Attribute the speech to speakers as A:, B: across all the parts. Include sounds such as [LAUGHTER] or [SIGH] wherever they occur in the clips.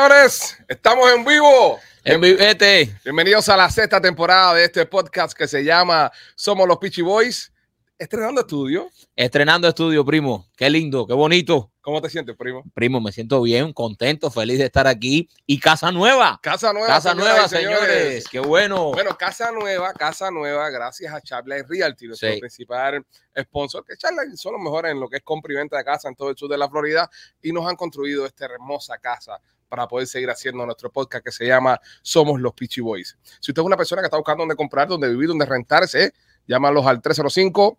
A: señores, estamos en vivo.
B: En vivo, este.
A: Bienvenidos a la sexta temporada de este podcast que se llama Somos los Pitchy Boys. Estrenando estudio.
B: Estrenando estudio, primo. Qué lindo, qué bonito.
A: ¿Cómo te sientes, primo?
B: Primo, me siento bien, contento, feliz de estar aquí. Y casa nueva.
A: Casa nueva.
B: Casa
A: señoras
B: nueva,
A: y
B: señores. Qué bueno.
A: Bueno, casa nueva, casa nueva, gracias a Charla Realty, nuestro
B: Sí.
A: principal sponsor, que Charla son los mejores en lo que es compra y venta de casa en todo el sur de la Florida y nos han construido esta hermosa casa para poder seguir haciendo nuestro podcast que se llama Somos los Pitchy Boys. Si usted es una persona que está buscando dónde comprar, dónde vivir, dónde rentarse, llámalos al 305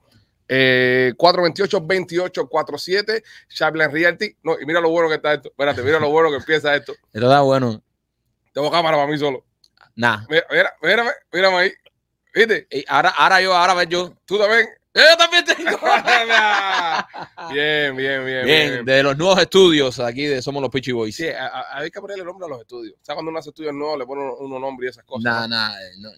A: eh, 428-2847, Charla Realty. No, y mira lo bueno que está esto. Espérate, mira lo bueno que empieza esto.
B: Esto está bueno.
A: Tengo cámara para mí solo.
B: Nah.
A: Mira, mira, mírame, mírame ahí. ¿Viste?
B: Y ahora, ahora yo, ahora ver
A: [LAUGHS]
B: yo.
A: ¿Tú también?
B: Yo también tengo.
A: bien, bien, bien, bien.
B: Bien, de los nuevos estudios aquí de Somos los Pitchy Boys.
A: Sí, a- a- hay que ponerle nombre a los estudios. ¿Sabes cuando uno hace estudios nuevos le pone uno nombre y esas cosas?
B: Nah, nah, eh, no.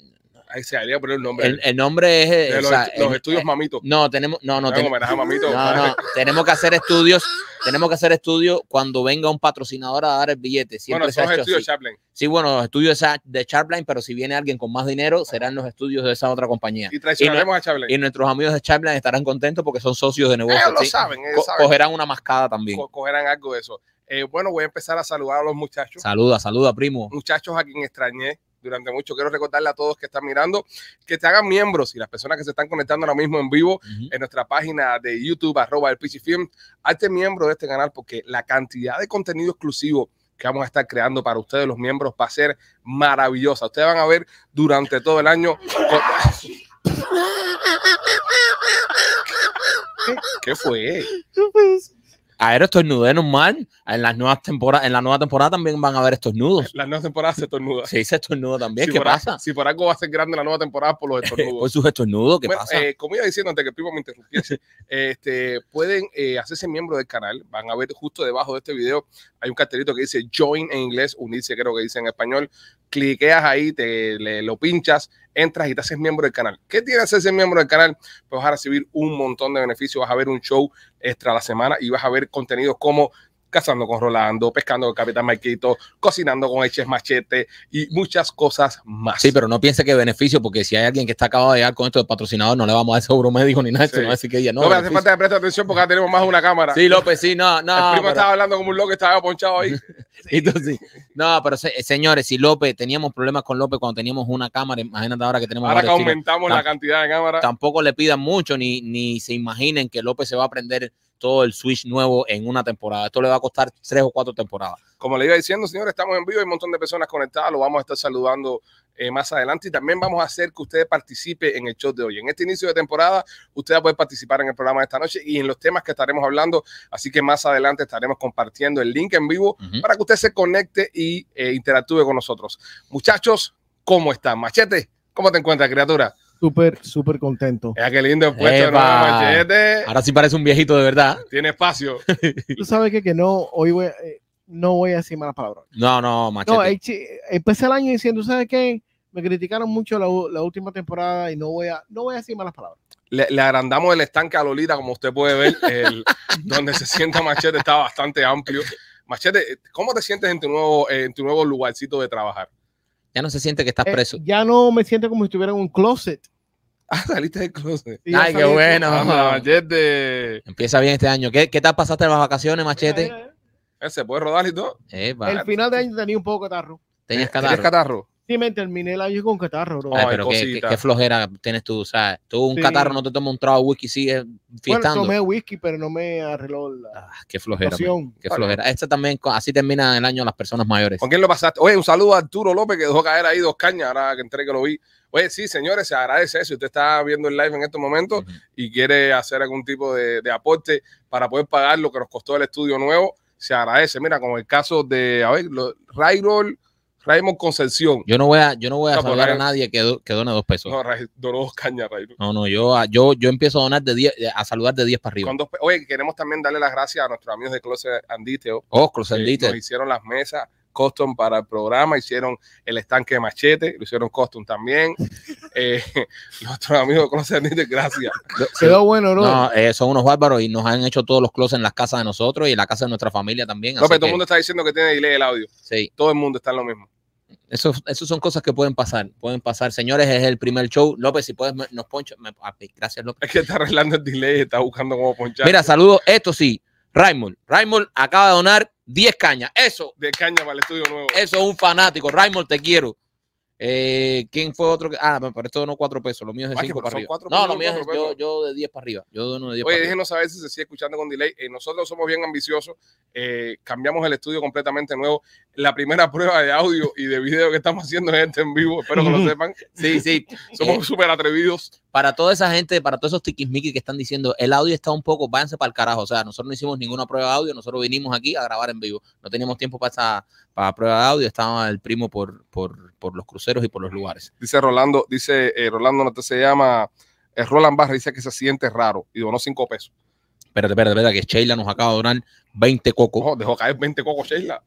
A: Ahí se debería poner un nombre.
B: El, el nombre es. eh,
A: De
B: o
A: los,
B: sea,
A: estu- los
B: el-
A: estudios
B: eh,
A: mamitos.
B: no, tenemos. No, no,
A: Hagan
B: tenemos.
A: homenaje a mamito. [LAUGHS]
B: No, no, tenemos que hacer estudios, tenemos que hacer estudios cuando venga un patrocinador a dar el billete. Siempre
A: bueno,
B: se
A: son
B: ha
A: los
B: hecho
A: estudios
B: así.
A: Chaplin.
B: Sí, bueno, los estudios esa- de Sharpline, pero si viene alguien con más dinero, serán los estudios de esa otra compañía.
A: Y traicionaremos a Chaplin.
B: Y nuestros amigos de Sharpline estarán contentos porque son socios de negocio.
A: Ellos lo
B: ¿sí?
A: saben, ellos
B: Co-
A: saben.
B: cogerán una mascada también.
A: Co- cogerán algo de eso. Eh, bueno, voy a empezar a saludar a los muchachos.
B: Saluda, saluda, primo.
A: muchachos a quien extrañé durante mucho. Quiero recordarle a todos que están mirando que te hagan miembros y las personas que se están conectando ahora mismo en vivo
B: Ujú.
A: en nuestra página de YouTube, arroba el Pichi Film. Hazte miembro de este canal porque la cantidad de contenido exclusivo que vamos a estar creando para ustedes, los miembros, va a ser maravillosa. Ustedes van a ver durante todo el año.
B: [LAUGHS]
A: co- ¿Qué- ¿Qué fue?
B: A ver, estornudé normal. En las nuevas temporadas, en la nueva temporada también van a haber estornudos.
A: La nueva temporada se estornuda.
B: Se dice estornudo también.
A: Si
B: ¿Qué
A: Eh, por a-
B: pasa?
A: si por algo va a ser grande la nueva temporada por
B: [LAUGHS]
A: los estornudos.
B: Por sus estornudos, ¿qué
A: Bueno,
B: pasa?
A: eh, como iba diciendo antes que el primo me
B: [LAUGHS]
A: interrumpiese, este, pueden eh, hacerse miembro del canal. Van a ver justo debajo de este video hay un cartelito que dice join en inglés, unirse creo que dice en español. Cliqueas ahí, te le- lo pinchas, entras y te haces miembro del canal. ¿Qué tiene hacerse miembro del canal? Pues vas a recibir un montón de beneficios. Vas a ver un show extra a la semana y vas a ver contenidos como Cazando con Rolando, Pescando con Capitán Marquito, Cocinando con Eches Machete y muchas cosas más.
B: Sí, pero no piense que beneficio, porque si hay alguien que está acabado de llegar con esto de patrocinador, no le vamos a dar seguro médico ni nada.
A: Sí.
B: Eso no va a decir que ella no.
A: no, me hace
B: beneficio.
A: falta que preste atención porque ya tenemos más de una cámara.
B: Sí, López, sí, no, no.
A: el primo
B: pero-
A: estaba hablando como un loco, estaba ponchado
B: [LAUGHS]
A: ahí.
B: Entonces, no, pero se- señores, si López, teníamos problemas con López cuando teníamos una cámara, imagínate ahora que tenemos
A: Ahora que
B: varias filas.
A: aumentamos la
B: Tam-
A: cantidad de cámaras.
B: Tampoco le pidan mucho ni, ni se imaginen que López se va a aprender todo el switch nuevo en una temporada. Esto le va a costar tres o cuatro temporadas.
A: Como le iba diciendo, señores, estamos en vivo, hay un montón de personas conectadas, lo vamos a estar saludando eh, más adelante y también vamos a hacer que ustedes participen en el show de hoy. En este inicio de temporada, usted va a poder participar en el programa de esta noche y en los temas que estaremos hablando, así que más adelante estaremos compartiendo el link en vivo
B: Ujú.
A: para que usted se conecte y eh, interactúe con nosotros. Muchachos, ¿cómo están? Machete, ¿cómo te encuentras, criatura?
C: Súper,
B: [LAUGHS]
C: súper contento.
A: Es que lindo puesto, ¿no,
B: Epa.
A: Machete?
B: Ahora sí parece un viejito de verdad.
A: Tiene espacio.
C: Tú sabes que, que no, hoy voy, eh, no voy a decir malas palabras.
B: No, no, machete.
C: No, eh, chi- empecé el año diciendo, ¿sabes qué? Me criticaron mucho la, u- la última temporada y no voy a, no voy a decir malas palabras.
A: le, le agrandamos el estanque a Lolita, como usted puede ver, [LAUGHS] el- donde se sienta Machete está bastante amplio. Machete, ¿cómo te sientes en tu nuevo, eh, en tu nuevo lugarcito de trabajar?
B: ya no se siente que estás
C: Eh,
B: preso.
C: ya no me siento como si estuviera en un closet.
A: Ah, saliste del closet.
C: Y ya
B: Ay, qué
C: salí de-
B: bueno.
A: Anda, Machete.
B: Empieza bien este año. ¿Qué, qué tal pasaste las vacaciones, machete?
C: Mira,
A: Eh, ¿Se puede rodar y todo?
B: Epa,
C: Eh, El final de año tenía un poco de catarro.
B: tenías
A: ¿Tienes
B: catarro.
A: catarro?
C: Sí, me terminé el año con catarro, bro.
A: Ay,
B: Ay, pero qué, qué-
A: cosita.
B: qué flojera tienes tú, ¿sabes? Tú un
C: Sí.
B: catarro, no te tomas un trago de whisky, sigues
C: bueno,
B: fiestando.
C: tomé whisky, pero no me arregló la
B: Ah, qué flojera. man.
C: situación.
B: Qué flojera. Esta también, co- así termina el año las personas mayores.
A: ¿Con quién lo pasaste? Oye, un saludo a Arturo López que dejó caer ahí dos cañas ahora que entré que lo vi. Oye, sí, señores, se agradece eso. Usted está viendo el live en estos momentos
B: Ujú.
A: y quiere hacer algún tipo de, de aporte para poder pagar lo que nos costó el estudio nuevo. Se agradece. Mira, como el caso de, a ver, lo- Rayrol, Raymond Concepción.
B: Yo no voy a, yo no voy a
A: No, pues,
B: saludar a
A: Ryan-
B: nadie que, do- que done dos pesos.
A: No, Ray- donó dos cañas, Rayrol.
B: No, no, yo, a- yo, yo empiezo a donar de 10, a saludar de 10 para arriba.
A: Con dos pe- Oye, queremos también darle las gracias a nuestros amigos de Closet Anditeo.
B: Oh, Closet
A: que
B: Leader.
A: nos hicieron las mesas custom para el programa, hicieron el estanque de machete, lo hicieron custom
B: [LAUGHS]
A: también. Eh, nuestros amigos conocen gracias.
C: Quedó bueno, ¿no?
B: No, eh, son unos bárbaros y nos han hecho todos los closets en las casas de nosotros y en la casa de nuestra familia también.
A: No,
B: así
A: pero todo
B: que,
A: el mundo está diciendo que tiene delay el audio.
B: sí,
A: Todo el mundo está en lo mismo.
B: eso, eso son cosas que pueden pasar, pueden pasar. Señores, es el primer show. López, si puedes, me- nos poncho. me- ah, gracias, López.
A: Es que está arreglando el delay y está buscando cómo ponchar.
B: Mira, saludos. Esto sí, Raymond. Raymond acaba de donar 10 cañas. Eso,
A: de caña para el estudio nuevo.
B: eso es un fanático. Raymond, te quiero. Eh, ¿Quién fue otro? que- Ah, pero esto no cuatro pesos. Lo mío es de
A: Ah, que
B: 5
A: pero
B: para
A: son
B: arriba.
A: cuatro
B: No,
A: pesos,
B: lo mío es
A: cuatro
B: yo,
A: pesos.
B: yo de 10 para arriba. Yo dono de 10 para
A: Oye,
B: arriba.
A: déjenos saber si se sigue escuchando con delay. Eh, nosotros somos bien ambiciosos. eh, cambiamos el estudio completamente nuevo. La primera prueba de audio y de video que estamos haciendo es este en vivo. Espero que lo [LAUGHS]
C: Ujú.
A: sepan.
B: Sí, sí.
A: Somos súper atrevidos.
B: para toda esa gente, para todos esos tiquismiquis que están diciendo, el audio está un poco, váyanse para el carajo. O sea, nosotros no hicimos ninguna prueba de audio, nosotros vinimos aquí a grabar en vivo. No teníamos tiempo para, esa- para prueba de audio, estaba el primo por, por, por los cruceros y por los lugares.
A: Dice Rolando, dice eh, Rolando, no te se llama. eh, Roland Barra dice que se siente raro y donó 5 pesos.
B: Espérate, espérate, espérate, que Sheila nos acaba de donar 20 cocos.
A: Ojo, dejó caer 20 cocos, Sheila.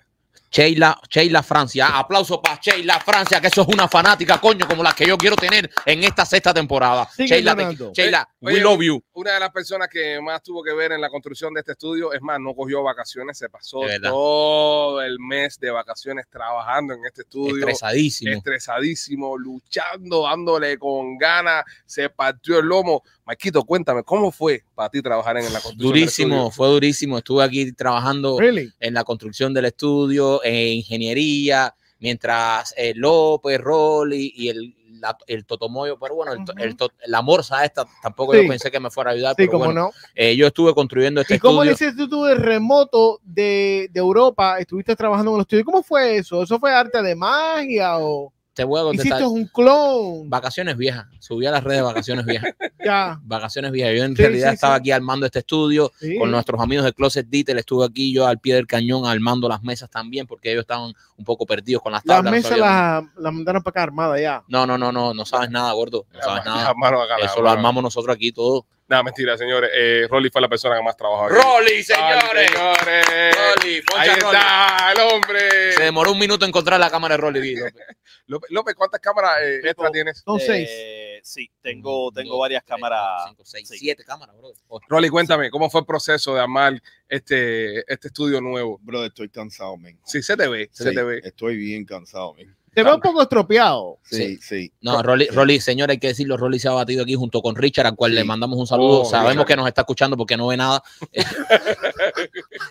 B: Sheila, Sheila Francia, Ah, aplauso para Sheila Francia, que eso es una fanática, coño, como la que yo quiero tener en esta sexta temporada.
C: Sigue
B: Sheila, te-
C: donando.
B: Sheila,
A: Eh, Oye,
B: we
A: oye,
B: love you.
A: Una de las personas que más tuvo que ver en la construcción de este estudio, es más, no cogió vacaciones, se pasó
B: De verdad.
A: todo el mes de vacaciones trabajando en este estudio. este,
B: Estresadísimo.
A: estresadísimo, luchando, dándole con ganas, se partió el lomo. Maquito, cuéntame, ¿cómo fue para ti trabajar en la construcción? del
B: Durísimo, fue durísimo. Estuve aquí trabajando
C: Really.
B: en la construcción del estudio, en ingeniería, mientras eh, López, Rolly y el, la- el Totomoyo, pero bueno, el to- el to- la morsa esta tampoco
C: Sí.
B: yo pensé que me fuera a ayudar,
C: Sí,
B: pero
C: como
B: bueno,
C: no.
B: eh, yo estuve construyendo este
C: ¿Y cómo le
B: estudio.
C: hiciste tú de remoto de, de Europa? ¿Estuviste trabajando en los estudios? ¿Cómo fue eso? ¿Eso fue arte de magia o
B: Te voy a
C: hiciste
B: contestar.
C: un clon?
B: Vacaciones viejas, subí a las redes de vacaciones viejas,
C: Ya.
B: vacaciones viejas. Yo en
C: Sí,
B: realidad
C: sí,
B: estaba
C: sí.
B: aquí armando este estudio,
C: Sí.
B: con nuestros amigos de Closet Detail. Estuve aquí yo al pie del cañón armando las mesas también, porque ellos estaban un poco perdidos con las
C: Las
B: tablas. no
C: mesas
B: sabían-
C: las las mandaron para acá armada ya.
B: No, no, no, no, no sabes nada, gordo. No
A: estudio?
B: sabes
A: La-
B: nada.
A: la mano acá, la
B: Eso lo
A: mano.
B: armamos nosotros aquí todo.
A: Nada, mentira, señores. Eh, Rolly fue la persona que más trabajó. aquí.
B: ¡Rolly,
A: Ay,
B: señores!
A: señores.
B: ¡Rolly!
A: Ahí
B: ¡Poncha Rolly!
A: está el hombre.
B: Se demoró un minuto encontrar la cámara de Rolly. Guido.
A: López, López, ¿cuántas cámaras eh,
D: Tipo-
A: extra tienes?
C: Son seis.
D: Eh, sí, tengo,
B: Un,
D: tengo
B: Mm, dos,
D: varias
B: tres, cuatro,
D: cámaras.
B: Cinco, seis,
D: sí.
B: siete cámaras, bro. Ocho.
A: Rolly, cuéntame, ¿cómo fue el proceso de armar este, este estudio nuevo?
E: Bro, estoy cansado, men.
A: Sí, se te ve, se
E: Sí,
A: te ve.
E: Estoy bien cansado, men.
C: Te veo un poco estropeado.
E: Sí, sí.
B: No, Rolly, Rolly, señor, hay que decirlo, Rolly se ha batido aquí junto con Richard, al cual
E: Sí.
B: le mandamos un saludo.
A: Oh,
B: Sabemos
A: Richard.
B: que nos está escuchando porque no ve nada.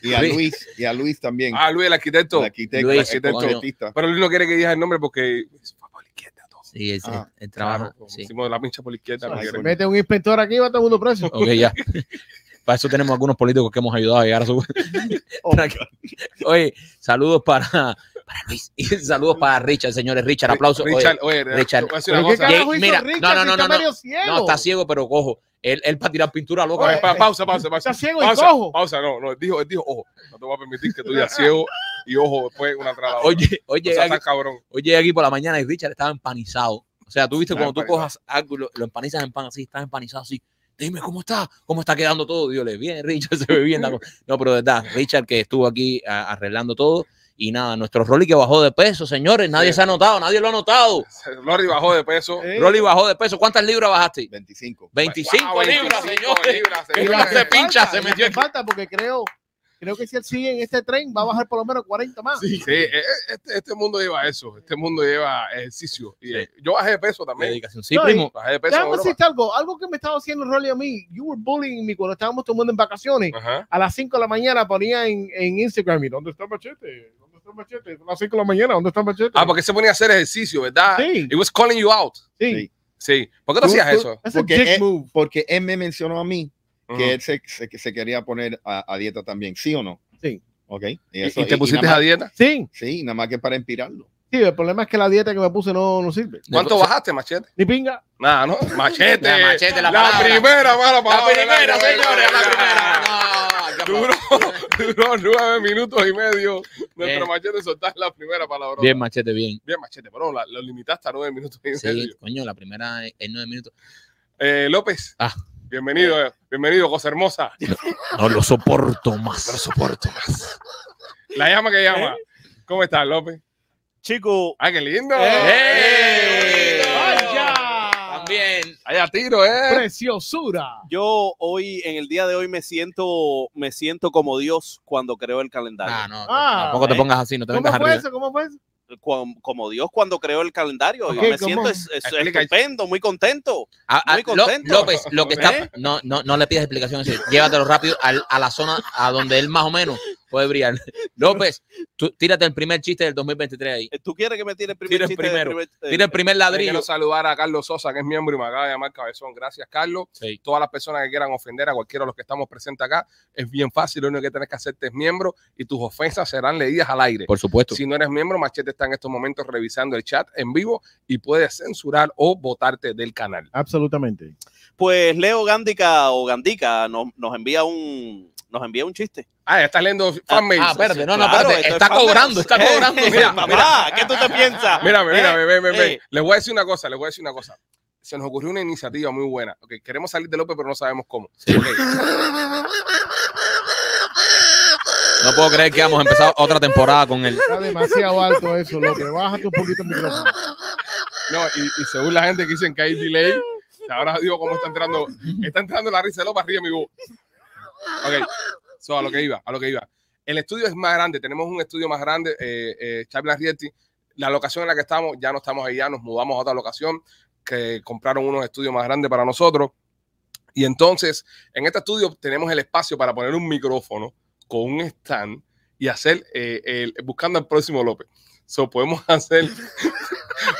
E: Y a
B: Luis.
E: Luis, y a Luis también.
A: Ah, Luis, el arquitecto.
E: el arquitecto,
B: Luis,
E: el arquitecto
B: coño.
E: autista.
A: Pero Luis no quiere que digas el nombre porque se fue por la izquierda. todo.
B: Sí, es-
E: Ah,
B: el trabajo.
A: Claro,
B: sí.
A: Hicimos la pincha por la izquierda. no
E: Ay,
A: quiere.
E: coño.
C: Mete un inspector aquí y va todo el mundo preso.
B: Ok, ya. [LAUGHS] Para eso tenemos algunos políticos que hemos ayudado a llegar
A: [LAUGHS]
B: a su. [LAUGHS]
C: Oh.
B: Oye, saludos para, para Luis [LAUGHS] y saludos para Richard, señores. Richard, aplauso. Oye,
A: Richard, oye, te
B: Richard.
A: voy a decir
C: ¿Pero
A: una
C: qué
A: cosa.
B: cara-
C: carajo hizo
B: Mira,
C: Richard
B: no, no,
C: si
B: no,
C: está
B: no, no.
C: medio ciego?
B: no, está ciego, pero cojo. Él, él para tirar pintura eh. loca.
A: Oye, pa- pausa, pausa, pausa.
C: Está ciego y
A: pausa,
C: cojo.
A: pausa, no, no, él dijo, él dijo, ojo, no te voy a permitir que tú digas ciego y ojo después una tras la otra.
B: Oye,
A: O
B: oye,
A: sea,
B: aquí,
A: tan cabrón.
B: hoy llegué aquí por la mañana y Richard estaba empanizado. O sea, tú viste
A: Estaba
B: cuando tú
A: empanizado.
B: cojas algo y lo, lo empanizas en pan así, estás empanizado así. Dime cómo está, cómo está quedando todo. Dios le bien, Richard se ve bien. la cosa. No, pero de verdad, Richard que estuvo aquí a- arreglando todo. Y nada, nuestro Rolly que bajó de peso, señores, nadie
A: Sí.
B: se ha notado, nadie lo ha notado.
A: Lori bajó de peso.
C: Eh,
B: Rolly bajó de peso. ¿Cuántas libras bajaste?
E: 25.
B: 25
A: Wow,
B: libras,
A: 25
B: señores.
A: libras,
C: y
B: Él
C: lo
B: no
A: señores.
C: hace
B: se pincha, se
C: y lo
B: metió
C: hace
B: aquí.
C: falta porque creo, creo que si él sigue en este tren va a bajar por lo menos 40 más.
A: Sí, eh, eh, este, este mundo lleva eso, este mundo lleva ejercicio. Y,
B: Sí.
A: eh, Yo bajé de peso también.
B: Dedicación. Sí,
C: No, y-
B: primo.
A: Bajé de peso. en
C: Déjame
A: Europa.
C: decirte algo, algo que me estaba haciendo Rolly a mí. You were bullying me cuando estábamos tomando en vacaciones.
A: Ajá.
C: A las 5 de la mañana ponía en, en Instagram, ¿y dónde está Machete? ¿Dónde está Machete? A las 5 de la mañana, ¿dónde está Machete?
A: Ah, porque se ponía a hacer ejercicio, ¿verdad?
C: Sí,
A: It was calling you out.
C: sí.
A: Sí. ¿Por qué tú
E: Tú-
A: hacías
E: tú-
A: eso?
C: That's a
E: Porque
C: dick
E: él,
C: move.
E: porque él me mencionó a mí que
A: Ujú.
E: él se, se, se quería poner a, a dieta también, ¿sí o no?
C: Sí.
E: Ok. Y,
A: ¿Y,
E: eso-
A: y te
E: y- y
A: pusiste
E: nada
A: a
E: más-
A: dieta?
C: Sí,
E: Sí, nada más que para inspirarlo.
C: sí, el problema es que la dieta que me puse no, no sirve.
A: ¿Cuánto bajaste, machete?
C: Ni pinga.
A: Nada, ¿no? Machete.
B: La machete, Este, la palabra.
A: primera mala
B: La
A: palabra.
B: primera, señores, la primera. No, hay que aplaudir.
A: Duró, duró nueve minutos y medio. Nuestro
B: Bien.
A: machete soltar la primera palabra.
B: Bien, machete, bien.
A: Bien, machete, pero la- lo limitaste a nueve minutos y
B: Sí,
A: medio.
B: coño, la primera en nueve minutos.
A: Eh, López,
B: Ah.
A: bienvenido, eh. bienvenido, cosa hermosa.
B: No lo soporto más. No lo soporto más.
A: La llama que llama. ¿Cómo estás, López?
D: Chico,
A: ¡Ah, qué lindo!
B: ¡Eh!
A: ¡Eh!
C: ¡Vaya!
B: También.
A: ¡Vaya tiro, eh!
C: ¡Preciosura!
D: yo hoy, en el día de hoy, me siento, me siento como Dios cuando creo el calendario.
B: Ah, no,
C: Ah,
B: tampoco te
D: eh.
B: pongas así, no te
C: ¿Cómo
B: vengas
C: fue
B: arriba.
C: eso? ¿Cómo fue eso?
D: Cuan- como Dios cuando creó el calendario.
C: Ok,
D: Yo me
C: ¿cómo?
D: siento es- es-
A: Explica.
D: estupendo, muy contento.
B: Ah, ah,
D: Muy
B: Lo-
D: contento.
B: López, lo que está.
D: ¿Eh?
B: No, no, no le pidas explicación. ese. Llévatelo rápido al- a la zona a donde él más o menos puede
D: [LAUGHS]
B: brillar. López, tú, tírate el primer chiste del 2023 ahí.
D: Eh, ¿Tú quieres que me tire el primer
B: Tira el
D: chiste del
B: primero.
D: primer- eh,
B: Tira el primer ladrillo.
A: Quiero saludar a Carlos Sosa, que es miembro y me acaba de llamar cabezón. Gracias, Carlos.
B: Sí.
A: Todas las personas que quieran ofender a cualquiera de los que estamos presentes acá, es bien fácil. Lo único que tienes que hacerte es miembro y tus ofensas serán leídas al aire.
B: Por supuesto.
A: Si no eres miembro, Machete está en estos momentos revisando el chat en vivo y puedes censurar o votarte del canal.
C: Absolutamente.
D: Pues Leo Gandica o Gandica nos, nos envía un nos envía un chiste.
A: Ah, estás leyendo fanmails.
B: Ah, espérate, no, no,
D: Claro,
B: espérate.
D: esto
B: Está
D: es fanmails.
B: cobrando, está
D: Eh,
B: cobrando.
D: [LAUGHS] mira, papá, ¿qué tú te piensas?
A: Mírame, mírame, ven, ven, ven.
D: eh.
A: Les voy a decir una cosa, les voy a decir una cosa. Se nos ocurrió una iniciativa muy buena. Ok, queremos salir de López, pero no sabemos cómo. Ok.
B: No puedo creer que hemos empezado otra temporada con él.
C: Está demasiado alto eso, lo que bájate un poquito el micrófono.
A: No, y, y según la gente que dicen que hay delay, ahora digo cómo está entrando. Está entrando la risa de López arriba, mi voz. Ok, so, a lo que iba, a lo que iba. El estudio es más grande, tenemos un estudio más grande, eh, eh, Charla Rieti. La locación en la que estamos, ya no estamos allá, nos mudamos a otra locación, que compraron unos estudios más grandes para nosotros. Y entonces, en este estudio tenemos el espacio para poner un micrófono con un stand y hacer, eh, el, buscando al próximo López. So, podemos [LAUGHS] hacer,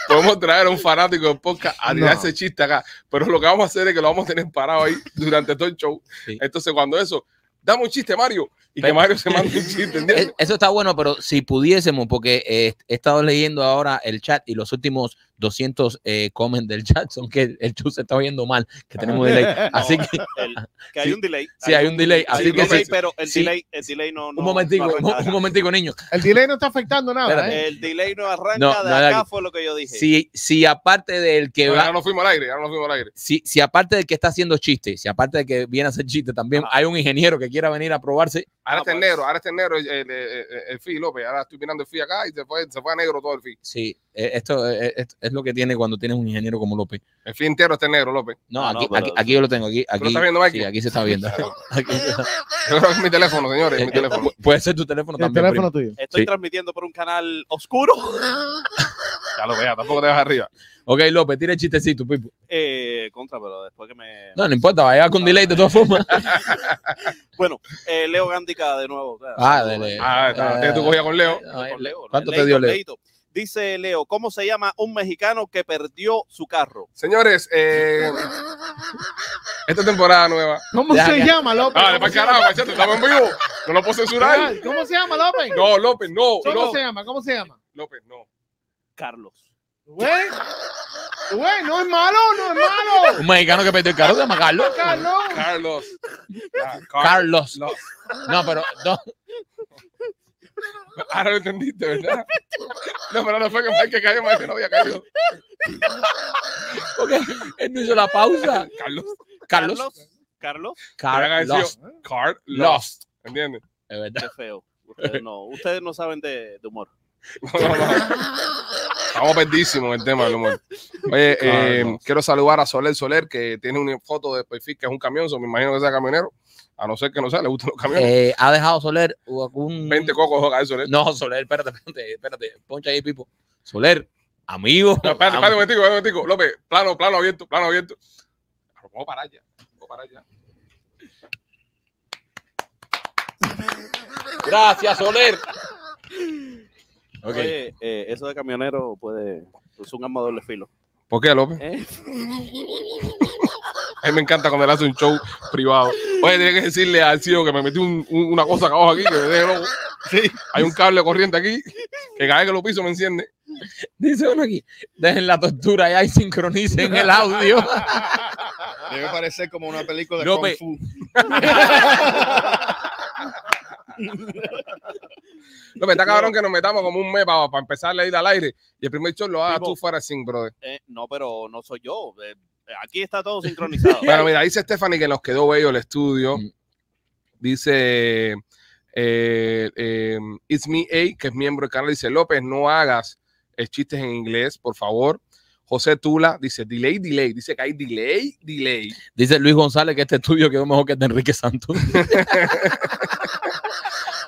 A: podemos traer a un fanático de podcast a tirar
C: No.
A: ese chiste acá. Pero lo que vamos a hacer es que lo vamos a tener parado ahí durante todo el show.
B: Sí.
A: Entonces, cuando eso, dame un chiste, Mario, y que
B: Pero-
A: Mario se mande un chiste, ¿entiendes?
B: Es- Eh, Eso está bueno, pero si pudiésemos, porque eh, he estado leyendo ahora el chat y los últimos 200 eh, comments del chat son que el show se está oyendo mal, que tenemos
C: [LAUGHS]
B: delay. Así que [LAUGHS]
D: El- que hay
B: Sí.
D: un delay.
B: Sí, hay un delay,
D: hay
A: así
D: un
A: que
D: delay,
A: sí.
D: pero el
B: Sí.
D: delay, el delay no, no-
B: un momentico,
D: no arranca de
B: un
D: acá.
B: momentico, niño.
C: El delay no está afectando nada,
B: Espérate.
C: ¿eh?
D: El delay no arranca
B: No,
D: de
B: no,
D: acá
B: dale.
D: fue lo que yo dije.
B: Si, si aparte del que
A: No,
B: va,
A: ya no fuimos al aire, ya no fuimos al aire.
B: si, si aparte del que está haciendo chistes, si aparte de que viene a hacer chistes, también
D: Ajá.
B: hay un ingeniero que quiera venir a probarse.
A: Ahora
D: Ah,
A: está en
D: pues.
A: negro, ahora está en negro eh, el, el, el- el Fi López. Ahora estoy mirando el Fi acá y se fue, se fue a negro todo el Fi.
B: Sí, eh, esto eh, esto es lo que tiene cuando tienes un ingeniero como López.
A: El Fi entero está en negro,
B: [LAUGHS]
A: López.
B: No,
D: Ah, no,
B: aquí,
D: pero-
B: aquí, aquí yo lo tengo. Aquí, aquí,
A: lo estás viendo, Mikey?
B: sí, aquí se está viendo. Aquí se está-
A: Yo creo que es mi teléfono, señores,
B: [LAUGHS]
A: es mi
B: Eh,
A: teléfono.
B: pu- Puede ser tu teléfono
C: El
B: también.
C: teléfono tuyo.
D: Estoy
B: Sí.
D: transmitiendo por un canal oscuro. [LAUGHS]
A: Ya lo veas, tampoco te vas arriba.
B: primo. Ok, López, tira el chistecito, Pipo.
D: Eh, contra, pero después que me.
B: No, no importa, vaya con delay de todas formas.
D: Bueno, eh, Leo Gandica de nuevo.
B: [LAUGHS] Ah, dele.
A: Ah, está, tienes tu cogida con Leo.
B: No, eh,
D: Con eh, Leo,
B: ¿Cuánto te
D: Leito,
B: dio Leo?
D: Leito. Dice Leo, ¿cómo se llama un mexicano que perdió su carro?
A: Señores, eh, esta temporada nueva.
C: ¿Cómo
B: Ya,
C: se
B: ya.
C: llama, López?
A: Dale, para carajo, machete, estamos en vivo. No lo puedo censurar.
C: ¿Cómo se llama, López?
A: No, López, no,
C: ¿Cómo
A: no.
C: se llama? ¿Cómo se llama?
A: López, no.
D: Carlos.
C: Güey, güey, no es malo, no es malo.
B: Un mexicano que perdió el carro, se llama Carlos.
C: Acá no.
A: Carlos. Ah, Carlos.
B: Carlos. No, pero no,
A: [LAUGHS] Ahora Ah, lo entendiste, ¿verdad? No, pero no fue que fue que cayó, más que no había caído.
B: porque él no hizo la pausa.
A: Carlos.
B: Carlos.
D: Carlos.
B: Carlos.
A: Carlos. ¿Entiendes? [LAUGHS]
B: Es verdad.
D: Qué feo. Ustedes no, ustedes no saben de, de humor.
A: No, no, no. Estamos perdísimos en el tema del humor. Oye, eh,
B: Carlos.
A: quiero saludar a Soler Soler, que tiene una foto de perfil que es un camión, so me imagino que sea camionero. A no ser que no sea, le gustan los camiones.
B: Eh, ha dejado Soler un.
A: 20 cocos ojalá, Soler.
B: No, Soler, espérate, espérate, espérate. Poncha ahí, Pipo. Soler, amigo.
A: No, espérate, espérate un momentico, espérate un momentico. López, plano, plano abierto, plano abierto. Pero Vamos para allá, vamos para allá.
B: Gracias, Soler. Ok.
D: Oye, eh, eso de camionero puede. Es un arma de doble filo.
A: ¿Por qué, López?
D: ¿eh?
A: A mí me encanta cuando él hace un show privado. Oye, tiene que decirle al CEO que me metí un- un- una cosa acá abajo aquí, que me deje loco. Hay un cable corriente aquí, que cada vez que lo piso me enciende.
B: Dice uno aquí, dejen la tortura ya y sincronicen el audio.
E: Debe parecer como una película de
B: López.
E: Kung Fu.
A: López, está cabrón que nos metamos como un mes para, para empezar a ir al aire. Y el primer show lo hagas
D: Tipo-
A: tú fuera sin, brother.
D: Eh, no, pero no soy yo. Eh, aquí está [LAUGHS] todo sincronizado.
A: Bueno, mira, dice Stephanie que nos quedó bello el estudio.
B: Mm.
A: Dice Eh, eh, It's Me A, que es miembro del canal, dice López, no hagas eh, chistes en inglés, por favor. José Tula dice delay, delay. Dice que hay delay, delay.
B: Dice Luis González que este estudio quedó mejor que el de Enrique Santos.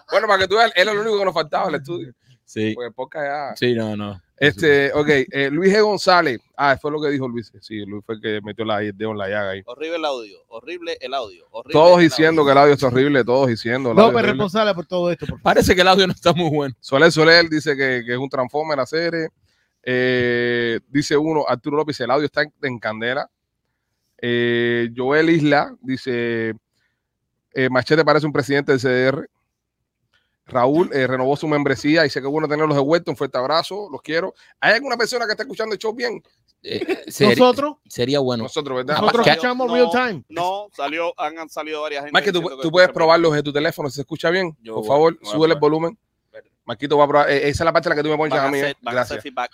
A: Bueno, para que tú veas, era lo único que nos faltaba el estudio.
B: Sí,
A: Porque poca ya.
B: sí, no, no.
A: Pues, Este, ok, eh, Luis G. González. Ah, fue lo que dijo Luis. Sí, Luis fue el que metió la, el dedo en la llaga ahí.
D: Horrible el audio, horrible el audio. horrible
A: Todos
D: el
A: diciendo que el audio es horrible, todos diciendo. el audio es
C: López es
A: horrible.
C: responsable por todo esto. por favor.
B: Parece que el audio no está muy bueno.
A: Soler Soler dice que, que es un transformer la serie. Eh, dice uno, Arturo López, el audio está en, en candela. Eh, Joel Isla dice, eh, Machete parece un presidente del CDR. Raúl eh, renovó su membresía y sé que es bueno tenerlos de vuelta. Un fuerte abrazo, los quiero. ¿Hay alguna persona que está escuchando el show bien?
B: [LAUGHS] Eh, ser-
C: Nosotros,
B: sería bueno.
A: Nosotros, ¿verdad?
C: nosotros
B: ¿Qué?
C: escuchamos
D: No.
C: real time.
D: No, salió, han, han salido varias gente.
A: Mike, tú,
D: diciendo que
A: tú puedes
D: escucha
A: probarlo desde tu teléfono, si se escucha bien.
B: Yo
A: Por
B: voy-
A: favor,
B: voy a
A: súbele el
B: probar.
A: volumen. Maquito va a probar. Eh, esa es la parte en la que tú me
D: mal.
A: pones a
D: Van
A: mí.
D: a
A: eh.
D: hacer- van a hacer
A: Gracias.
D: feedback.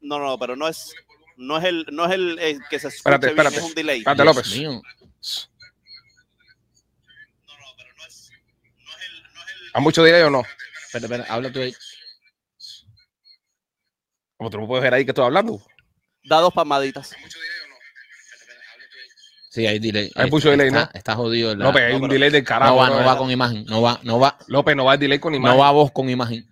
D: No, no, pero no es, no es el, no es el, eh, que se escuche
A: Espérate,
D: bien,
A: espérate.
D: es un delay.
A: Espérate,
B: Dios
A: López.
B: mío.
A: ¿A mucho dinero o no?
B: Espera, espera, habla tú ahí.
A: Como tú no puedes ver ahí que estoy hablando.
D: Da dos palmaditas.
B: Sí, hay delay.
A: Hay mucho
B: Está-
A: delay, ¿no?
B: Está, está jodido. la-
A: López, hay
D: no,
A: un
D: pero-
A: delay del
B: no
A: carajo.
B: va, no
A: brother.
B: va con imagen. No va, no va,
A: López, no va el delay con imagen.
B: no va voz con imagen.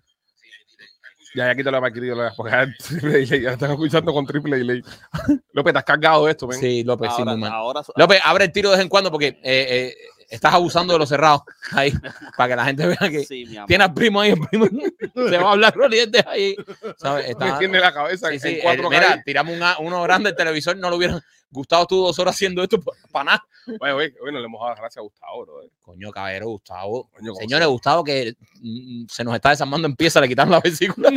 A: Ya, aquí te lo he maquitado, porque ya, [LAUGHS] triple delay, ya están escuchando con triple delay. [LAUGHS] López, te has cargado de esto, ven.
B: Sí, López, sí,
D: Ahora,
B: muy mal.
D: ahora,
B: López, abre el tiro de vez en cuando porque eh, eh, estás abusando de los cerrados
A: [LAUGHS]
B: ahí para que la gente vea que
D: sí, mi amor.
B: tiene al primo ahí, el primo se va a hablar los dientes ahí. ¿sabes?
A: Me
B: Está-
A: tiene la cabeza
B: sí, sí,
A: en
B: eh,
A: cuatro
B: mira, tiramos una- uno grande del televisor, no le hubieran gustado tú dos horas haciendo esto para nada.
A: Oye, oye, oye, no le hemos dado las gracias a Gustavo, brother.
B: Coño, caballero, Gustavo.
A: Coño, ¿cómo
B: Señores, Gustavo, que mm, se nos está desarmando, empieza, le quitaron la vesícula.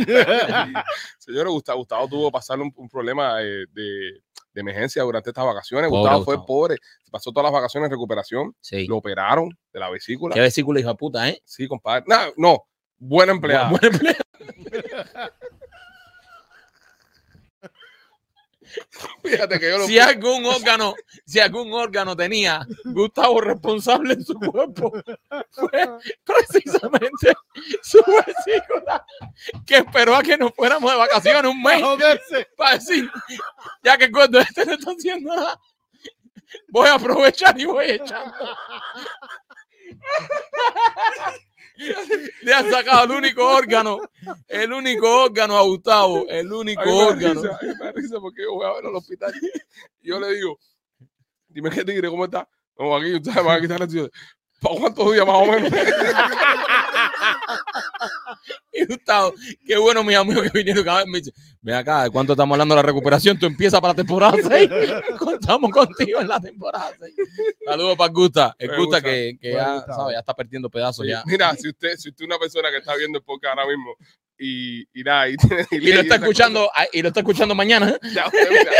A: Señor Gustavo, Gustavo tuvo que pasar un, un problema eh, de, de emergencia durante estas vacaciones.
B: Pobre
A: Gustavo fue
B: Gustavo.
A: pobre, pasó todas las vacaciones en recuperación,
B: Sí.
A: lo operaron de la vesícula.
B: Qué vesícula, hijo de puta, ¿eh?
A: Sí, compadre. No, no, buen empleado.
B: Buen- buen empleado.
A: [LAUGHS] Fíjate que yo lo
B: Si algún órgano, si algún órgano tenía Gustavo responsable en su cuerpo, fue precisamente su vesícula, que esperó a que nos fuéramos de vacaciones
A: [LAUGHS]
B: un mes
C: Joderse.
B: para decir, ya que cuando este no está haciendo nada, voy a aprovechar y voy echando. Le han sacado el único órgano, el único órgano a Gustavo, el único
A: Ay, me da
B: órgano.
A: risa, ay, me da risa porque yo voy a ver al hospital. Y yo le digo, dime qué tigre, ¿cómo está? No, aquí usted me
B: [LAUGHS]
A: va a quitar la ciudad. ¿Para cuántos días más o menos?
B: Y Gustavo, qué bueno, mis amigos que vinieron cada vez. Me dice, ven acá, ¿de cuánto estamos hablando de la recuperación? Tú empiezas para la [LAUGHS] temporada 6. Contamos contigo en la temporada 6. Saludos para Gusta. El
A: Me
B: Gusta
A: gusta.
B: que, que
C: Me
B: ya,
C: gusta.
B: sabe, ya está perdiendo pedazos. [LAUGHS] Ya.
A: Mira, si usted, si usted es una persona que está viendo el podcast ahora mismo y, y nada, y, [LAUGHS] tiene
B: Y lo
A: delay
B: está
A: esas
B: escuchando, ah, y lo está escuchando mañana.
A: cosas, ya usted, mira,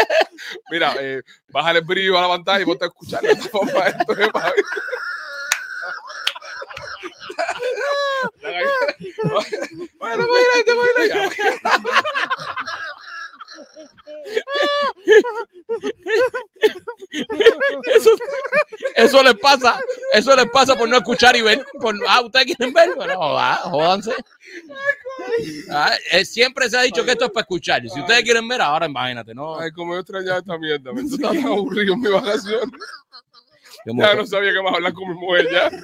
A: mira eh, bájale el brillo a la pantalla y ponte a escuchar. de esta forma, esto es para- Bueno, pues, este bailate, bailate.
B: Eso, eso les pasa, eso les pasa por no escuchar y ver. Por, ah, ustedes quieren ver. Bueno, joda- jódanse. Ah, eh, siempre se ha dicho que esto es para escuchar. Si ustedes quieren ver, ahora imagínate, ¿no?
A: Ay, como yo extrañaba esta mierda. Me sentí tan aburrido en mi vacación. Ya no sabía que más hablar con mi mujer ya.
D: [LAUGHS] Yo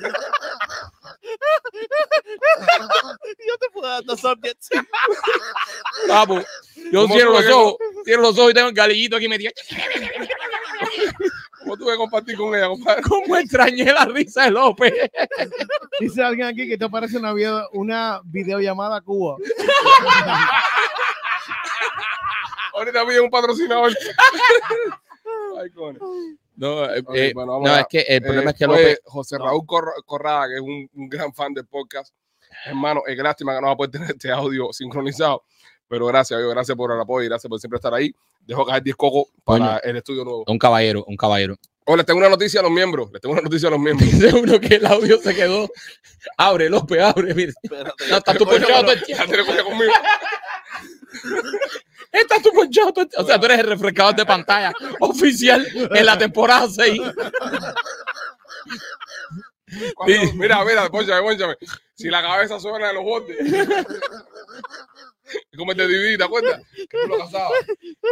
D: te puedo dar dos subjects.
B: Papo, Ah, pues, yo
A: ¿Cómo
B: cierro
A: tú
B: los
A: que no?
B: ojos, cierro los ojos y tengo el galillito aquí metido. [LAUGHS]
A: ¿Cómo tuve que compartir con ella, compadre?
B: ¿Cómo extrañé la risa de López?
C: Dice alguien aquí que te parece una, video- una videollamada a Cuba.
A: Ahorita vi un
B: [LAUGHS]
A: patrocinador. Ay, coño.
B: No, eh,
A: Ok,
B: eh,
A: bueno, vamos
B: no
A: a-
B: es que el problema
A: Eh,
B: es que
A: fue
B: López.
A: José Raúl Corra- Corrada, que es un, un gran fan del podcast. Hermano, es lástima que no va a poder tener este audio sincronizado. Pero gracias, amigo, gracias por el apoyo y gracias por siempre estar ahí. Dejo caer 10 cocos para el estudio nuevo.
B: Un caballero, un caballero. [LAUGHS]
A: Oh, les tengo una noticia a los miembros. Les tengo una noticia a los miembros.
B: Seguro que el audio se quedó. Abre, López, abre. mire.
D: [LAUGHS] Espérate.
B: No, estás tú ponchado todo el tiempo.
A: Ya te lo cogió conmigo.
B: Estás tú ponchado todo el tiempo. O sea, tú eres el refrescador de [LAUGHS] pantalla oficial en la temporada 6.
A: Cuando- mira, mira, ponchame, ponchame. Si la cabeza suena de los [LAUGHS] bordes. Es como el de DVD, ¿te acuerdas? Que tú lo casabas.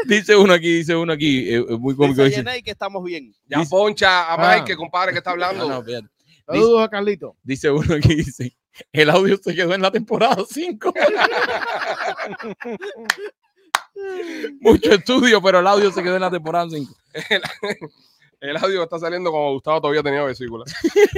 B: Dice uno aquí, dice uno aquí, eh, eh, muy cómico.
D: Dice
B: Dice,
D: Yanay que estamos bien.
A: Ya poncha a
C: Ah.
A: Mike, compadre, que está hablando.
B: Ah, No, no, espérate.
C: Saludos a Carlito.
B: Dice uno aquí, dice, el audio se quedó en la temporada [LAUGHS] 5. Mucho estudio, pero el audio se quedó en la temporada 5.
A: El audio está saliendo como Gustavo todavía tenía vesícula. [LAUGHS]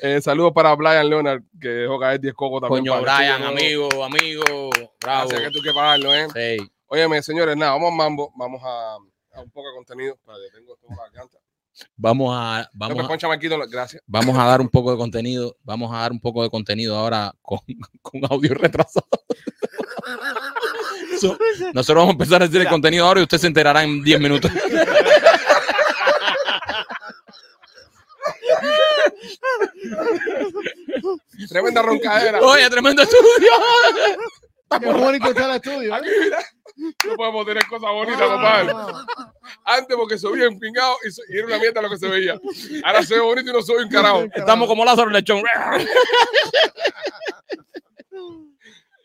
A: Eh, saludos para Brian Leonard, que dejó caer 10 cocos también. para
B: Coño,
A: el
B: Brian,
A: estudio, ¿no?
B: amigo, amigo, bravo.
A: Gracias que tú que pagarlo, ¿eh?
B: Sí.
A: Óyeme, señores, nada, vamos a mambo, vamos a, a un poco de contenido. Espérate, tengo esto en la garganta.
B: Vamos a,
A: No,
B: vamos
A: me
B: a-
A: poncha Marquito, no, gracias.
B: vamos a dar un poco de contenido, vamos a dar un poco de contenido ahora con, [LAUGHS] con audio [LAUGHS] retrasado. So- nosotros vamos a empezar a decir el
D: Mira.
B: contenido ahora y usted se enterará en 10 [LAUGHS] minutos.
A: Tremenda roncadera.
B: [LAUGHS] Oye, tremendo [LAUGHS] estudio.
C: Qué bonito está el estudio. ¿eh?
A: No podemos tener cosas bonitas, compadre.
C: Ah,
A: Antes porque se veía empingado y, so- y era una mierda lo que se veía. Ahora se ve bonito y no se ve un carajo.
B: Estamos como Lázaro Lechón.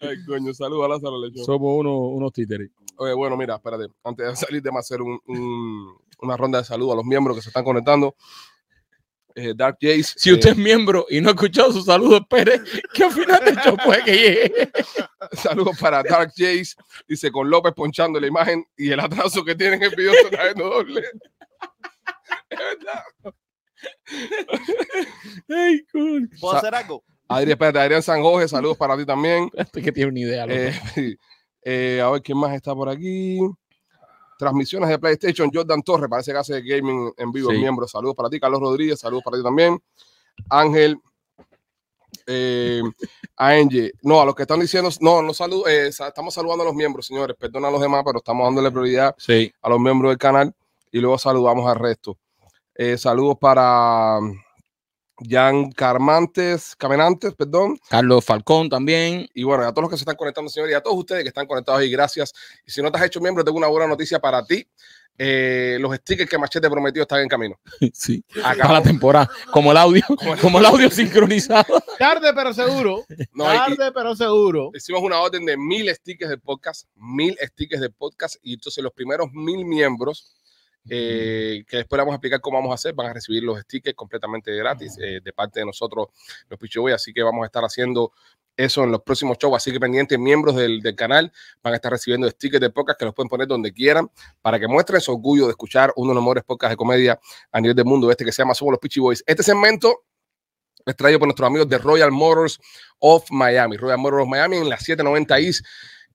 A: Ay, coño, saludos a Lázaro Lechón.
B: Somos unos títeres.
A: Oye, bueno, mira, espérate. Antes de salir, déjame hacer un- un- una ronda de saludos a los miembros que se están conectando. Eh, Dark Jace.
B: Si
A: eh,
B: usted es miembro y no ha escuchado su saludo, espere que al final del show puede que llegue.
A: [LAUGHS] Saludos para Dark Jace. Dice con López ponchando la imagen y el atraso que tienen el video se está viendo doble.
B: [LAUGHS] Ay, cool.
D: ¿Puedo
A: Sa-
D: hacer algo?
A: Adrián, espérate, Adrián San Jorge, saludos para ti también.
B: Este que tiene una idea. loco.
A: Eh, [LAUGHS] eh, a ver quién más está por aquí. Transmisiones de PlayStation, Jordan Torres, parece que hace gaming en vivo,
B: Sí.
A: es miembro. Saludos para ti, Carlos Rodríguez, saludos para ti también. Ángel, eh, a Angie. No, a los que están diciendo, no, no saludo, eh, sa- estamos saludando a los miembros, señores, perdón a los demás, pero estamos dándole prioridad
B: sí.
A: a los miembros del canal y luego saludamos al resto. Eh, saludos para Jan Carmantes, Caminantes, perdón.
B: Carlos Falcón también.
A: Y bueno, a todos los que se están conectando, señores, y a todos ustedes que están conectados ahí, gracias. Y si no te has hecho miembro, tengo una buena noticia para ti. Eh, los stickers que Machete prometió están en camino.
B: [LAUGHS] Sí. Para la
A: Acabamos.
B: temporada. Como el audio, como el audio sincronizado.
C: Tarde pero seguro.
A: [LAUGHS] No, y- y
C: tarde pero seguro.
A: hicimos una orden de mil stickers de podcast, mil stickers de podcast, y entonces los primeros mil miembros, eh, que después vamos a explicar cómo vamos a hacer, van a recibir los stickers completamente gratis eh, de parte de nosotros, los Pichoboy, así que vamos a estar haciendo eso en los próximos shows, así que pendientes, miembros del, del canal van a estar recibiendo stickers de podcast que los pueden poner donde quieran para que muestren su orgullo de escuchar uno de los mejores podcasts de comedia a nivel del mundo, este que se llama Somos los Pichiboys. Este segmento es traído por nuestros amigos de Royal Motors of Miami, Royal Motors of Miami en la 790 East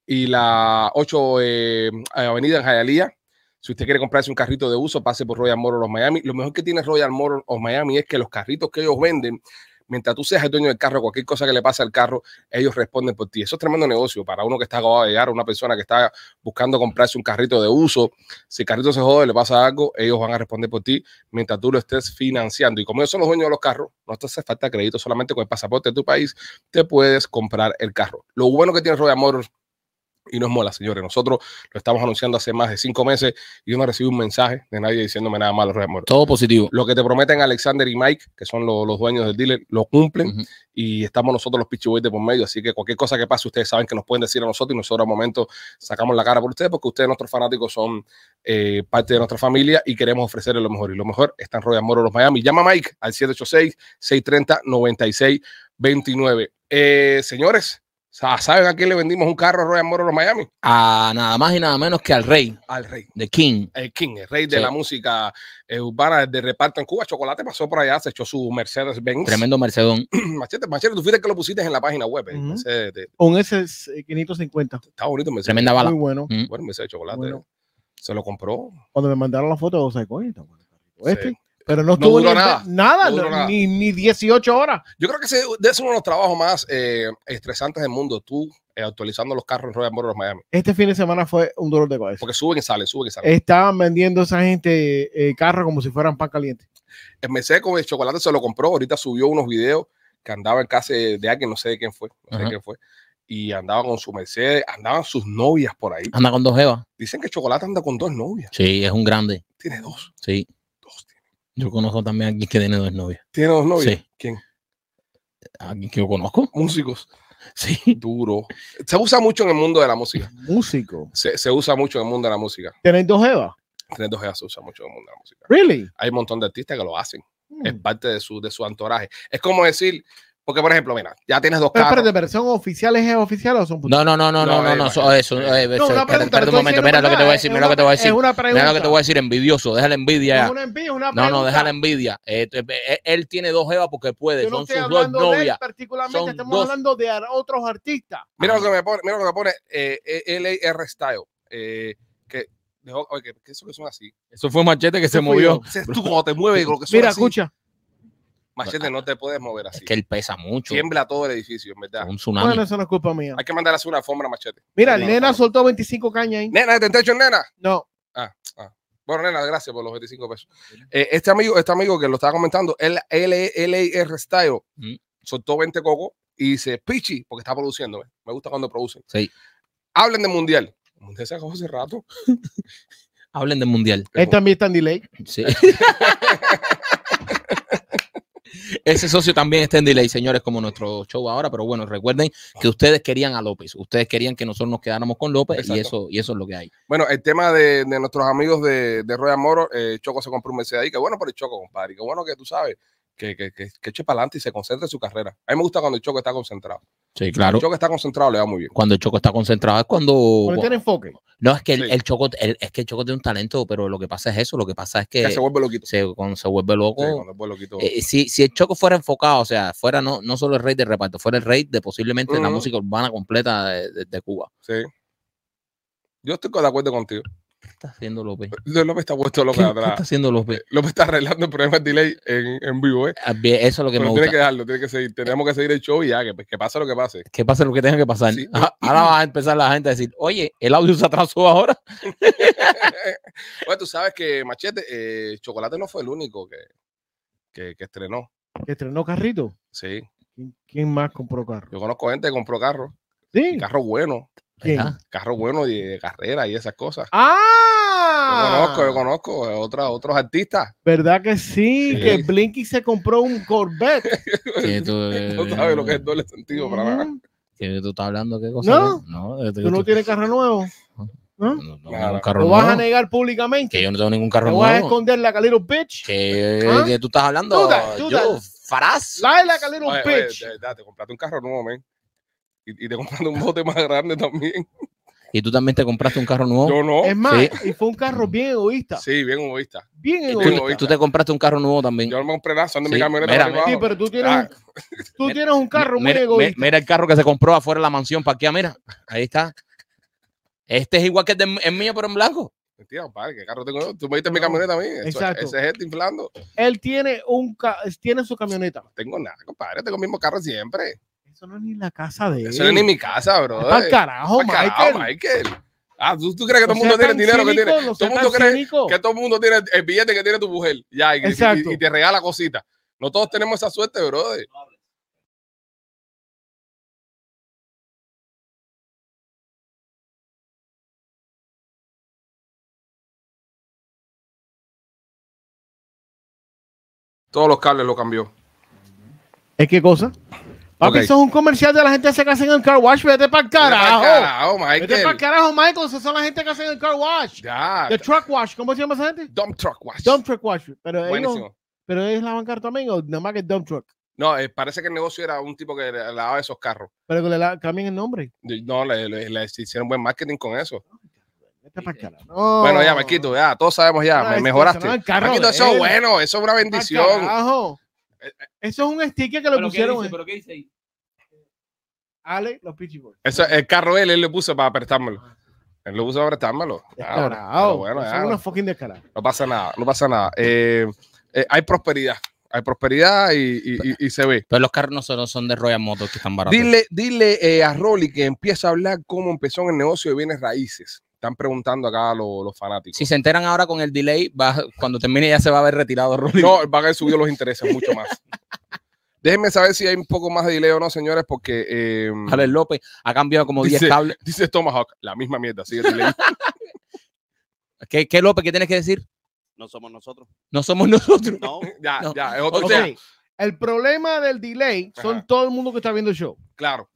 A: y la 8 eh, Avenida en Hialeah. Si usted quiere comprarse un carrito de uso, pase por Royal Motors of Miami. Lo mejor que tiene Royal Motors of Miami es que los carritos que ellos venden, mientras tú seas el dueño del carro, cualquier cosa que le pase al carro, ellos responden por ti. Eso es tremendo negocio para uno que está acabado de llegar, una persona que está buscando comprarse un carrito de uso. Si el carrito se jode, le pasa algo, ellos van a responder por ti mientras tú lo estés financiando. Y como ellos son los dueños de los carros, no te hace falta crédito, solamente con el pasaporte de tu país te puedes comprar el carro. Lo bueno que tiene Royal Motors y nos mola, señores. Nosotros lo estamos anunciando hace más de cinco meses y yo no recibí un mensaje de nadie diciéndome nada malo, Royal Motors.
B: Todo positivo.
A: Lo que te prometen Alexander y Mike, que son lo- los dueños del dealer, lo cumplen
B: Ujú.
A: y estamos nosotros los Pitchy Boys de por medio. Así que cualquier cosa que pase, ustedes saben que nos pueden decir a nosotros y nosotros al momento sacamos la cara por ustedes porque ustedes, nuestros fanáticos, son eh, parte de nuestra familia y queremos ofrecerles lo mejor. Y lo mejor está en Royal Motors los Miami. Llama a Mike al 786-630-9629. Eh, señores, sa- ¿saben a quién le vendimos un carro a Royal Motors los Miami?
B: A nada más y nada menos que al rey,
A: Al rey.
B: de King.
A: El King, el rey de
B: Sí.
A: la música eh, urbana de reparto en Cuba. Chocolate pasó por allá, se echó su Mercedes Benz. [CLEARS THROAT]
B: Tremendo
C: [COUGHS]
B: Mercedón.
A: Machete, Machete, tú fuiste que lo pusiste en la página web. eh.
C: Ujú.
A: Ese de-
C: Un S550.
A: está bonito el Mercedes.
B: Tremenda bala.
C: Muy bueno.
B: Mm.
A: Bueno, el Mercedes de chocolate.
C: Bueno.
A: Se lo compró.
C: Cuando me mandaron la foto, o sea, coño, está bueno el carrito este.
A: Sí.
C: Pero no estuvo
A: duró
C: ni,
A: nada.
C: nada,
A: No duró
C: no-
A: nada.
C: Ni, ni 18 horas.
A: Yo creo que ese ese es uno de los trabajos más eh, estresantes del mundo. Tú eh, actualizando los carros en Royal Motors Miami.
C: Este fin de semana fue un dolor de cabeza.
A: Porque suben y salen, suben y salen.
B: Eh.
C: Estaban vendiendo esa gente eh, carros como si fueran pan caliente.
A: El Mercedes con el chocolate se lo compró. Ahorita subió unos videos que andaba en casa de de alguien, no sé de quién fue. No sé de
B: Ajá.
A: quién fue. Y andaba con su Mercedes, andaban sus novias por ahí.
B: Anda con dos jevas.
A: Dicen que Chocolate anda con dos novias.
B: Sí, es un grande.
A: Tiene dos.
B: Sí.
A: Dos tiene.
B: Yo conozco también a alguien que tiene dos novias.
A: ¿Tiene dos novios?
B: Sí.
A: ¿Quién?
B: ¿A alguien que yo conozco? [LAUGHS]
A: Músicos.
B: Sí.
A: Duro. Se usa mucho en el mundo de la música.
C: Músico.
A: Se, se usa mucho en el mundo de la música.
C: ¿Tenéis dos Evas?
A: Tener dos jevas se usa mucho en el mundo de la música.
B: Eh,
C: ¿Really?
A: Hay un montón de artistas que lo hacen.
C: Mm.
A: Es parte de su, de su entoraje. Es como decir, porque por ejemplo, mira, ya tienes dos
C: Pero
A: carros.
C: espérate, pero ¿son oficiales es oficial o son
B: No, no, no, no,
A: No,
B: no, no,
A: eh,
B: no.
A: vaya.
B: Eso, eso, eh,
C: No,
B: eso,
C: una
B: espérate,
C: pregunta,
B: espérate un
C: no
B: momento.
C: estoy
B: Mira lo
C: diciendo
B: que te voy a
C: nada,
B: decir,
C: es
B: mira lo que
C: una-
B: te voy a decir.
C: Es una pregunta.
B: Mira lo que te voy a decir, envidioso. Deja la envidia
C: Es
B: ya.
C: una envidia, es una
B: No, no, deja la
C: pregunta.
B: envidia. Eh, tú- eh, él tiene dos jevas porque puede.
C: Yo no
B: Son
C: estoy
B: sus dos
C: hablando de él
B: novias.
C: particularmente,
B: Son
C: estamos
B: dos.
C: hablando de ar- otros artistas.
A: Mira lo que me pone, mira lo que me pone eh, eh, LAR Style. eh, que dejó, oye, que, que eso que son así.
B: Eso fue Machete que se
C: fui
B: movió.
A: Se- Tú como te mueves, con lo que son
C: Mira,
A: así.
C: escucha.
A: Machete, no te puedes mover así.
B: Es que él pesa mucho.
A: Tiembla todo el edificio, en verdad.
B: Un tsunami.
C: Bueno, eso no es culpa mía.
A: Hay que mandar a hacer una alfombra, Machete.
C: Mira,
A: No,
C: Nena
A: no.
C: soltó 25 cañas ahí.
A: Nena, de Temptation, nena.
C: No,
A: Ah, Bueno, nena, gracias por los 25 pesos. Eh, este amigo, este amigo que lo estaba comentando, el LAR Style,
B: Mm.
A: soltó 20 cocos y dice, Pichi, porque está produciendo. ¿eh? Me gusta cuando producen.
B: Sí.
A: Hablen de Mundial. El Mundial se acabó hace rato.
B: Hablen del mundial.
C: él también está en delay.
B: Sí. [LAUGHS] Ese socio también está en delay, señores, como nuestro show ahora, pero bueno, recuerden que ustedes querían a López, ustedes querían que nosotros nos quedáramos con López y
A: Exacto.
B: eso, y eso es lo que hay.
A: Bueno, el tema de, de nuestros amigos de, de Royal Moro, eh, Choco se compró un Mercedes ahí. Qué bueno por el Choco, compadre. Qué bueno que tú sabes que, que, que, que eche para adelante y se concentre en su carrera. A mí me gusta cuando el Choco está concentrado.
B: Sí, claro.
A: El Choco está concentrado, le va muy bien.
B: Cuando el Choco está concentrado es cuando...
C: Cuando tiene enfoque.
B: No, es que el,
A: Sí.
B: el Choco, el- es que el Choco tiene un talento, pero lo que pasa es eso, lo que pasa es que
A: Ya se vuelve loquito. Sí,
B: se, cuando se vuelve loco...
A: cuando es loquito.
B: Eh, si, si el Choco fuera enfocado, o sea, fuera no, no solo el rey del reparto, fuera el rey de posiblemente la
A: Ujú.
B: música urbana completa de, de- de Cuba.
A: Sí. Yo estoy de acuerdo contigo.
B: ¿Qué está haciendo López? ¿Qué,
A: López está puesto loco
B: [LAUGHS] qué
A: atrás.
B: está haciendo López?
A: López está arreglando el problema del delay en, en vivo, ¿eh?
B: Ah, bien, Eso es lo que me
A: Pero
B: gusta. Eh.
A: tiene que dejarlo, tiene que seguir. Tenemos que seguir el show y ya, que, pues, que pase lo que pase.
B: que pase lo que tenga que pasar.
A: Sí.
B: Ajá, Ahora va a empezar la gente a decir, oye, el audio se atrasó ahora.
A: Bueno, tú sabes que Machete, eh, Chocolate no fue el único que, que, que estrenó.
C: Que estrenó carrito.
A: Sí,
C: ¿Quién- ¿Quién más compró carro?
A: yo conozco gente que compró carro,
C: Sí.
A: y carro bueno,
C: ¿Quién?
B: [LAUGHS] ¿Verdad?
A: carro bueno y de carrera y esas cosas.
C: ¡Ah!
A: Yo conozco, yo conozco eh, otra- otros artistas.
C: ¿Verdad que sí?
A: Sí.
C: Que Blinky se compró un Corvette.
B: Que [LAUGHS] tú, eh,
A: No sabes lo que es doble sentido
B: Mm.
A: para nada.
C: Ujú.
B: que tú estás hablando qué cosa.
C: No.
B: no, eh,
C: Tú no
B: tú-
C: tienes carro nuevo.
B: no,
C: ¿no?
B: no, no,
A: Claro.
B: un carro
C: Lo vas a
B: nuevo.
C: negar
B: Que
C: públicamente.
B: yo no tengo ningún
C: Te
B: carro
C: vas a
B: nuevo.
C: esconder la Calero Bitch.
B: Que,
C: ¿Ah?
B: que tú estás hablando.
C: Duda, duda.
B: Yo, Faraz.
C: La de la Calero
A: Oye, oye,
C: Bitch.
A: de verdad, te compraste un carro nuevo, men. Y, y te compraste un bote más grande también.
B: Y tú también te compraste un carro nuevo.
A: Yo no.
C: Es más,
B: Sí.
C: y fue un carro bien egoísta.
A: Sí, bien egoísta.
C: Bien
A: Tú-
C: egoísta.
B: Tú, tú te compraste un carro nuevo también.
A: Yo no me compré nada, son de mi
B: Sí,
A: camioneta.
B: mira,
A: para
B: mira.
A: abajo.
C: Sí, pero tú tienes,
A: Ah.
C: un, [LAUGHS] tú tienes un carro muy
B: mira,
C: egoísta.
B: mira- mira el carro que se compró afuera de la mansión. ¿Para qué? Mira, ahí está. Este es igual que el, de- el mío, pero en blanco.
A: Mentira, compadre, ¿qué carro tengo yo? Tú me diste mi
C: No,
A: camioneta a mí. Eso-
C: exacto.
A: Ese es este inflando.
C: Él tiene, un ca- tiene su camioneta.
A: No tengo nada, compadre. Tengo el mismo carro siempre.
C: Eso no es ni la casa de él.
A: Eso no es ni mi casa, bro.
C: Pa'l carajo,
A: Pa'l carajo,
C: Michael.
A: Michael. Ah, ¿tú, tú crees que todo
C: No
A: el mundo
C: seas
A: tiene el
C: tan
A: dinero que tiene.
C: cínico, no
A: todo
C: seas
A: el mundo
C: tan
A: cree
C: cínico.
A: Que todo el mundo tiene el billete que tiene tu mujer. Ya, y, y-
C: Exacto.
A: y te regala cositas. No todos tenemos esa suerte, brother. Todos los cables lo cambió.
C: ¿Es qué cosa? Papi,
A: Ok.
C: eso es un comercial de la gente que se casa en el car wash. Vete para el
A: Vete pa'l
C: carajo.
A: carajo,
C: Vete para
A: Michael.
C: el carajo, Michael. Esas son la gente que hacen el car wash.
A: Ya.
C: The truck wash. ¿Cómo se llama esa gente?
A: Dump truck wash.
C: Dump truck wash. Pero, ellos-
A: Buenísimo.
C: pero es la bancarta también o nada más que dump truck.
A: No, eh, parece que el negocio era un tipo que le- lavaba esos carros.
C: Pero que le la- cambien el nombre.
A: No, le, le- le hicieron buen marketing con eso.
C: Vete para el carajo. No.
A: Bueno, ya, Marquito, ya, todos sabemos ya,
C: Ah,
A: me
C: es-
A: mejoraste.
C: no, el carro
A: Marquito,
C: de
A: eso es
C: él.
A: bueno, eso es una
C: Pa'l
A: bendición.
C: carajo.
A: Eh,
C: Eso es un sticker que le pusieron.
B: ¿Pero qué dice ahí?
C: Ale, los Peachy Boys.
A: Eso, el carro él, él lo puso para prestármelo. Él lo puso para prestármelo. Claro, pero
C: Descarado.
A: bueno,
C: Son
A: ya,
C: una fucking descarada.
A: no pasa nada, no pasa nada. Eh, eh, hay prosperidad, hay prosperidad y, y- y- y se ve.
B: Pero los carros no son, no son de Royal Motors que están baratos.
A: Dile, dile eh, a Rolly que empieza a hablar cómo empezó en el negocio de bienes raíces. Están preguntando acá los, los fanáticos.
B: Si se enteran ahora con el delay, va- cuando termine ya se va a haber retirado [LAUGHS] Rolly.
A: No, van a subir los intereses mucho más.
C: [LAUGHS]
A: Déjenme saber si hay un poco más de delay o no, señores, porque... eh,
B: Alex López ha cambiado como 10
A: Dice-
B: cables. [LAUGHS]
A: Dice Tomahawk, la misma mierda, sigue leyendo.
B: ¿Qué, qué López? ¿Qué tienes que decir?
D: No
B: [LAUGHS]
D: somos nosotros.
B: No somos nosotros.
D: No,
A: Ya,
B: No.
A: ya, es otro
B: Ok.
A: tema.
C: Ok, El problema del delay son
A: Ajá.
C: todo el mundo que está viendo el show.
A: Claro,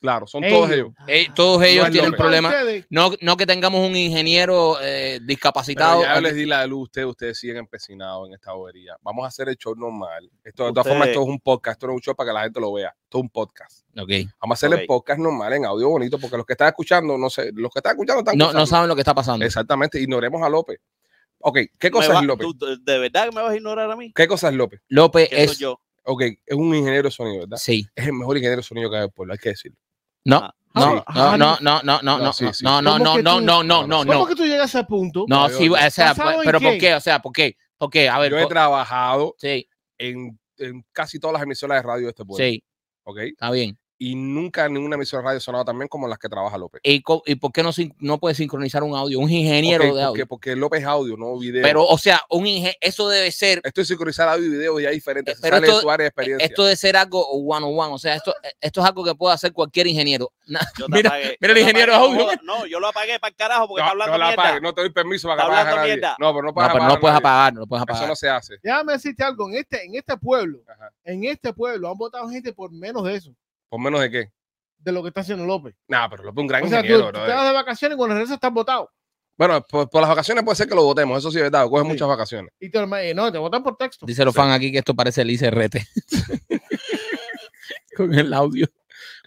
A: claro, son
C: Ellos.
A: todos ellos.
B: Eh, todos ellos
A: No es
B: tienen
A: López.
B: problemas.
C: Ustedes,
B: No, no que tengamos un ingeniero eh, discapacitado.
A: Pero ya yo
B: Aquí-
A: les di la de luz, ustedes, ustedes siguen empecinados en esta bobería. Vamos a hacer el show normal. Esto, de todas
D: Ustedes-
A: formas, esto es un podcast, esto no es un show para que la gente lo vea. Esto es un podcast.
B: Ok.
A: Vamos a hacer el
D: Ok.
A: podcast normal en audio bonito, porque los que están escuchando, no sé, los que están escuchando están
B: No, no
A: escuchando.
B: saben lo que está pasando.
A: Exactamente, ignoremos a López. Ok, ¿qué
D: me
A: cosa
D: va-
A: es López?
D: tú- ¿De de verdad que me vas a ignorar a mí?
A: ¿Qué cosa es López?
B: López
D: Que soy
B: es.
D: yo.
A: Ok, es un ingeniero de sonido, ¿verdad?
B: Sí.
A: Es el mejor ingeniero de sonido que hay en el pueblo, hay que decirlo.
B: No,
A: Sí.
B: no, no,
C: Ah,
B: no, no, no, no,
A: No,
B: no,
A: sí, sí.
B: no, no,
C: ¿Cómo
B: no,
C: que
B: no,
C: tú-
B: no, no, no,
C: ¿Cómo
B: no.
C: que tú llegas a ese punto?
B: No,
A: No,
B: sí,
A: yo-
B: o sea,
C: ¿Basado
B: pues,
C: en
B: pero ¿por
C: qué?
B: qué? O sea, ¿por qué? ¿Por qué? A ver,
A: Yo he
B: por-
A: trabajado
B: sí,
A: en, en casi todas las emisoras de radio de este pueblo.
B: sí,
A: ¿Ok?
B: está bien.
A: Y nunca ninguna emisora de radio ha sonado tan bien como las que trabaja López.
B: ¿Y, co- y por qué no, sin- no puede sincronizar un audio? Un ingeniero
A: Ok,
B: de
A: porque,
B: audio.
A: porque López es audio, no video.
B: Pero, o sea, un inge- eso debe ser,
A: esto es sincronizar audio y video ya es diferente.
B: Eh,
A: se
B: pero
A: sale
B: esto-
A: de tu área de experiencia.
B: esto debe ser algo one on one. O sea, esto, e, esto es algo que puede hacer cualquier ingeniero. Na-
D: Yo te
B: Mira-
D: apagué.
B: mira el
D: Yo te
B: ingeniero
D: apagué.
B: audio. ¿eh?
D: No, no, yo lo apagué para el carajo porque
A: no,
D: está
A: no
D: hablando
A: la
D: mierda.
A: apagues, no te doy permiso para que
D: Está
A: apagues a
D: hablando
A: nadie.
D: mierda.
A: No, pero no
B: No,
A: puedes
B: pero
A: apagar
B: no
A: a
B: puedes
A: nadie.
B: apagar, no puedes
A: Eso
B: apagar.
A: no se hace.
C: Déjame decirte algo, en este, en este pueblo,
A: Ajá.
C: en este pueblo han votado gente por menos de eso,
A: ¿Por menos de qué?
C: de lo que está haciendo López.
A: Nah, pero López es un gran
C: O sea, tú,
A: ingeniero,
C: tú
A: brother.
C: te vas de vacaciones y cuando regresas estás votado.
A: Bueno, pues, por, por las vacaciones puede ser que lo votemos, eso sí es verdad, coge
C: Sí.
A: muchas vacaciones.
C: Y te, eh, no, te votan por texto. [LAUGHS]
B: Dice los fans aquí que esto parece el ICRT.
D: [LAUGHS]
B: Con el audio.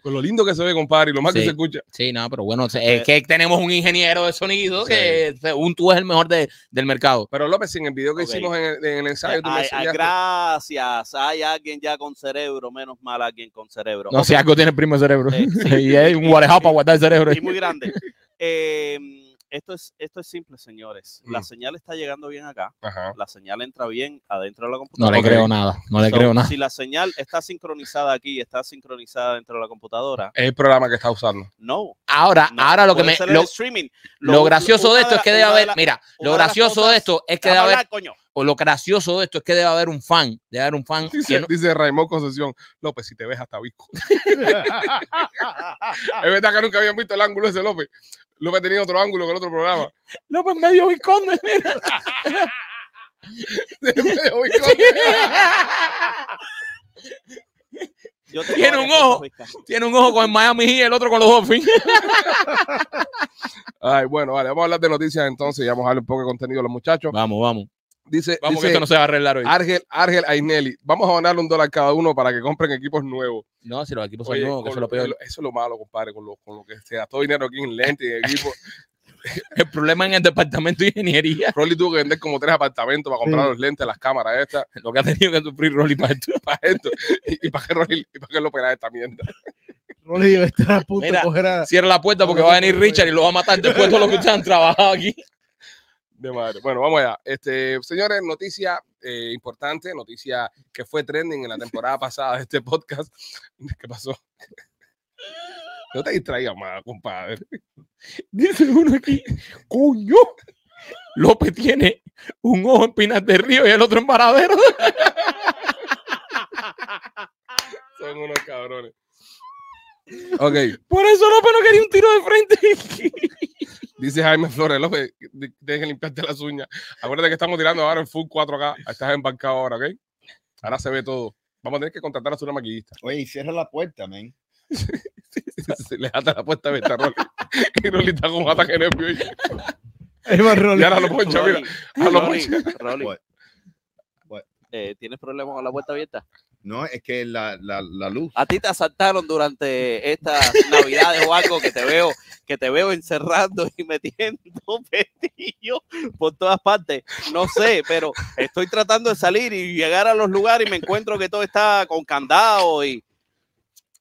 A: Con lo lindo que se ve, compadre, y lo más
B: Sí.
A: que se escucha.
B: Sí, no, pero bueno, es
D: Eh,
B: que tenemos un ingeniero de sonido
A: Sí.
B: que según tú es el mejor de- del mercado.
A: Pero López, en el video que
D: Ok.
A: hicimos en el, en el ensayo, tú me
D: Ay, ay,
A: enseñaste.
D: gracias. Hay alguien ya con cerebro, menos mal alguien con cerebro.
B: No,
D: Ok,
B: si algo tiene el primo cerebro.
D: Sí,
B: [LAUGHS] y hay un guarejado para guardar el cerebro.
D: Y
B: [LAUGHS]
D: muy grande. Eh, esto, es, esto es simple, señores. La
A: Mm.
D: señal está llegando bien acá.
A: Ajá.
D: La señal entra bien adentro de la
B: No
D: computadora.
B: le
A: Ok.
B: creo nada, no le
D: So,
B: creo nada.
D: Si la señal está sincronizada aquí, está sincronizada dentro de la computadora,
A: Es el programa que está usando.
D: no.
B: Ahora,
D: no,
B: Ah, ahora lo que
D: puede
B: me
D: ser
B: lo,
D: el streaming.
B: lo gracioso
D: una
B: de esto es
D: la-
B: que debe
D: una de
B: haber,
D: la-
B: mira,
D: una
B: lo
D: de las
B: gracioso
D: cosas-
B: de esto es que debe
D: Déjame
B: haber
D: hablar, coño.
B: o lo gracioso de esto es que debe haber un fan, debe haber un fan que
A: Dice,
B: no-
A: dice Raymond Concepción, López, si te ves hasta Visco. es verdad que nunca habían visto el ángulo ese López. López tenía otro ángulo que el otro
B: [LAUGHS]
A: programa. [LAUGHS]
B: No, pues medio [LAUGHS] visconde.
D: Yo tengo
B: Tiene un
D: varias cosas
B: ojo.
D: viscas.
B: Tiene un ojo con el Miami Heat y el otro con los [LAUGHS] Dolphins.
A: Ay, bueno, vale, vamos a hablar de noticias entonces y vamos a darle un poco de contenido a los muchachos.
B: Vamos, vamos.
A: Dice,
B: Vamos
A: dice
B: que esto no se va a arreglar hoy.
A: Ángel, Ángel Ainelli, vamos a donarle un dólar cada uno para que compren equipos nuevos.
B: No, si los equipos
A: Oye,
B: son nuevos, que
A: con
B: eso es lo
A: lo-
B: peor.
A: eso es lo malo, compadre, con lo, con lo que se gastó dinero aquí en lente y en equipo. [LAUGHS]
B: [LAUGHS] El problema en el departamento de ingeniería,
A: Rolly tuvo que vender como tres apartamentos para comprar
C: Sí.
A: los lentes, las cámaras estas,
B: lo que ha tenido que sufrir Rolly para esto.
A: para esto. Y, y para que Rolly, y para que lo pegara esta mierda.
C: No le digo, está a punto
B: Mira,
C: de coger a...
B: Cierra la puerta porque va a venir Richard y lo va a matar después de todo lo que ustedes han trabajado aquí.
A: De madre. Bueno, vamos allá. Este, señores, noticia eh, importante, noticia que fue trending en la temporada pasada de este podcast. [LAUGHS] ¿Qué pasó? No te distraigas más, compadre.
B: [LAUGHS] Dice uno aquí, coño. López tiene un ojo en Pinas de Río y el otro en Varadero.
A: Son unos cabrones. Ok,
B: Por eso López no quería un tiro de frente.
A: dice Jaime Flores López, de- deja de limpiarte las uñas. Acuérdate que estamos tirando ahora en full 4K. Estás embarcado ahora, ¿ok? Ahora se ve todo. Vamos a tener que contratar a su maquillista. [LAUGHS]
E: Oye, y cierra la puerta, men.
A: Le ata la puesta de esta Rolly. [LAUGHS] Y Rolly está como ataque nervioso.
C: Es más
A: Y ahora lo
C: rollo.
B: Pues,
A: poncha, mira.
D: Rolly,
A: A lo
D: Rolly,
A: poncha.
D: Rolly.
E: What? What?
D: Eh, ¿Tienes problemas con la puerta abierta?
E: No, es que la, la, la luz.
D: A ti te asaltaron durante estas [LAUGHS] navidades o algo que te veo, que te veo encerrando y metiendo [LAUGHS] pestillo por todas partes. No sé, pero estoy tratando de salir y llegar a los lugares y me encuentro que todo está con candado y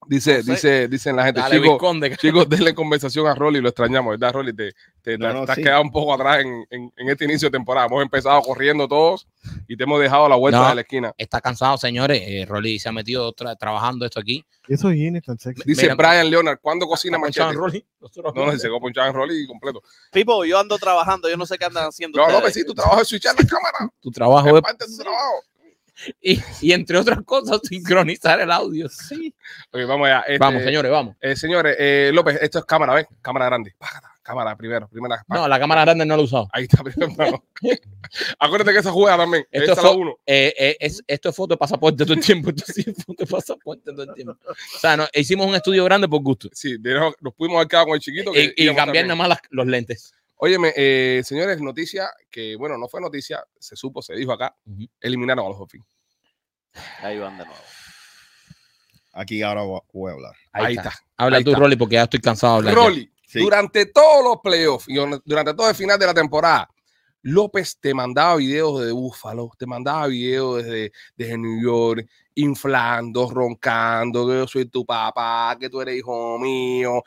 A: Dice,
D: No sé.
A: dice, dicen la gente,
B: [LAUGHS] Dale,
A: chicos,
B: Vizconde.
A: chicos, [LAUGHS] denle conversación a Rolly, lo extrañamos, ¿verdad, Rolly? Te, te,
E: No,
A: te-
E: no,
A: te has
E: sí.
A: quedado un poco atrás en, en- en este inicio de temporada. Hemos empezado corriendo todos y te hemos dejado a la vuelta
B: No.
A: de la esquina.
B: Está cansado, señores. Eh, Rolly se ha metido tra- trabajando esto aquí.
C: Eso viene tan sexy.
A: Dice
B: Mira,
A: Brian Leonard, ¿cuándo cocina
B: Ponchado
A: machete?
B: en Rolly. Nosotros-
A: No, no, se ponchado en Rolly y completo.
D: Pipo, yo ando trabajando, yo no sé qué andan haciendo.
B: pues
A: No,
B: [LAUGHS]
D: ustedes.
A: López, sí, tu trabajo es switchar la cámara.
B: Tu trabajo
A: Es
B: es
A: parte de tu trabajo.
B: y, y entre otras cosas, [LAUGHS] sincronizar el audio. Sí.
A: Ok, vamos allá. Este,
B: Vamos, señores, vamos.
A: eh, señores, eh, López, esto es cámara, ¿ves? Cámara grande. Pájala, Cámara primero, primera.
B: No, la cámara grande no la he usado.
A: Ahí está, [LAUGHS] primero. hermano. Acuérdate que esa juega también.
B: Esto
A: Esta es
B: fue-
A: la uno.
B: Eh, eh, es, esto es foto de pasaporte todo el tiempo. [LAUGHS] Esto sí es foto de pasaporte todo el tiempo. O sea, no, hicimos un estudio grande por gusto.
A: Sí, de nuevo, nos pudimos haber quedado con el chiquito. que
B: Eh, Y, y
A: íbamos
B: cambiar
A: también.
B: nada más las- los lentes.
A: Óyeme, eh, señores, noticia que, bueno, no fue noticia, se supo, se dijo acá,
B: Ujú.
A: eliminaron a los Dolphins.
D: Ahí van de nuevo.
E: Aquí ahora voy a- voy a hablar.
A: Ahí, está.
B: Habla
A: Ahí
B: tú,
A: está.
B: Rolly, porque ya estoy cansado de hablar. ya.
A: Rolly,
E: Sí.
A: durante todos los playoffs y on- durante todo el final de la temporada, López te mandaba videos de Búfalo, te mandaba videos desde, desde New York, inflando, roncando, que yo soy tu papá, que tú eres hijo mío.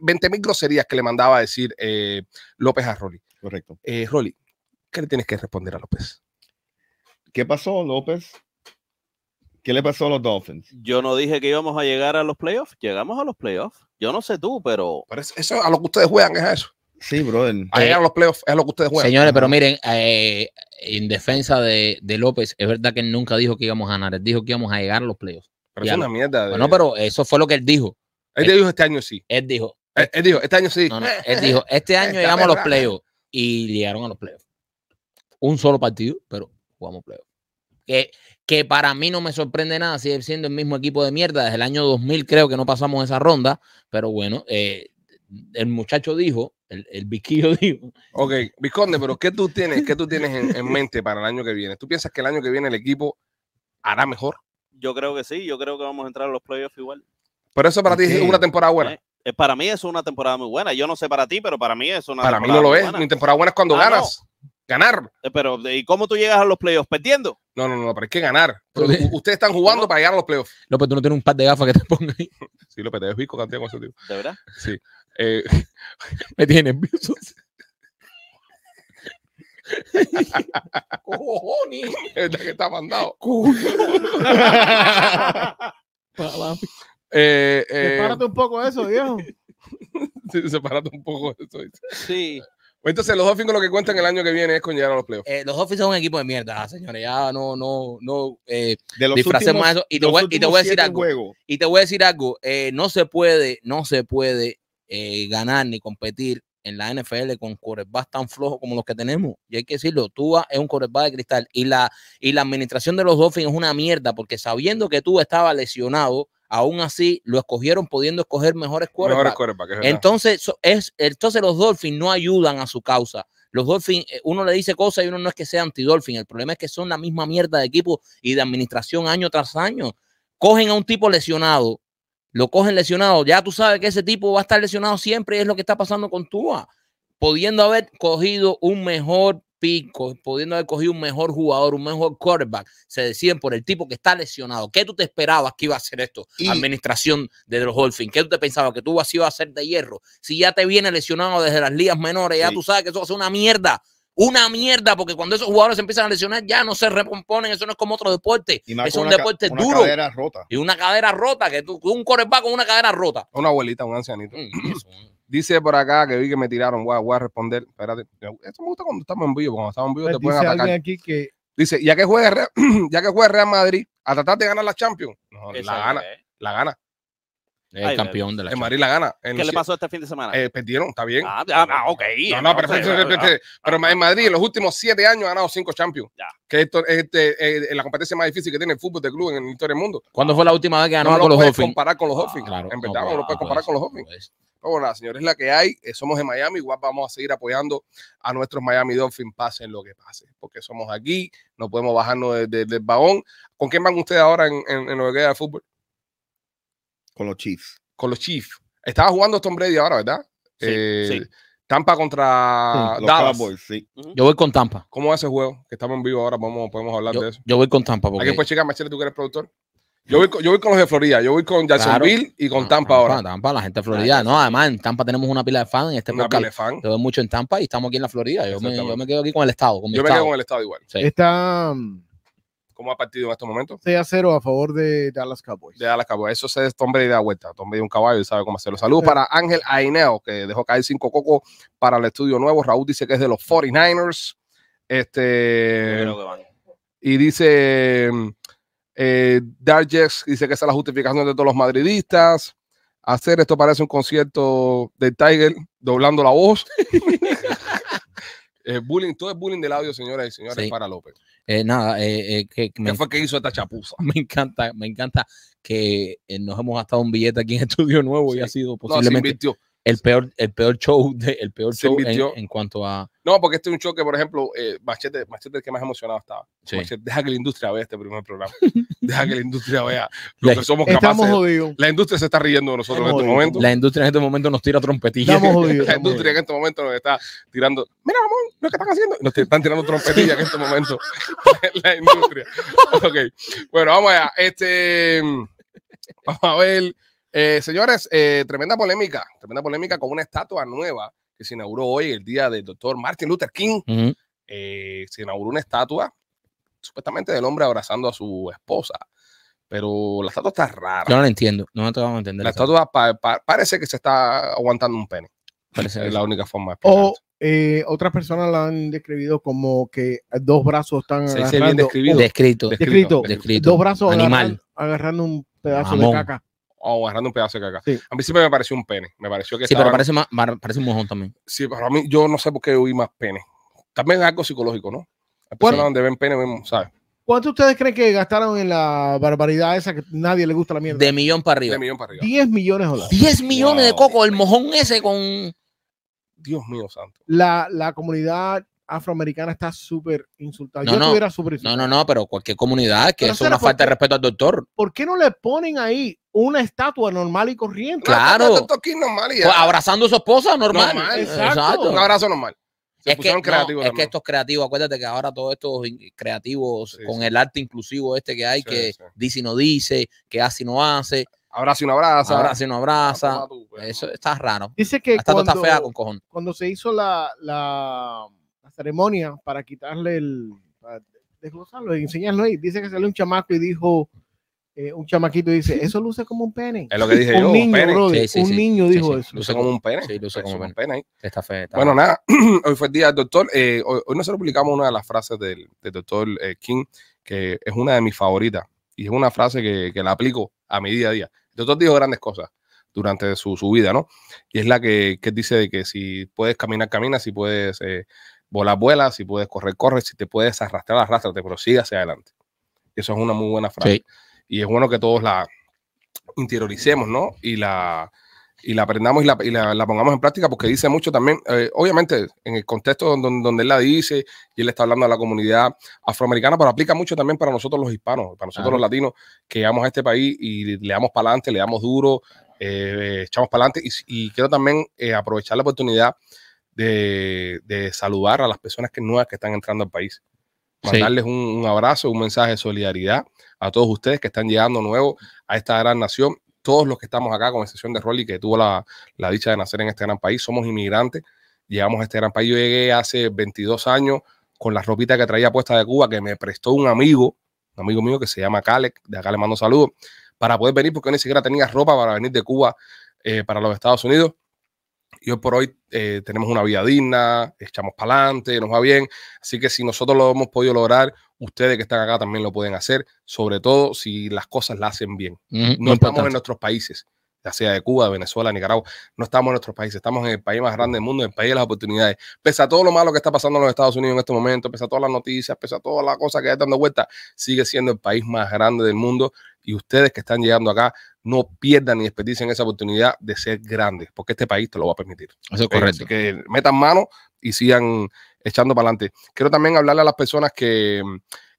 A: 20 mil groserías que le mandaba a decir eh, López a Rolly.
E: Correcto.
A: Eh, Rolly, ¿qué le tienes que responder a López?
E: ¿Qué pasó, López? ¿Qué le pasó a los Dolphins?
D: Yo no dije que íbamos a llegar a los playoffs. Llegamos a los playoffs. Yo no sé tú, pero
A: Pero es- eso a lo que ustedes juegan es a eso.
E: Sí, brother.
A: A
B: Eh,
A: llegar a los playoffs es a lo que ustedes juegan.
B: Señores, pero miren, eh, en defensa de, de López, es verdad que él nunca dijo que íbamos a ganar, él dijo que íamos a llegar a los playoffs.
A: Pero es
B: ya
A: una
B: lo-
A: mierda. de-
B: Bueno, pero eso fue lo que él dijo.
A: Él te dijo este año sí.
B: Él dijo,
A: Él, él dijo, este año sí.
B: no, no, él dijo, este año
A: Esta
B: llegamos a los
A: perra.
B: playoffs y llegaron a los playoffs. Un solo partido, pero jugamos playoffs. Que, que para mí no me sorprende nada, sigue siendo el mismo equipo de mierda. Desde el año 2000 creo que no pasamos esa ronda, pero bueno, eh, el muchacho dijo, el, el biquillo [LAUGHS] dijo,
A: Ok, Visconde, pero ¿qué tú tienes, qué tú tienes en, en mente para el año que viene? ¿Tú piensas que el año que viene el equipo hará mejor?
D: yo creo que sí. Yo creo que vamos a entrar a los playoffs igual.
A: Pero eso para ti es
E: Ok.
A: una temporada buena.
D: Eh, eh, para mí es una temporada muy buena. Yo no sé para ti, pero para mí es una
A: para mí no
D: temporada
A: lo
D: muy
A: es.
D: buena.
A: Mi temporada buena es cuando
D: Ah,
A: ganas. Ganar.
D: Eh, Pero, ¿y cómo tú llegas a los playoffs? ¿Perdiendo?
A: No, no, no, pero hay que ganar. Pero
B: Ok.
A: u- ustedes están jugando
D: ¿Cómo?
A: para llegar a los playoffs.
B: López, tú no tienes un par de gafas que te ponga ahí.
A: Sí, lo peté, Visco, canté con ese tipo.
D: ¿De verdad?
A: Sí. [LAUGHS] Eh,
B: Me tiene nervioso.
A: es verdad que está mandado. Eh, eh,
C: Prepárate un poco de eso, viejo.
A: [LAUGHS]
C: Eh,
A: sí, sepárate un poco de eso. Pues
D: Sí.
A: Entonces, los Dolphins con lo que cuentan el año que viene es con llegar a los playoffs.
B: Eh, los Dolphins son un equipo de mierda, ah, señores. Ya no, no, no. eh,
E: De los
B: disfracemos
E: últimos-
B: eso. Y te,
E: los
B: voy, y te
E: últimos
B: voy a decir
E: siete
B: algo.
E: juegos,
B: Y te voy a decir algo. eh, no se puede, no se puede eh, ganar ni competir en la NFL con quarterbacks tan flojos como los que tenemos. Y hay que decirlo, Tua es un quarterback de cristal. Y la, y la administración de los Dolphins es una mierda, porque sabiendo que Tua estaba lesionado, aún así lo escogieron pudiendo escoger
A: Mejores
B: mejores quarterbacks.
A: quarterbacks, es verdad.
B: Entonces, so- es, entonces los Dolphins no ayudan a su causa. Los Dolphins, eh, uno le dice cosas y uno no es que sea anti-Dolphin. El problema es que son la misma mierda de equipo y de administración año tras año. Cogen a un tipo lesionado, lo cogen lesionado. Ya tú sabes que ese tipo va a estar lesionado siempre y es lo que está pasando con Tua. Pudiendo haber cogido un mejor pico, pudiendo haber cogido un mejor jugador, un mejor quarterback, se deciden por el tipo que está lesionado. ¿Qué tú te esperabas que iba a hacer esto?
E: Y-
B: Administración de los Dolphins. ¿Qué tú te pensabas que tú así ibas a ser de hierro? Si ya te viene lesionado desde las ligas menores, ya
D: Sí.
B: tú sabes que eso va a ser una mierda. Una mierda, porque cuando esos jugadores se empiezan a lesionar ya no se recomponen. Eso no es como otro deporte.
E: y más
B: Es
E: con
B: un
E: una ca-
B: deporte
E: una
B: duro.
E: cadera rota.
B: Y una cadera rota, que tú, un coreback con una cadera rota. [CLEARS THROAT]
A: Una abuelita, un ancianito.
B: Mm, eso, mm.
A: Dice por acá que vi que me tiraron. Voy a, voy a responder. Espérate. Esto me gusta cuando estamos en vivo. Cuando estamos en vivo te pueden
C: Pues Dice alguien
A: atacar.
C: aquí que
A: Dice, ya que juega Real, [CLEARS THROAT] ya que juega Real Madrid, a tratar de ganar la Champions. No,
D: Esa
A: la gana,
D: es.
A: la gana.
B: El
D: Ay,
B: campeón de la
A: El Madrid la gana. En los
D: ¿Qué le
A: cien-
D: pasó este fin de semana?
A: eh, perdieron, está bien.
D: ah, ah, ah, ok.
A: No, no, pero, este,
D: entonces, ah,
A: pero- pero- pero en Madrid en los últimos siete años ha ganado cinco Champions.
D: Ya.
A: Que esto es este, eh, la competencia más difícil que tiene el fútbol de club en la historia del mundo.
B: ¿Cuándo fue la última vez que ganó
A: no
B: con
A: lo
B: los
A: puedes
B: Dolphins?
A: comparar con los
D: Ah,
A: Dolphins.
B: Claro, Ah,
A: en verdad, no, lo puedes
B: puede
A: comparar
B: ser,
A: con los
B: no
A: Dolphins.
B: puede ser.
A: Pero bueno, nada, señores, es la que hay. Eh, Somos de Miami, igual vamos a seguir apoyando a nuestros Miami Dolphins, pasen lo que pase, porque somos aquí, no podemos bajarnos de- de- del vagón. ¿Con quién van ustedes ahora en, en- en lo que queda de fútbol?
E: Con los Chiefs.
A: Con los Chiefs. Estaba jugando Tom Brady ahora, ¿verdad?
D: Sí,
A: Eh,
D: sí. Hmm,
A: Tampa
B: Ah,
A: contra
E: los
A: Dallas.
E: Cowboys, sí.
B: Yo voy con Tampa.
A: ¿Cómo es ese juego? Que estamos en vivo ahora, podemos, podemos hablar
B: Yo,
A: de eso.
B: yo voy con Tampa. Porque,
A: Aquí pues, puedes checar, Machete, tú que eres productor. Yo voy, con, yo voy con los de Florida, yo voy con Jacksonville y con
B: Ah,
A: Tampa ahora.
B: Tampa, la gente de Florida. No, además en Tampa tenemos una pila de fans en este
A: Una
B: podcast.
A: pile fan.
B: Yo veo mucho en Tampa y estamos aquí en la Florida. Yo me,
A: Exactamente.
B: yo me quedo aquí con el estado, con mi
A: Yo me
B: estado.
A: quedo con el estado igual.
B: Sí.
C: está
A: ¿Cómo ha partido en estos momentos?
C: 6 a 0 a favor de Dallas Cowboys.
A: de Dallas Cowboys. Eso se es Tom Brady de la vuelta. Tom Brady es un caballo y sabe cómo hacerlo. Saludos para Ángel Aineo, que dejó caer cinco cocos para el estudio nuevo. Raúl dice que es de los 49ers.
D: Yo
A: Este,
D: creo que van.
A: Y dice eh, Darjex, dice que esa es la justificación de todos los madridistas. Hacer esto parece un concierto de Tiger doblando la voz.
B: [LAUGHS]
A: Eh, bullying, todo es bullying del audio, señoras y señores,
B: Sí.
A: para López.
B: Eh, nada, eh, eh, que que me,
A: ¿Qué fue que hizo esta chapuza?
B: [LAUGHS] me encanta, me encanta que eh, nos hemos gastado un billete aquí en Estudio Nuevo y
A: Sí.
B: ha sido
A: No, se
B: posiblemente
A: invirtió.
B: el peor, el peor show, de, el peor
A: Se
B: show en-
A: invirtió.
B: en, cuanto a
A: No, porque este es un show que, por ejemplo, eh, Machete, Machete es el que más emocionado estaba.
B: sí,
A: Machete, deja que la industria vea este primer
B: [LAUGHS]
A: programa. Deja que la industria vea lo
B: La-
A: que somos capaces.
C: Estamos
A: de-
C: Este jodidos.
A: La industria se está riendo de nosotros en
C: Estamos
A: este
C: jodidos.
A: momento.
B: la industria en este momento nos tira
A: [LAUGHS]
B: trompetillas.
C: Estamos jodidos.
A: La
C: estamos
A: industria en
C: jodidos.
A: este momento nos está tirando. Mira, Ramón, lo que están haciendo. Nos te- están tirando trompetillas en este momento. [LAUGHS] la industria. Ok. Bueno, vamos allá. Este. Vamos a ver. Eh, señores, eh, tremenda polémica. Tremenda polémica con una estatua nueva que se inauguró hoy, el día del doctor Martin Luther King.
B: [LAUGHS] Ujú.
A: eh, se inauguró una estatua, supuestamente del hombre abrazando a su esposa. Pero la estatua está rara.
B: Yo no la entiendo, no te vamos a entender.
A: La
B: esa-
A: estatua pa- pa- parece que se está aguantando un pene.
B: parece que
A: Es la única forma. de explicarlo.
C: O eh, otras personas la han describido como que dos brazos están
A: Se dice bien
C: agarrando.
A: describido.
C: un-
B: descrito,
A: Descrito.
C: Descrito.
B: descrito.
C: Dos brazos
B: Animal.
C: agarran- agarrando un pedazo
B: Mamón.
C: de caca.
A: o agarrando un pedazo de caca.
C: Sí.
A: A mí siempre me pareció un pene. Me pareció que
B: Sí, pero
A: estaban-
B: parece, más, mar- parece un mojón también.
A: Sí, pero a mí yo no sé por qué vi más pene. También es algo psicológico, ¿no? Hay personas
B: Bueno.
A: donde ven pene, ven, ¿sabes?
C: ¿Cuánto ustedes creen que gastaron en la barbaridad esa que nadie le gusta la mierda?
B: De millón para
A: De
B: arriba.
A: millón para arriba.
C: 10 millones de dólares.
B: 10 millones de
A: Wow.
B: coco, el mojón ese con.
A: Dios mío, santo.
C: La, la comunidad afroamericana está súper insultada.
B: No,
C: Yo
B: no.
C: estuviera súper
B: No, no,
C: insultada.
B: no, pero cualquier comunidad, que
C: Pero
B: eso es una
C: será por
B: falta de
C: qué.
B: respeto al doctor.
C: ¿Por qué no le ponen ahí una estatua normal y corriente?
B: Claro.
A: No, esto aquí es normal y ya.
B: Pues, abrazando a su esposa, normal.
A: Normal,
C: exacto.
A: Un abrazo normal. Se
B: Es que,
A: pusieron
B: no,
A: creativos
B: es que
A: también.
B: esto es creativo. Acuérdate que ahora todos estos in- creativos
A: Sí,
B: con
A: sí.
B: el arte inclusivo este que hay,
A: Sí,
B: que
A: sí.
B: dice y no dice, que hace y no hace,
A: Abrazo y un abrazo.
B: abraza y no abraza.
A: Toma tú, pues.
B: Eso está raro.
C: Dice que
B: Hasta
C: cuando,
B: está fea con cojón.
C: cuando se hizo la, la, la ceremonia para quitarle el. para desglosarlo y enseñarlo ahí, dice que salió un chamaco y dijo. eh, un chamaquito y dice: Eso luce como un pene.
A: Es lo que dije yo.
C: Un
A: Un
C: niño,
A: pene.
C: brother,
B: Sí, sí,
C: un
B: sí.
C: niño
B: Sí,
C: dijo
B: sí.
C: eso.
A: Luce como un pene.
B: Sí, luce como
A: Luce
B: un
A: ahí.
B: Está fea. está
A: Bueno,
B: raro.
A: nada, [CLEARS THROAT] hoy fue el día del doctor. Eh, hoy, hoy nosotros publicamos una de las frases del, del doctor eh, King, que es una de mis favoritas. Y es una frase que, que la aplico a mi día a día. El doctor dijo grandes cosas durante su, su vida, ¿no? Y es la que, que dice de que si puedes caminar, camina, si puedes eh, volar, vuela, si puedes correr, corre, si te puedes arrastrar, arrastrate, pero sigue hacia adelante. Eso es una muy buena frase.
B: Sí.
A: Y es bueno que todos la interioricemos, ¿no? Y la, y la aprendamos y la, y la- la pongamos en práctica porque dice mucho también, eh, obviamente, en el contexto don- don- donde, él la dice y él está hablando a la comunidad afroamericana, pero aplica mucho también para nosotros los hispanos, para nosotros
B: Claro.
A: los latinos que llegamos a este país y le damos para adelante, le damos duro, eh, echamos para adelante. Y, y quiero también eh, aprovechar la oportunidad de, de saludar a las personas que nuevas que están entrando al país.
B: Sí.
A: Mandarles un, un abrazo, un mensaje de solidaridad a todos ustedes que están llegando nuevos a esta gran nación. Todos los que estamos acá, con excepción de Rolly, que tuvo la, la dicha de nacer en este gran país, somos inmigrantes, llegamos a este gran país. Yo llegué hace 22 años con la ropita que traía puesta de Cuba, que me prestó un amigo, un amigo mío que se llama Calec, de acá le mando saludos, para poder venir, porque yo ni siquiera tenía ropa para venir de Cuba eh, para los Estados Unidos. Y hoy por hoy eh, tenemos una vida digna, echamos para adelante, nos va bien. Así que si nosotros lo hemos podido lograr, ustedes que están acá también lo pueden hacer, sobre todo si las cosas las hacen bien.
B: Ujú, muy
A: No estamos
B: importante.
A: en nuestros países, ya sea de Cuba, de Venezuela, Nicaragua, no estamos en nuestros países, estamos en el país más grande del mundo, en el país de las oportunidades. Pese a todo lo malo que está pasando en los Estados Unidos en este momento, pese a todas las noticias, pese a todas las cosas que hay dando vuelta, sigue siendo el país más grande del mundo y ustedes que están llegando acá no pierdan ni desperdicien esa oportunidad de ser grandes, porque este país te lo va a permitir.
B: Eso
A: Eh,
B: es correcto.
A: Así que metan mano y sigan echando para adelante. Quiero también hablarle a las personas que mm,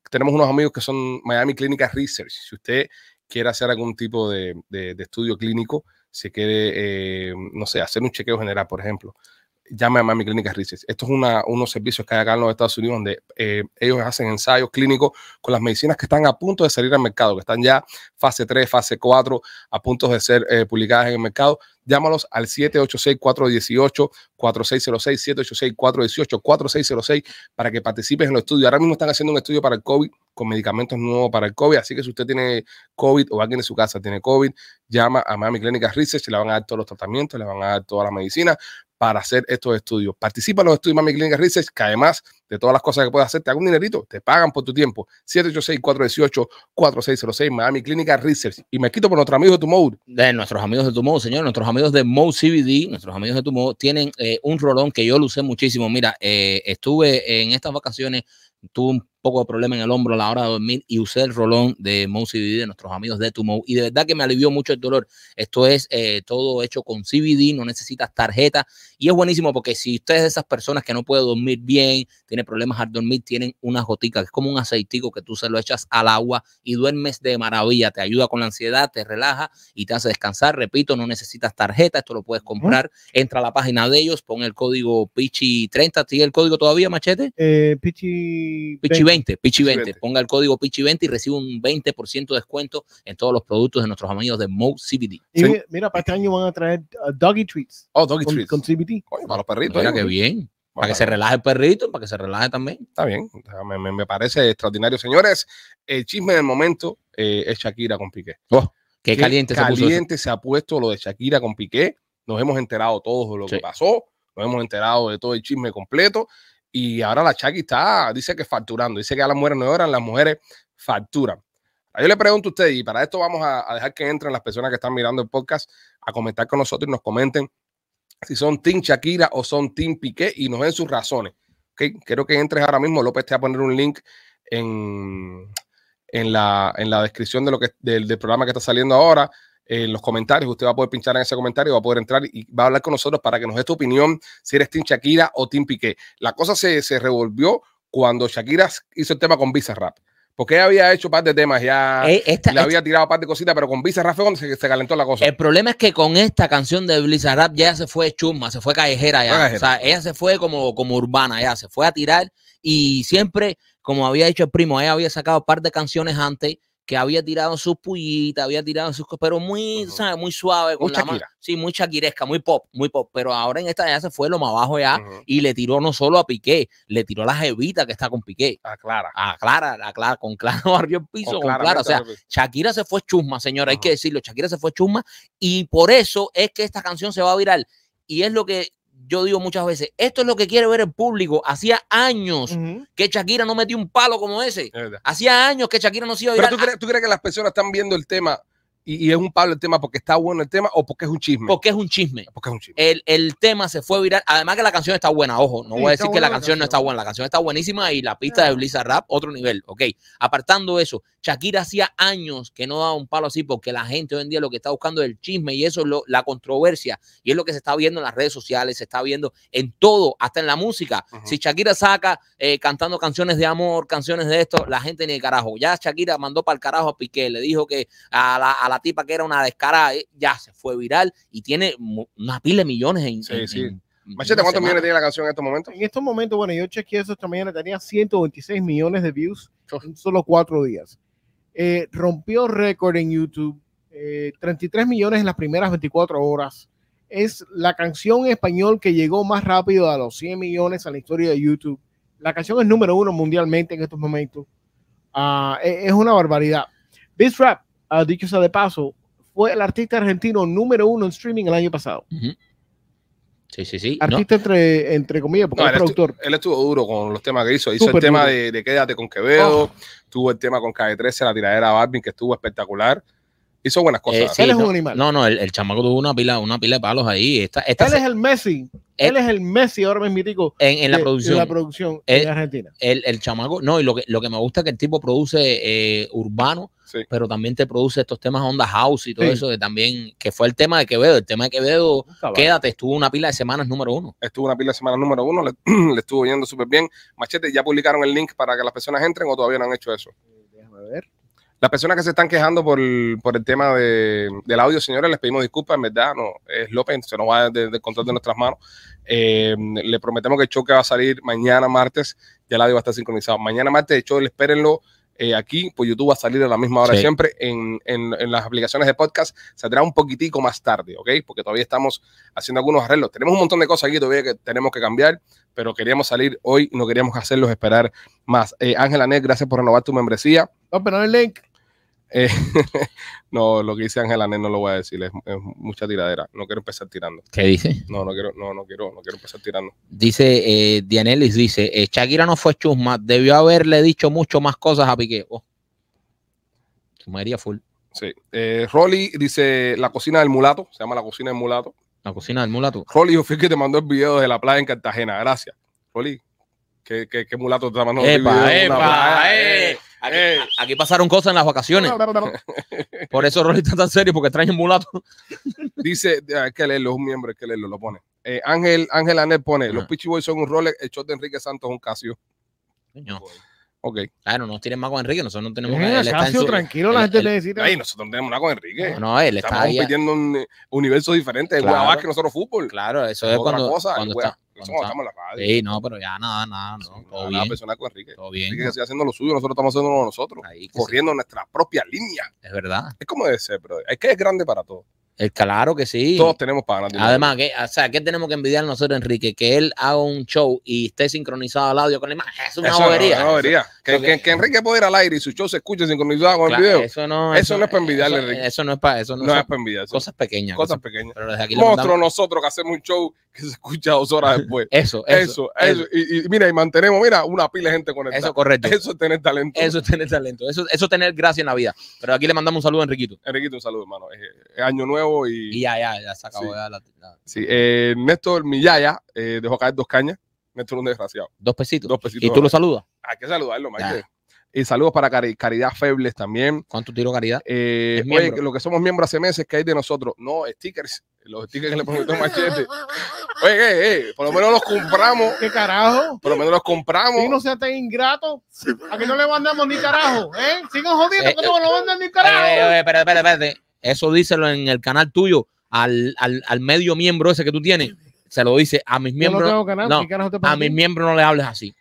A: tenemos unos amigos que son Miami Clinical Research. Si usted quiere hacer algún tipo de, de- de estudio clínico, si quiere, eh, no sé, hacer un chequeo general, por ejemplo, llame a Miami Clinical Research. Esto es una, unos servicios que hay acá en los Estados Unidos donde eh, ellos hacen ensayos clínicos con las medicinas que están a punto de salir al mercado, que están ya fase 3, fase 4, a punto de ser eh, publicadas en el mercado. Llámalos al 786-418-4606, 786-418-4606 para que participes en los estudios. Ahora mismo están haciendo un estudio para el COVID con medicamentos nuevos para el COVID. Así que si usted tiene COVID o alguien en su casa tiene COVID, llama a Miami Clinical Research, le van a dar todos los tratamientos, le van a dar todas las medicinas para hacer estos estudios. Participa en los estudios Mami Clinic Research, que además de todas las cosas que puedes hacer, te hago un dinerito, te pagan por tu tiempo. 786-418-4606, Miami Clínica Research. Y me quito por nuestro amigo de tu mode.
B: de nuestros amigos de Tumo, señor, nuestros amigos de Mo CBD, nuestros amigos de Tumo, tienen eh, un rolón que yo lo usé muchísimo. Mira, eh, estuve en estas vacaciones, tuve un poco de problema en el hombro a la hora de dormir y usé el rolón de Mo CBD de nuestros amigos de Tumo y de verdad que me alivió mucho el dolor. Esto es eh, todo hecho con CBD, no necesitas tarjeta y es buenísimo porque si usted es de esas personas que no puede dormir bien, tiene problemas al dormir, tienen unas goticas, que es como un aceitico que tú se lo echas al agua y duermes de maravilla, te ayuda con la ansiedad, te relaja y te hace descansar. Repito, no necesitas tarjeta, esto lo puedes comprar. Entra a la página de ellos, pon el código Pichi30, ¿tiene el código todavía, Machete?
C: Eh, Pichi.
B: Pichi 20, Pichi 20.
A: 20.
B: Ponga el código Pichi 20 y recibe un 20% de descuento en todos los productos de nuestros amigos de Mo CBD.
C: Y mi- mira, para este año van a traer uh, doggy treats
A: Oh, Doggy
C: con,
A: Treats.
C: con CBT.
A: Coño, para los perritos.
B: Mira
A: ¿eh?
B: qué bien. Para
A: Bueno,
B: que se relaje el perrito, para que se relaje también.
A: Está bien, Está- me, me- me parece extraordinario. Señores, el chisme del momento eh, es Shakira con Piqué.
B: Oh, Qué,
A: Qué
B: caliente se puso. eso.
A: caliente se ha puesto lo de Shakira con Piqué. Nos hemos enterado todos de lo que
B: Sí.
A: pasó, nos hemos enterado de todo el chisme completo. Y ahora la Shakira está, dice que facturando, dice que a las mujeres no eran, las mujeres facturan. Ahora Yo le pregunto a ustedes, y para esto vamos a, a dejar que entren las personas que están mirando el podcast a comentar con nosotros y nos comenten si son Team Shakira o son Team Piqué y nos den sus razones. ¿ok? Quiero que entres ahora mismo. López te va a poner un link en, en, la, en la descripción de lo que, del, del programa que está saliendo ahora, en los comentarios. Usted va a poder pinchar en ese comentario, va a poder entrar y va a hablar con nosotros para que nos dé tu opinión si eres Team Shakira o Team Piqué. La cosa se, se revolvió cuando Shakira hizo el tema con Bizarrap. Porque ella había hecho un par de temas ya.
B: Eh, esta-
A: le había tirado un par de cositas, pero con Bizarrap fue donde se, se calentó la cosa.
B: El problema es que con esta canción de Blizzard ya se fue chumba, se fue callejera ya.
A: Fue callejera.
B: O sea, ella se fue como, como urbana ya, se fue a tirar y siempre, como había dicho el primo, ella había sacado un par de canciones antes que había tirado sus pullitas, había tirado sus cosas, pero muy,
A: Ujú.
B: ¿sabes? Muy suave. Con
A: Muy
B: la mano.
A: Shakira.
B: Sí, muy shakiresca, muy pop, muy pop. Pero ahora en esta ya se fue lo más abajo ya
A: Ujú.
B: y le tiró no solo a Piqué, le tiró a la jevita que está con Piqué.
A: Ah, Clara. Oh,
B: A Clara, a Clara, con Clara [LAUGHS] barrió el piso,
A: O
B: con Clara. O sea,
A: claramente,
B: Shakira se fue chusma, señora, hay
A: Ajá.
B: que decirlo, Shakira se fue chusma y por eso es que esta canción se va a viral. Y es lo que yo digo muchas veces, esto es lo que quiere ver el público. Hacía años
A: Mm.
B: que Shakira no metió un palo como ese.
A: es verdad.
B: Hacía años que Shakira no se iba a
A: Pero
B: viral.
A: tú crees, tú crees que las personas están viendo el tema y, y es un palo el tema porque está bueno el tema o porque es un chisme.
B: Porque es un chisme.
A: Porque es un chisme.
B: El, el tema se fue viral. Además que la canción está buena, ojo, no
C: Sí,
B: voy a
C: está
B: decir que la
C: buena la
B: canción no está
C: canción.
B: buena, la canción está buenísima y la pista
C: Ah.
B: de Blizzard Rap otro nivel, ok. Apartando eso, Shakira hacía años que no daba un palo así porque la gente hoy en día lo que está buscando es el chisme y eso es lo- la controversia y es lo que se está viendo en las redes sociales, se está viendo en todo, hasta en la música.
A: Ujú.
B: Si Shakira saca eh, cantando canciones de amor, canciones de esto, la gente ni el carajo. Ya Shakira mandó para el carajo a Piqué, le dijo que a la, a la tipa que era una descarada, eh, ya se fue viral y tiene mu- una pila de millones en.
A: Sí,
B: en-
A: sí.
B: en- en
A: Machete,
B: una
A: ¿cuántos
B: semana.
A: millones tiene la canción en estos momentos?
C: En estos momentos, bueno, yo chequeé eso esta mañana, tenía 126 millones de views en solo cuatro días. Eh, rompió récord en YouTube, eh, 33 millones en las primeras 24 horas. Es la canción en español que llegó más rápido a los 100 millones a la historia de YouTube. La canción es número uno mundialmente en estos momentos. Ah, e- es una barbaridad. Biz Rap, ah, dicho sea de paso, fue el artista argentino número uno en streaming el año pasado.
B: Ujú. Sí, sí, sí. No,
C: Artista entre, entre comillas, porque
A: No,
C: es
A: él estu-
C: productor.
A: Él estuvo duro con los temas que hizo. Hizo el
C: Súper
A: tema
C: duro.
A: de, de Quédate con Quevedo, tuvo el tema con Calle 13, la tiradera Barbie, que estuvo espectacular. Hizo buenas cosas.
B: eh, sí,
C: Él es
B: no,
C: un animal.
B: No, no, el, el chamaco tuvo una pila, una pila de palos ahí. Esta, esta
C: él
B: se-
C: es el Messi.
B: Él-
C: Él, es el Messi ahora mismo.
B: eh, en, en la producción.
C: la producción
B: Él-
C: en Argentina.
B: el, el chamaco, no, y lo que, lo que me gusta es que el tipo produce eh, urbano,
A: Sí.
B: pero también te produce estos temas onda house y todo
C: Sí.
B: eso, que también, que fue el tema de Quevedo. El tema de Quevedo,
C: Caballo.
B: quédate, estuvo una pila de semanas número uno.
A: Estuvo una pila de semana número uno, le, [CLEARS THROAT] le estuvo yendo súper bien. Machete, ¿ya publicaron el link para que las personas entren o todavía no han hecho eso?
C: Déjame ver.
A: Las personas que se están quejando por, por el tema de- del audio, señores, les pedimos disculpas, en verdad, no, es López, se nos va de, de control de nuestras manos. Eh, le prometemos que el show que va a salir mañana martes, ya el audio va a estar sincronizado. Mañana martes, el show, espérenlo eh, aquí, por YouTube va a salir a la misma hora
B: Sí.
A: siempre. En, en- en las aplicaciones de podcast saldrá un poquitico más tarde, ¿ok? Porque todavía estamos haciendo algunos arreglos. Tenemos un montón de cosas aquí todavía que tenemos que cambiar, pero queríamos salir hoy y no queríamos hacerlos esperar más. Eh, Ángela Net, gracias por renovar tu membresía.
C: Vamos a poner el link.
A: Eh, no, lo que dice Ángel Anel no lo voy a decir, es, es mucha tiradera. No quiero empezar tirando.
B: ¿Qué dice?
A: No, no quiero, no, no quiero, no quiero empezar tirando.
B: Dice eh, Dianelis, dice, eh, Shakira no fue chusma, debió haberle dicho mucho más cosas a Piqué. Oh. Chumaría full.
A: Sí. Eh, Rolly dice la cocina del mulato, se llama la cocina del mulato.
B: La cocina del mulato.
A: Rolly, yo fui el que te mandó el video de la playa en Cartagena. Gracias. Rolly, ¿qué, qué, qué mulato te mandó? el
B: Epa,
A: video de una
B: epa,
A: playa?
B: eh. Aquí, aquí pasaron cosas en las vacaciones. Por eso Rolly está tan serio, porque extraña el mulato.
A: Dice, eh, hay que leerlo, es un miembro, hay que leerlo, lo pone. Eh, Ángel, Ángel Anel pone, los
B: Ajá.
A: Pitchy Boys son un Rolex, el shot de Enrique Santos es un Casio.
B: Coño,
A: Ok.
B: claro, no nos tiren más con Enrique, nosotros no tenemos
C: Eh,
B: él está en
C: Casio,
B: su-
C: tranquilo,
B: él-
C: la gente
B: él-
C: necesita.
A: Ay, nosotros no tenemos nada con Enrique.
B: No, no, él está
A: Estamos
B: ahí.
A: compitiendo en un universo diferente.
B: Claro.
A: Guau, que nosotros fútbol.
B: Claro, eso es
A: Otra
B: cuando,
A: cosa,
B: cuando
A: wea,
B: está-
A: nosotros
B: cuando está-
A: estamos en la radio.
B: Sí, no, pero ya nada, nada, no, todo
A: Nada
B: bien,
A: personal con Enrique.
B: todo bien.
A: Enrique que pues, sigue haciendo lo suyo, nosotros estamos haciendo lo nosotros.
B: Ahí que sí,
A: Corriendo nuestra propia línea.
B: es verdad.
A: Es como debe ser, pero es que es grande para todos.
B: El, claro que sí.
A: Todos tenemos para ganar. dinero.
B: Además, que, o sea, ¿qué tenemos que envidiar nosotros, Enrique? Que él haga un show y esté sincronizado al audio con la imagen. Es una
A: Eso no,
B: bobería.
A: es una bobería. Que,
B: eso
A: que-
B: que-
A: que Enrique puede ir al aire y su show se escuche sincronizado con
B: Claro,
A: el video.
B: eso no,
A: Eso no es para envidiarle,
B: eso-
A: Enrique.
B: Eso no es para, eso no,
A: no
B: son
A: es para envidiar. son
B: cosas pequeñas.
A: cosas pequeñas.
B: pero desde aquí le
A: Monstruo
B: mandamos-
A: nosotros que hacemos un show que se escucha dos horas después.
B: Eso,
A: Eso,
B: eso,
A: eso. Y, y mira, y mantenemos, mira, una pila de gente conectada.
B: Eso es correcto.
A: [LAUGHS] Eso es tener talento.
B: Eso es tener talento, eso, eso es tener gracia en la vida. Pero aquí le mandamos un saludo a Enriquito.
A: Enriquito, un saludo, hermano. Es, es año nuevo y.
B: Y ya, ya, ya se acabó
A: Sí.
B: ya la- la-
A: sí, eh, Néstor Millaya eh, dejó caer dos cañas. Néstor, es un desgraciado.
B: dos pesitos.
A: Dos
B: y
A: pesitos.
B: tú lo saludas.
A: Hay que saludarlo,
B: Ya.
A: Mike. Y saludos para Cari- Caridad Febles también.
B: ¿Cuánto tiro caridad?
A: Eh,
B: Es
A: oye,
B: miembro.
A: que lo que somos miembros hace meses, que hay de nosotros? No, stickers. Los stickers que le prometió
B: [LAUGHS]
A: Machete. Oye, eh, eh, por lo menos los compramos.
C: ¿Qué carajo?
A: Por lo menos los compramos.
C: Si no sea tan ingrato, ¿a que no le mandamos ni carajo? ¿Eh? Sigan jodiendo,
B: Eh,
C: que no
B: eh,
C: lo mandan ni
B: Oye,
C: carajo.
B: oye, espérate, espérate, espérate. Eso díselo en el canal tuyo al, al, al medio miembro ese que tú tienes. Se lo dice a mis
C: Yo no
B: miembros.
C: tengo canal,
B: no,
C: ¿qué carajo te
B: a
C: pasa?
B: mis miembros no le hables así.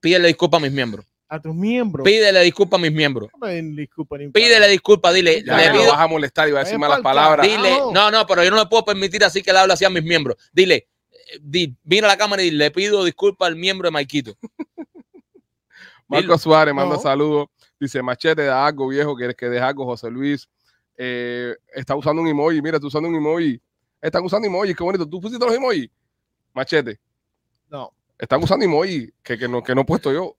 B: Pídele disculpa a mis miembros.
C: A tus miembros.
B: Pídele disculpa a mis miembros.
C: Ven, disculpa, ni un
B: Pídele
C: carajo.
B: disculpa, dile.
A: Ya
B: le
A: me lo
B: pido-
A: vas a molestar y vas a decir
C: Vaya
A: malas
C: pa'l
A: palabras.
C: carajo.
B: dile.
C: Bravo.
B: No, no, pero yo no le puedo permitir así que le hable así a mis miembros. Dile, eh, di- mira a la cámara y le pido disculpa al miembro de Maikito.
A: Marco Suárez manda
C: No.
A: saludos. Dice, machete, da algo, viejo, quieres que deje algo, José Luis. Eh, está usando un emoji, mira, está usando un emoji. Están usando emoji, qué bonito. ¿Tú pusiste los emoji? Machete,
C: No,
A: están usando emoji que, que no, que no he puesto yo.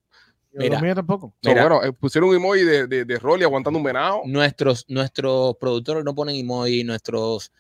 C: yo
B: Mira.
C: los míos tampoco.
A: So,
B: Mira.
A: bueno, eh, pusieron un emoji de, de, de Rolly aguantando un venado.
B: Nuestros, nuestros productores no ponen emoji, nuestros.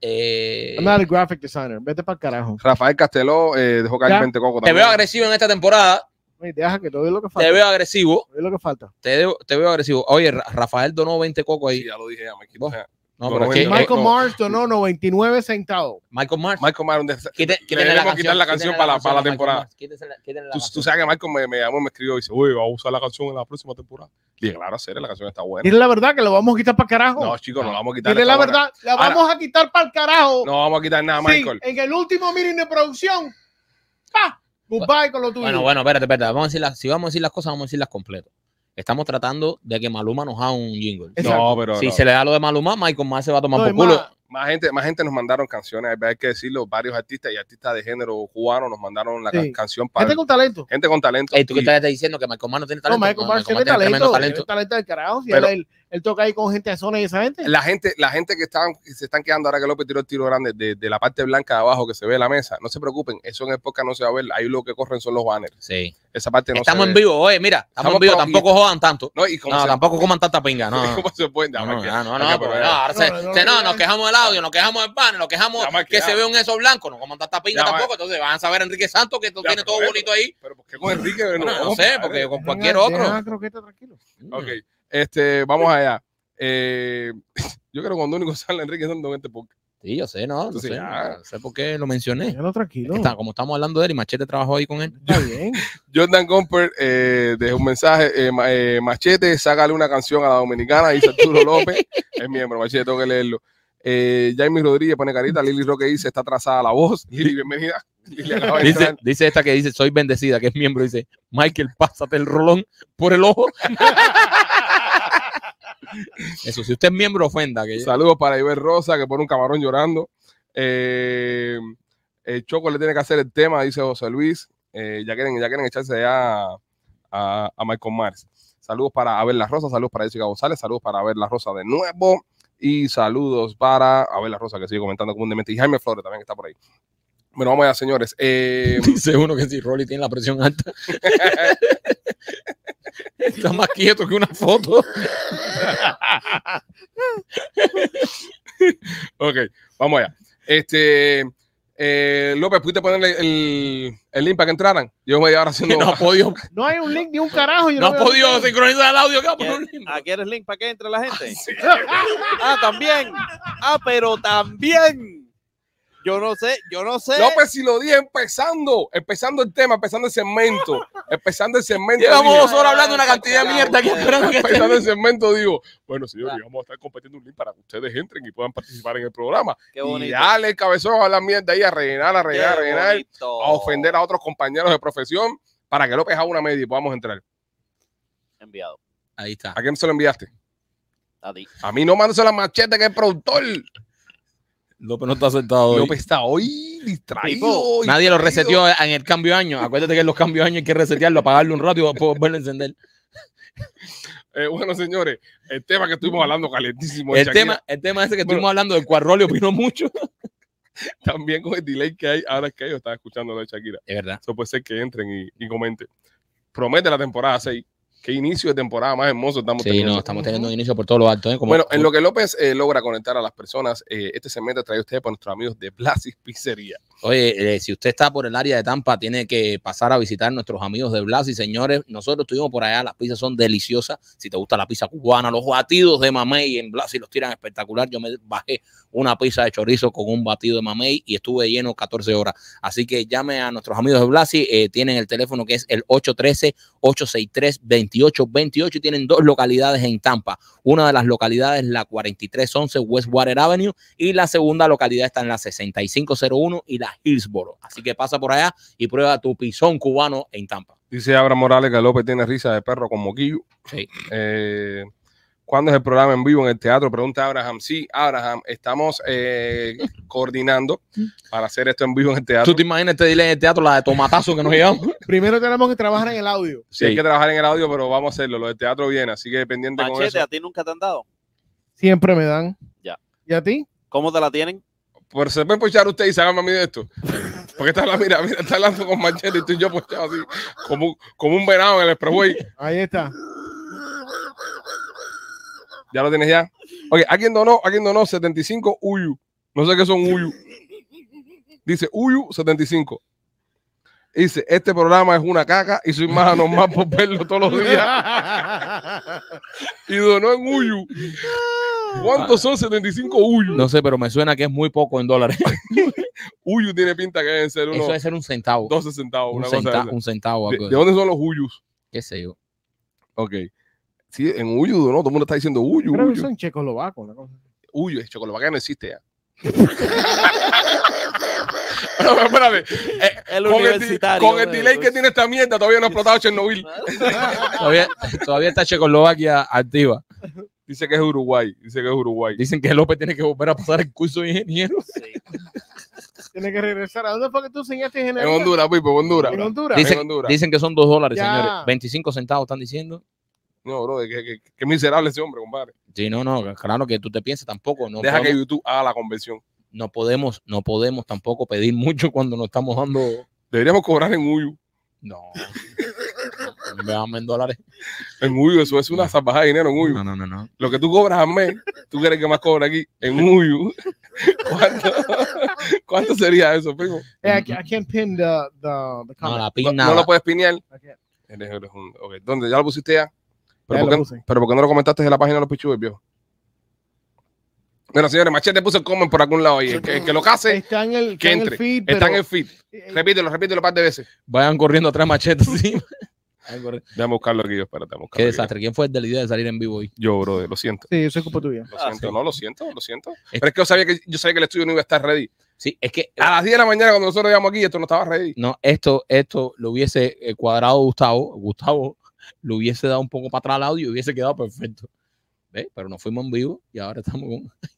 B: eh,
C: I'm not a graphic designer. Vete para el carajo.
A: Rafael Casteló eh, dejó caer
C: Ya.
A: 20 coco
B: te
A: también.
B: veo agresivo en esta temporada.
C: Oye, deja que te doy lo que falta.
B: Te veo agresivo.
C: Te doy lo que falta.
B: Te, debo- te veo agresivo. Oye, Ra- Rafael donó 20 cocos ahí.
A: Sí, ya lo dije, ya me quito.
B: Vos.
A: O sea,
B: No,
A: no,
B: pero es que-
A: no,
B: eh,
C: Michael
A: no.
C: Mars donó 99 centavos.
B: Michael Mars.
A: Michael Maron, de-
B: Quite-
A: le
B: quítenle
A: debemos quitar la canción
B: quítenle
A: para la- para la
B: canción a Michael
A: temporada.
B: Mars, quítense la- quítenle la
A: tú, tú
B: canción.
A: sabes que Michael me, me llamó, me escribió y dice, uy, va a usar la canción en la próxima temporada. Le dije, claro, seré, la canción está buena.
C: Dile la verdad que lo vamos a quitar para el carajo.
A: No, chicos, no la vamos a quitar.
C: Dile la
A: está buena.
C: verdad, la
A: Ahora-
C: vamos a quitar para el carajo.
A: No vamos a quitar nada,
C: Sí,
A: Michael.
C: en el último meeting de producción. ¡Pa! Goodbye con lo tuyo.
B: Bueno, bueno, espérate, espérate. Vamos a decir las- si vamos a decir las cosas, vamos a decirlas completas. Estamos tratando de que Maluma nos haga un jingle.
C: Exacto.
A: No, pero
B: si
A: no.
B: se le da lo de Maluma, Michael Mars se va a tomar
C: No,
B: por
C: y
B: culo.
C: más-
A: más, gente, más gente nos mandaron canciones, hay- hay que decirlo, varios artistas y artistas de género cubano nos mandaron la
C: Sí.
A: ca- canción para
C: Gente con talento.
A: gente con talento.
B: Ey, tú que
A: Y-
B: estás diciendo que Michael Mars no tiene
C: No,
B: talento.
C: Michael Mars tiene
B: tremendo
C: talento.
B: talento.
C: Tiene talento del carajo. Si
A: Pero-
C: él, él- él toca ahí con gente de zona y esa gente.
A: la gente, la gente que, están, que se están quedando ahora que López tiró el tiro grande de, de la parte blanca de abajo que se ve la mesa, no se preocupen, eso en el podcast no se va a ver, ahí lo que corren son los banners,
B: Sí.
A: esa parte no
B: estamos
A: se
B: en
A: ve.
B: vivo, oye, mira, estamos,
A: Estamos
B: en vivo.
A: pro-
B: Tampoco jodan tanto.
A: No, y cómo
B: No,
A: se,
B: tampoco coman tanta pinga. No, no,
A: [LAUGHS] ¿cómo se pueden
B: no,
A: llamar
B: no,
A: que-
B: ya, no,
A: hay que
B: no, porque
A: poner-
B: no, ahora se-
C: No, no,
B: se- no,
C: no,
B: nos quejamos del audio, nos quejamos del pan, nos quejamos
A: Ya más
B: que
A: que
B: se
A: ya.
B: ve un eso blanco, no coman tanta pinga
A: Ya más-
B: tampoco, entonces van a saber Enrique Santos que tú
A: Ya,
B: tiene
A: pero
B: todo
A: bueno.
B: bonito ahí.
A: Pero ¿por qué con Enrique?
B: Bueno,
A: No,
B: no sé,
A: compadre.
B: porque con
C: Deja-
B: cualquier
C: deja
B: otro.
C: a Croqueta tranquilo.
A: Ok, este, vamos allá. Eh, [LAUGHS] yo creo que cuando único [LAUGHS] sale Enrique son 90 porque
B: Sí, yo sé, no, no
A: Entonces,
B: sé,
A: ya.
B: no sé por qué lo mencioné.
C: Déjalo tranquilo.
B: Está- como estamos hablando de él y Machete trabajó ahí con él.
C: Está bien.
A: Jordan Gomper eh, dejó un mensaje, eh, ma- eh, Machete, sácale una canción a la dominicana, dice Arturo López, es miembro, Machete, tengo que leerlo. Eh, Jaime Rodríguez pone carita, Lili Roque dice, está atrasada la voz, Lili, bienvenida. [LAUGHS] Lili acaba de
B: Dice,
A: entrar.
B: dice esta que dice, soy bendecida, que es miembro, dice, Michael, pásate el rolón por el [LAUGHS] ojo. Eso, si usted es miembro, ofenda. Que
A: Saludos para Iber Rosa, que pone un camarón llorando. Eh, el Choco le tiene que hacer el tema, dice José Luis. Eh, ya, quieren, ya quieren echarse ya a, a Michael Mars. Saludos para Abel La Rosa, saludos para Jessica González, saludos para Abel La Rosa de nuevo. Y saludos para Abel La Rosa, que sigue comentando comúnmente. Y Jaime Flores también que está por ahí. Bueno, vamos allá, señores. Eh, [LAUGHS]
B: [LAUGHS] Dice uno que si Rolly tiene la presión alta. [LAUGHS] Está más quieto que
A: [LAUGHS]
B: una foto.
A: ok, vamos allá. Este, eh, López, ¿pudiste ponerle el, el link para que entraran? Yo me voy ahora haciendo.
B: Que [LAUGHS] no ha podido,
C: No hay un link ni un carajo. yo
B: no ha
C: veo
B: podido
C: nada.
B: sincronizar el audio. acá por un link.
D: ¿A qué eres link para que entre la gente? Ah, también. Ah, pero también. Yo no sé, yo no sé.
A: López, si lo dije empezando, empezando el tema, empezando el segmento, empezando el segmento.
B: Llevamos
A: digo,
B: dos horas hablando una cantidad de
A: [LAUGHS]
B: mierda aquí esperando que esté.
A: empezando el segmento, digo, bueno, señor, y vamos a estar competiendo un link para que ustedes entren y puedan participar en el programa.
D: Qué
A: y
D: bonito.
A: dale el cabezón a la mierda ahí, a rellenar, a
D: qué
A: rellenar, a rellenar,
D: bonito.
A: a ofender a otros compañeros de profesión para que López haga una media y podamos entrar.
D: Enviado.
B: Ahí está.
A: ¿A quién se lo enviaste?
D: A ti.
A: A mí no mándese la machete que es productor.
B: López no está sentado. hoy.
A: López está hoy distraído.
D: Tipo,
B: Nadie lo
A: distraído.
B: reseteó en el cambio de año. Acuérdate que en los cambios de año hay que resetearlo, apagarlo un rato y después volverlo a encender.
A: Eh, bueno, señores, el tema que estuvimos hablando calentísimo. de
B: El
A: Shakira,
B: tema, el tema ese que
A: Bueno.
B: estuvimos hablando del cual Rolly opinó mucho.
A: También con el delay que hay, ahora es que yo estaba escuchando lo de Shakira.
B: Es verdad.
A: Eso puede ser que entren y, y comenten. Promete la temporada 6. Qué inicio de temporada más hermoso estamos
B: Sí,
A: teniendo.
B: no, estamos teniendo un inicio por todos los actos. ¿eh? Como-
A: bueno, en lo que López eh, logra conectar a las personas, eh, este segmento trae usted para nuestros amigos de Blasis Pizzería.
B: Oye, eh, si usted está por el área de Tampa, tiene que pasar a visitar nuestros amigos de Blas y señores. Nosotros estuvimos por allá, las pizzas son deliciosas. Si te gusta la pizza cubana, los batidos de mamey en Blas y los tiran espectacular. Yo me bajé una pizza de chorizo con un batido de mamey y estuve lleno 14 horas. Así que llame a nuestros amigos de Blasi, eh, tienen el teléfono que es el 813-863-2828 y tienen dos localidades en Tampa. Una de las localidades, la 4311 Westwater Avenue y la segunda localidad está en la 6501 y la Hillsboro. Así que pasa por allá y prueba tu pisón cubano en Tampa.
A: Dice Abra Morales que López tiene risa de perro con moquillo.
B: Sí.
A: Eh, ¿Cuándo es el programa en vivo en el teatro? Pregunta Abraham. Sí, Abraham, estamos
B: [LAUGHS]
A: eh, coordinando para hacer esto en vivo en el teatro.
B: ¿Tú te imaginas este dile en el teatro la de tomatazo que nos llevamos?
C: Primero tenemos que trabajar en el audio.
A: Sí, hay que trabajar en el audio, pero vamos a hacerlo. Lo del teatro viene, así que pendiente con
D: Machete,
A: eso.
D: a ti nunca te han dado.
C: Siempre me dan.
D: Ya.
C: ¿Y a ti?
D: ¿Cómo te la tienen?
A: Por se puede puchar usted y sácame a mí de esto. Porque está hablando, mira, mira, está hablando con machete y tú y yo puchado así, como, como un venado en el expressway.
C: Ahí está.
A: Ya lo tienes ya. Oye, alguien donó, alguien donó 75 Uyu. No sé qué son Uyu. Dice Uyu 75. Dice, este programa es una caca y soy más anormal por verlo todos los días.
C: [LAUGHS]
A: Y donó en Uyu. ¿Cuántos son 75 Uyu?
B: [LAUGHS] No sé, pero me suena que es muy poco en dólares.
A: Uyu tiene pinta que deben ser
B: Eso
A: unos
B: debe ser
A: [LAUGHS]
B: un centavo.
A: 12 centavos,
B: un,
A: una
B: centa-
A: cosa de
B: un centavo,
A: esa.
B: algo
A: ¿De,
B: de-
A: de dónde son los Uyus?
B: qué sé yo.
A: Ok. Sí, en Uyu donó, todo el mundo está diciendo Uyu,
C: Creo que
A: Uyu.
C: son checoslovacos. una cosa así.
A: Uy, el chocolate no existe ya. [LAUGHS] No, pero espérate.
D: El
A: Con el, eh, pues. di-
D: universitario.
A: con el delay que tiene esta mierda, todavía no ha explotado
B: [LAUGHS]
A: Chernobyl.
B: Todavía, todavía está Checoslovaquia activa.
A: Dice que es Uruguay. Dice que es Uruguay.
B: Dicen que López tiene que volver a pasar el curso de ingeniero.
C: Tiene que regresar. ¿A dónde fue que tú enseñaste
A: En
C: general?
A: Honduras, Pipo, en Honduras.
C: En Honduras.
B: Dice-
A: en Honduras.
B: Dicen que son dos dólares,
C: Ya.
B: señores. 25 centavos están diciendo.
A: No, bro, que, que- que miserable ese hombre, compadre.
B: Sí, no, no, claro que tú te piensas tampoco. No
A: Deja
B: podemos,
A: que YouTube haga la convención.
B: no podemos, no podemos tampoco pedir mucho [LAUGHS] cuando nos estamos dando.
A: Deberíamos cobrar en Uyu.
B: No. Me dame en dólares.
A: En Uyu, eso es una salvajada de dinero en Uyu.
B: no, no, no.
A: Lo que tú cobras al mes, tú crees que más cobra aquí en Uyu. [LAUGHS] ¿Cuánto, cuánto sería eso, primo?
C: Eh, I, ca- I can't pin the, the, the
B: No,
C: comment.
B: la
A: No,
B: pin
A: no
B: nada.
A: lo puedes pinear.
C: I can't.
A: Eres- eres un- ok, ¿Dónde? ¿Ya lo pusiste ya? ¿Pero, por
C: Ya lo
A: qué,
C: puse.
A: pero por qué no lo comentaste en la página de los pichubes, viejo? Bueno, señores, Machete puso el comment por algún lado ahí. El que, el que lo case
C: Está en el,
A: que
C: está en el
A: entre.
C: feed,
A: está en
C: pero-
A: el feed.
C: eh, eh,
A: Repítelo, repítelo un par de veces.
B: Vayan corriendo atrás machetes. [LAUGHS] sí. Vayan corriendo.
A: Déjame buscarlo aquí, yo, espérate, déjame buscarlo
B: Qué
A: aquí.
B: desastre. ¿Quién fue el de la idea de salir en vivo hoy?
A: Yo, brother, lo siento.
C: Sí, eso es culpa tuya.
A: Lo
D: Ah,
A: siento,
B: sí.
A: no, lo siento, lo siento. Pero es que yo sabía que yo sabía que el estudio no iba a estar ready.
B: Sí, es que
A: A las 10 de la mañana, cuando nosotros llegamos aquí, esto no estaba ready.
B: no, esto, esto lo hubiese eh, cuadrado Gustavo. Gustavo lo hubiese dado un poco para atrás al audio y hubiese quedado perfecto. ¿Ves? Pero nos fuimos en vivo y ahora estamos con. [LAUGHS]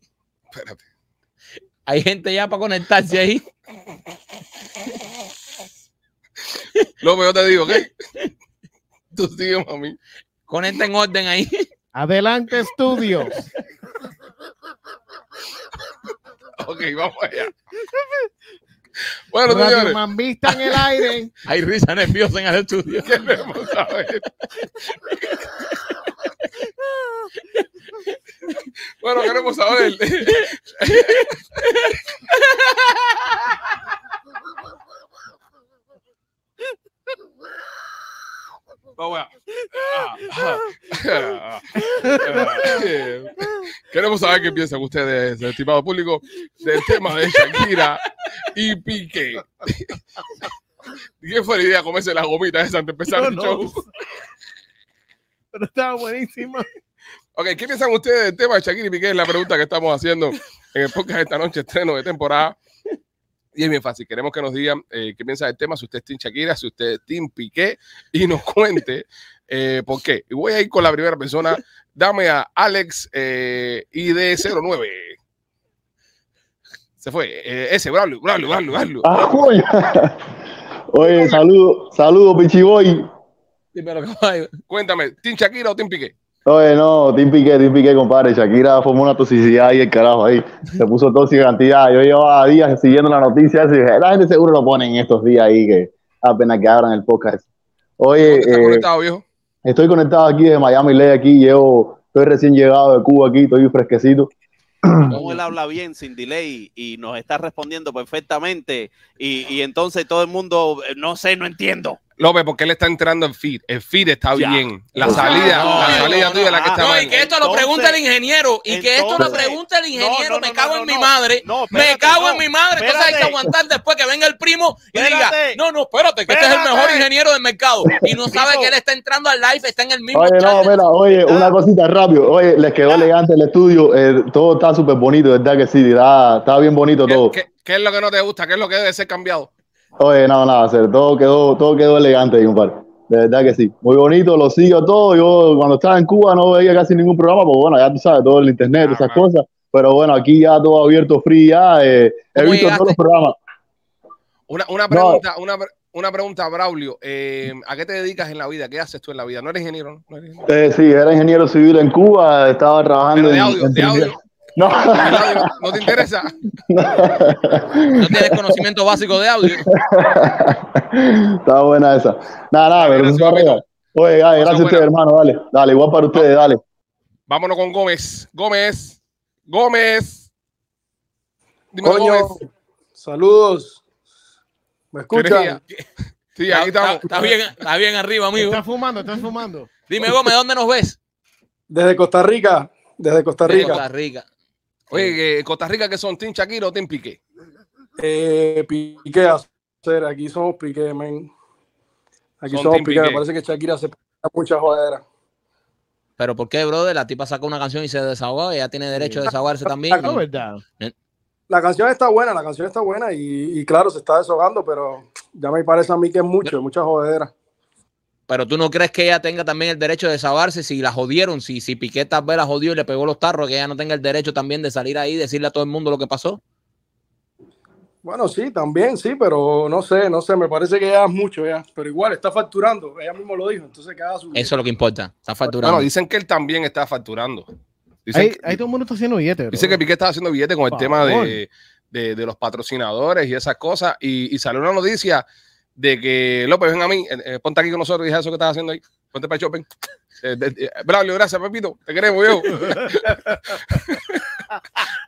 A: Espérate.
B: Hay gente ya para conectarse ahí.
A: [LAUGHS] López, yo te digo, ¿ok? Tú sigue, mami.
B: Conecten orden ahí. [LAUGHS]
A: [LAUGHS]
C: Adelante, estudios.
A: Ok, vamos allá. Bueno,
C: Radio
A: señores,
C: Mambista en el
A: [LAUGHS]
C: aire.
B: Hay risa nerviosa en el estudio.
A: queremos saber. Bueno, queremos saber. el- Vamos allá. Ah, ah, ah, ah. [LAUGHS] Queremos saber qué piensan ustedes, estimado público, del tema de Shakira y Piqué. [LAUGHS] ¿Qué fue la idea comerse las gomitas esas antes de empezar
C: No,
A: el
C: no.
A: show?
C: Pero estaba buenísima.
A: Ok, ¿qué piensan ustedes del tema de Shakira y Piqué? Es la pregunta que estamos haciendo en el podcast esta noche, estreno de temporada. Y es bien fácil, queremos que nos digan eh, qué piensan del tema, si usted es Team Shakira, si usted es Team Piqué, y nos cuente eh, por qué. Y voy a ir con la primera persona, dame a Alex eh, ID09. Se fue, eh, ese, Braulio, Braulio, Braulio, Braulio.
F: ¡Ajoy! Ah, Oye, saludo, saludo, Pichiboy.
B: Dímelo, caballo.
A: Cuéntame, ¿Team Shakira o Team Piqué?
F: Oye, no, Tim Piqué, Tim Piqué, compadre. Shakira formó una toxicidad ahí, el carajo, ahí. Se puso tóxica cantidad. Yo llevaba días siguiendo la noticia. así, dije, la gente seguro lo pone en estos días ahí, que apenas que abran el podcast. Oye,
A: ¿Estás
F: eh,
A: conectado, viejo?
F: estoy conectado aquí desde Miami, ley aquí. Llevo, estoy recién llegado de Cuba aquí, estoy fresquecito.
D: Como él habla bien sin delay y nos está respondiendo perfectamente y, y entonces todo el mundo, eh, no sé, no entiendo.
A: López, porque él está entrando en feed. El feed está
D: Ya.
A: bien. La
F: No,
A: salida,
D: no,
A: la
D: no,
A: salida
D: no,
A: tuya es la que
D: no,
A: está
D: no,
A: mal.
B: No, y que esto lo
D: Entonces-
B: pregunta el ingeniero. Y que esto lo
D: entonces-
B: pregunta el ingeniero.
D: No, no,
B: me
D: no,
B: cago
D: no,
B: en mi
D: no.
B: madre.
D: No,
B: me
D: espérate,
B: cago en
D: no.
B: mi madre. Entonces hay que
D: Espérate.
B: aguantar después que venga el primo y diga,
D: Espérate.
B: no, no, espérate, que este es el mejor
D: Espérate.
B: ingeniero del mercado. Y
D: [LAUGHS]
B: no sabe que él está entrando al live, está en el mismo
F: Oye,
B: chat
F: no,
B: de-
F: mira, oye, una cosita rápido. Oye, les quedó
D: Ya.
F: elegante el estudio. eh, todo está súper bonito, ¿verdad que sí? Está, está bien bonito todo.
A: ¿Qué, qué- qué es lo que no te gusta? ¿Qué es lo que debe ser cambiado?
F: Oye, no, nada, hacer. Todo quedó, todo quedó elegante, compadre. De verdad que sí. Muy bonito, lo sigo todo. Yo cuando estaba en Cuba no veía casi ningún programa, pues bueno, ya tú sabes, todo el internet, esas
A: Ajá.
F: cosas. Pero bueno, aquí ya todo abierto, free, ya. eh, he
B: ¿Cómo
F: visto todos
B: llegaste?
F: los programas.
A: Una, una pregunta, una, pre- una pregunta, Braulio. eh, ¿A qué te dedicas en la vida? ¿Qué haces tú en la vida? No eres ingeniero, ¿no? No eres ingeniero.
F: Eh, sí, era ingeniero civil en Cuba, estaba trabajando
A: Pero de
F: en-
A: audio,
F: en
A: de
F: Trinidad.
A: audio.
F: [LAUGHS] No,
A: El audio ¿No te interesa?
B: No tienes conocimiento básico de audio.
F: Está buena esa. Nada, nada, pero
A: Gracias,
F: está
A: amigo.
F: arriba. Oye, ay, gracias a
A: buena. Ah.
F: ustedes, hermano, dale. Dale, igual para ustedes, dale.
A: Vámonos con Gómez. Gómez. Gómez. Dime,
G: Coño,
A: Gómez.
G: saludos. ¿Me escuchan?
A: [LAUGHS] Sí, aquí
B: Está-
A: estamos.
B: está bien, está bien arriba, amigo.
C: Estás fumando, estás fumando.
B: Dime, Gómez, ¿dónde nos ves?
G: Desde Costa Rica, desde Costa
A: Desde
G: Rica.
B: Costa Rica.
A: Oye, eh, Costa Rica, que son Team Shakira o Team Piqué?
G: Eh, Piqué, a hacer, aquí somos Piqué, men. Aquí
A: Son
G: somos
A: team
G: Piqué, me
A: Piqué.
G: parece que Shakira se pega mucha jodera.
B: Pero ¿por qué, brother? La tipa sacó una canción y se desahogó. Ella tiene derecho a desahogarse también.
C: No, ¿verdad?
G: La canción está buena, la canción está buena y, y claro, se está deshogando, pero ya me parece a mí que es mucho, es mucha jodera.
B: Pero tú no crees que ella tenga también el derecho de desahogarse si la jodieron, si, si Piqué tal vez la jodió y le pegó los tarros, que ella no tenga el derecho también de salir ahí y decirle a todo el mundo lo que pasó.
G: Bueno, sí, también, sí, pero no sé, no sé, me parece que ya es mucho ya, pero igual está facturando, ella mismo lo dijo, entonces cada su...
B: Eso es lo que importa. Está facturando.
A: Bueno, dicen que él también está facturando. Dicen
C: Ahí,
A: que-
C: ahí todo el mundo está haciendo billetes.
A: Dice que
C: bro.
A: Piqué estaba haciendo billete con el
C: Por
A: tema
C: favor.
A: de, de- de los patrocinadores y esas cosas. Y, y salió una noticia de que López, ven a mí, eh, eh, ponte aquí con nosotros, dije eso que estás haciendo ahí. Ponte para shopping. Eh, de- de- Braulio, gracias, Pepito. Te queremos, viejo. [LAUGHS]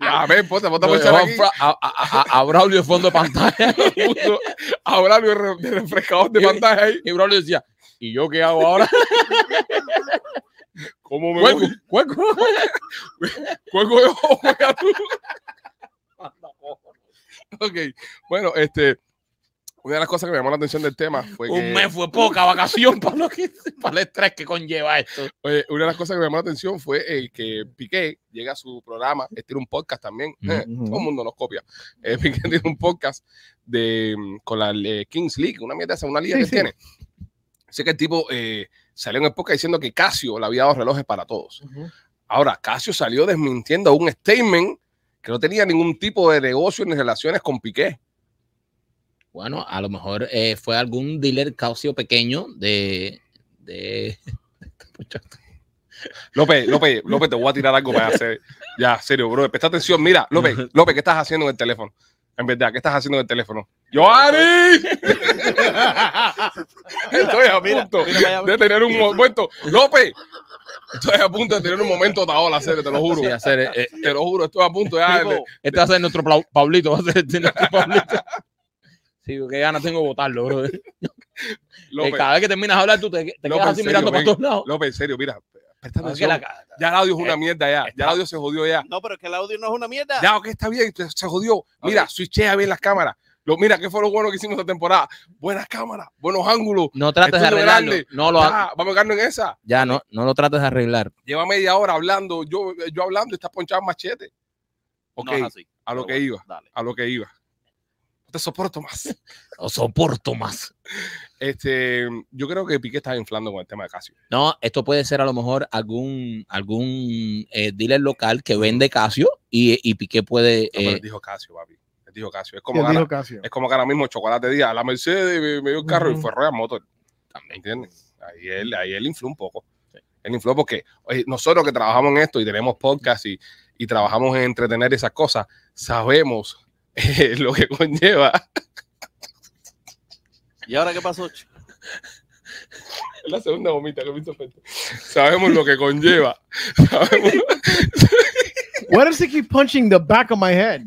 A: a ver, ponte, ponte a
B: No,
A: ponchar
B: a,
A: aquí.
B: a- a- a Braulio de fondo
A: [LAUGHS]
B: de pantalla.
A: Puso A Braulio re- de refrescador de pantalla ahí.
B: y Braulio decía, ¿y yo qué
A: [LAUGHS]
B: hago ahora?
A: ¿Cómo me
B: Cueco,
A: voy?
B: cueco.
A: Juego de ojo, juega tú. [LAUGHS] ok, bueno, este. Una de las cosas que me llamó la atención del tema fue que.
B: Un mes fue poca vacación para, lo que, para el estrés que conlleva esto.
A: Oye, una de las cosas que me llamó la atención fue eh, que Piqué llega a su programa, él tiene un podcast también, eh,
C: Ujú.
A: todo el mundo nos copia. Eh, [LAUGHS] Piqué tiene un podcast de, mm, con la eh, Kings League, una mierda esa, una liga
C: Sí,
A: que
C: sí.
A: tiene. Así que el tipo eh, salió en el podcast diciendo que Casio le había dado relojes para todos.
C: Ujú.
A: Ahora, Casio salió desmintiendo un statement que no tenía ningún tipo de negocio ni relaciones con Piqué.
B: Bueno, a lo mejor eh, fue algún dealer caucio pequeño de, de,
A: López, López, López, te voy a tirar algo para hacer. Ya, serio, bro. Presta atención. Mira, López, López, ¿qué estás haciendo en el teléfono? En verdad, ¿qué estás haciendo en el teléfono?
C: [LAUGHS]
A: ¡Joani! Estoy a
D: Mira,
A: punto
D: mira, vaya-
A: de tener un momento. ¡López! Estoy a punto de tener un momento taola, serio, te lo juro.
B: Sí, hacer, eh, eh,
A: Te lo juro, estoy a punto ya. de-
D: Tipo,
B: este va a ser nuestro Pau- Pablito, va a ser de
A: [LAUGHS]
B: nuestro Pablito. Sí, qué ganas tengo de votarlo, bro. Eh,
A: López,
B: cada vez que terminas de hablar, tú te, te
A: López,
B: quedas así
A: en
B: mirando
A: serio, ven.
B: para todos lados.
A: López, en serio, mira. Presta
B: Ah, que
A: atención.
B: la ca-
A: Ya el audio es una
B: Eh,
A: mierda ya. Ya el audio se jodió ya.
D: No, pero es que el audio no es una mierda.
A: Ya, ok, está bien, se- se jodió. Mira, switchea bien las cámaras. Lo, mira, qué fue lo bueno que hicimos esta temporada. Buenas cámaras, buenos ángulos.
B: No trates de
A: Estudio
B: arreglarlo.
A: grande.
B: No lo, ha-
A: Ya, vamos a quedarnos en esa.
B: ya no, no lo trates de arreglar.
A: Lleva media hora hablando, yo, eh, yo hablando, estás ponchado en machete. Ok,
D: No es así.
A: a lo
D: Pero
A: que
D: bueno,
A: iba,
D: Dale.
A: a lo que iba. No te soporto más.
B: No soporto más.
A: Este, yo creo que Piqué está inflando con el tema de Casio.
B: No, esto puede ser a lo mejor algún, algún eh, dealer local que vende Casio y, y Piqué puede.
A: No, pero
B: eh,
A: él dijo Casio, papi. Él dijo Casio. Es como,
C: ¿Quién
A: que ahora-
C: dijo Casio?
A: es como que ahora mismo Chocolate Díaz, la Mercedes me, me dio el carro y
C: Ujú.
A: fue Royal Motor. ¿Me entiendes? Ahí él, ahí él infló un poco. Él infló porque oye, nosotros que trabajamos en esto y tenemos podcast y, y trabajamos en entretener esas cosas, sabemos [LAUGHS] eh, lo que conlleva. [LAUGHS]
D: ¿Y ahora qué pasó? [LAUGHS] ch-?
A: Es la segunda vomita que me hizo efecto. Sabemos lo que conlleva. Sabemos-
C: Why does he keep punching the back of my head?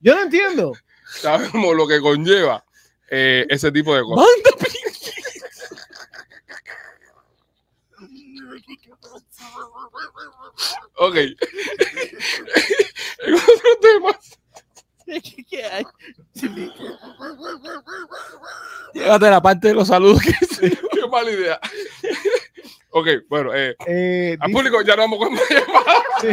C: Yo no entiendo.
A: sabemos lo que conlleva eh, ese tipo de cosas.
B: ¡Manda, Piqué!
A: Ok. [LAUGHS] en otro tema.
D: ¿Qué hay?
B: Llévate la parte de los saludos que
A: Qué mala idea. ok, bueno, eh,
C: Eh,
A: al
C: dice-
A: público ya no vamos con más llamadas.
C: sí.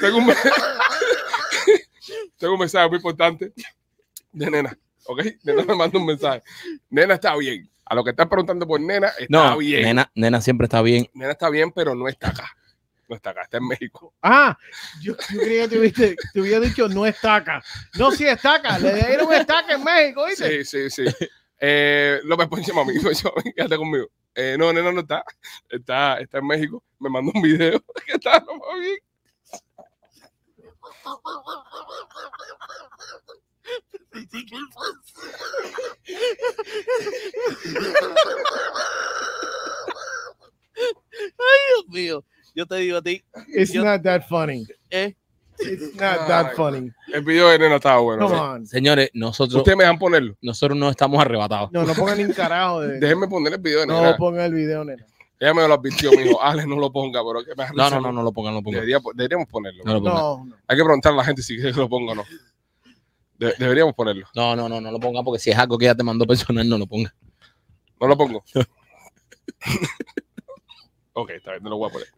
A: Tengo un, me- [LAUGHS] Tengo un mensaje muy importante de nena. ¿Ok? Nena me manda un mensaje. Nena está bien. A lo que están preguntando por nena, está
B: No,
A: bien. Nena.
B: nena, nena siempre está bien.
A: está bien, pero no está acá. No está acá, está en México.
C: Ah, yo, yo creía que te, hubiese- te hubiera dicho no estaca. No, sí estaca. Le dieron estaca en México, ¿viste?
A: Sí, sí, sí. Eh, López Ponche, mami, Ponche, mami, quédate conmigo. Eh, no, nena no está. está. Está en México. Me mandó un video [LAUGHS] que está lo más bien.
D: Dios mío. Yo te digo a ti.
C: It's
D: yo-
C: not that funny.
D: Eh,
C: It's not that
A: Ay.
C: funny.
A: El video de nena estaba bueno.
C: Come on.
B: Señores, nosotros,
A: Ustedes me dejan ponerlo.
B: nosotros no estamos arrebatados.
C: No, no pongan ni un carajo de.
A: Déjenme poner el video de nena.
C: No pongan el video, nena.
A: Ella me lo advirtió, me dijo, Alex, no lo ponga, pero que me da
B: No,
A: risa.
B: no, no, no lo pongan, no lo pongan.
A: Debería- deberíamos ponerlo.
B: No lo pongan.
C: No, no.
A: Hay que preguntar a la gente si [LAUGHS] quiere que lo ponga o no. De- deberíamos ponerlo.
B: No, no, no, no lo pongan porque si es algo que ya te mandó personal, no lo pongan.
A: No lo
B: [LAUGHS]
A: pongo. ok, está bien, no lo voy a poner.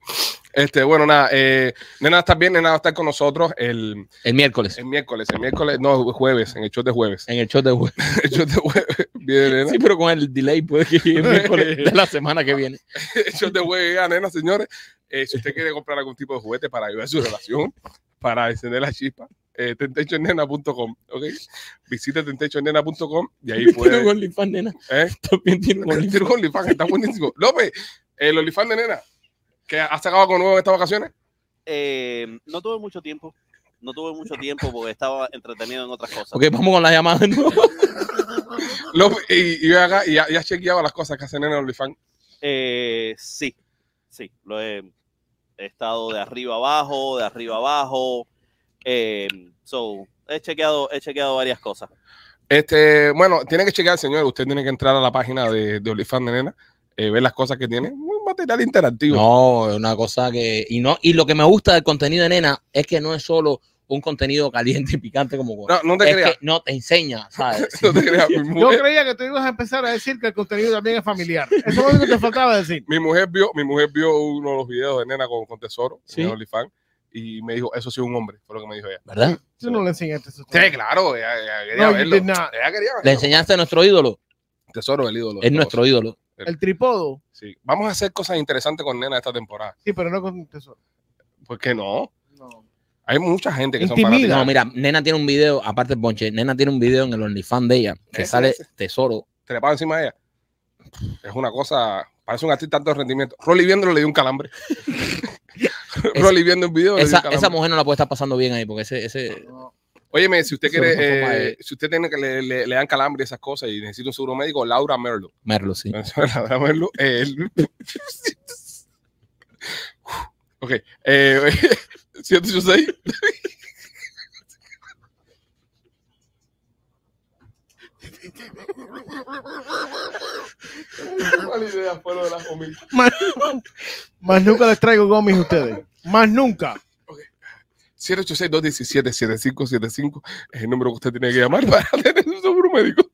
A: Este, bueno, nada, eh, nena, estás bien, nena va a estar con nosotros el,
B: El miércoles,
A: el miércoles, el miércoles, no, jueves, en el show de jueves.
B: en el show de web.
A: [LAUGHS] El show de jueves, viene nena.
B: Eh. Sí, pero con el delay puede que llegue el miércoles de la semana que viene.
A: El show de jueves, ya, nena, señores. Eh, si usted quiere comprar algún tipo de juguete para ayudar a su relación, para encender la chispa, eh, tentationnena.com, ¿ok? Visita tentationnena.com y
B: [LAUGHS]
A: ahí
B: Tiene un
A: puede...
B: OnlyFans, nena.
A: ¿eh?
B: También
A: [LAUGHS]
B: tiene un OnlyFans.
A: Tiene un OnlyFans, está buenísimo. López, el OnlyFans de nena, que ha sacado algo nuevo en estas vacaciones.
D: eh, no tuve mucho tiempo. No tuve mucho tiempo porque estaba entretenido en otras cosas.
B: Ok, vamos con la llamada de nuevo.
A: López, y, y, ven acá, y ya, ya has chequeado las cosas que hace nena en OnlyFans.
D: Eh, sí, sí, lo he, he estado de arriba abajo, de arriba abajo. eh, so, he chequeado, he chequeado varias cosas.
A: Este, bueno, tiene que chequear, señor. Usted tiene que entrar a la página de, de OnlyFans de nena, eh, ver las cosas que tiene. Un material interactivo.
B: No, es una cosa que. Y no y lo que me gusta del contenido de nena es que no es solo un contenido caliente y picante como.
A: No, no te
B: es
A: creas.
B: que no te enseña, ¿sabes?
A: [LAUGHS] No te creas. Mi
C: Yo
A: mujer,
C: creía que tú ibas a empezar a decir que el contenido también es familiar. Eso es lo único que te faltaba decir.
A: mi mujer vio, mi mujer vio uno de los videos de nena con, con Tesoro
B: Sí.
A: en OnlyFans y me dijo, eso sí es un hombre, fue lo que me dijo ella.
B: ¿Verdad?
C: Tú no le este enseñaste eso.
A: Sí, claro, ella, ella quería
C: No, you
A: verlo.
C: did not.
A: Ella quería
B: Le
A: verlo.
B: enseñaste a nuestro ídolo.
A: Tesoro, el ídolo. de
B: Es
A: todos.
B: nuestro ídolo.
C: El tripodo.
A: Sí. Vamos a hacer cosas interesantes con Nena esta temporada.
C: Sí, pero no con tesoro.
A: ¿Por qué no?
C: No.
A: Hay Hay mucha gente que son fanáticos.
C: Intimida.
B: No, mira, Nena tiene un video, aparte del Bonche, Nena tiene un video en el OnlyFans de ella que
A: Ese,
B: sale
A: ese.
B: tesoro.
A: trepado encima de ella. Es una cosa, parece un artista de tanto rendimiento. Rolly viéndolo le dio un
B: [LAUGHS]
A: calambre. Rolly viendo el video. le dio
B: Esa,
A: un calambre.
B: esa mujer no la puede estar pasando bien ahí, porque ese, ese
A: Óyeme, si usted
B: Eso no es una forma
A: quiere, eh,
B: de-
A: si usted tiene que le, le- le dan calambre y esas cosas y necesita un seguro médico, Laura Merlo.
B: Merlo, sí.
A: [LAUGHS] Laura Merlo. eh, el- [LAUGHS] ok. Eh, [LAUGHS] 786. Mala idea fue lo de la comida.
C: Más, más nunca les traigo gomis a ustedes. Más nunca.
A: 786-217-7575 es el número que usted tiene que llamar para [LAUGHS] tener un seguro médico.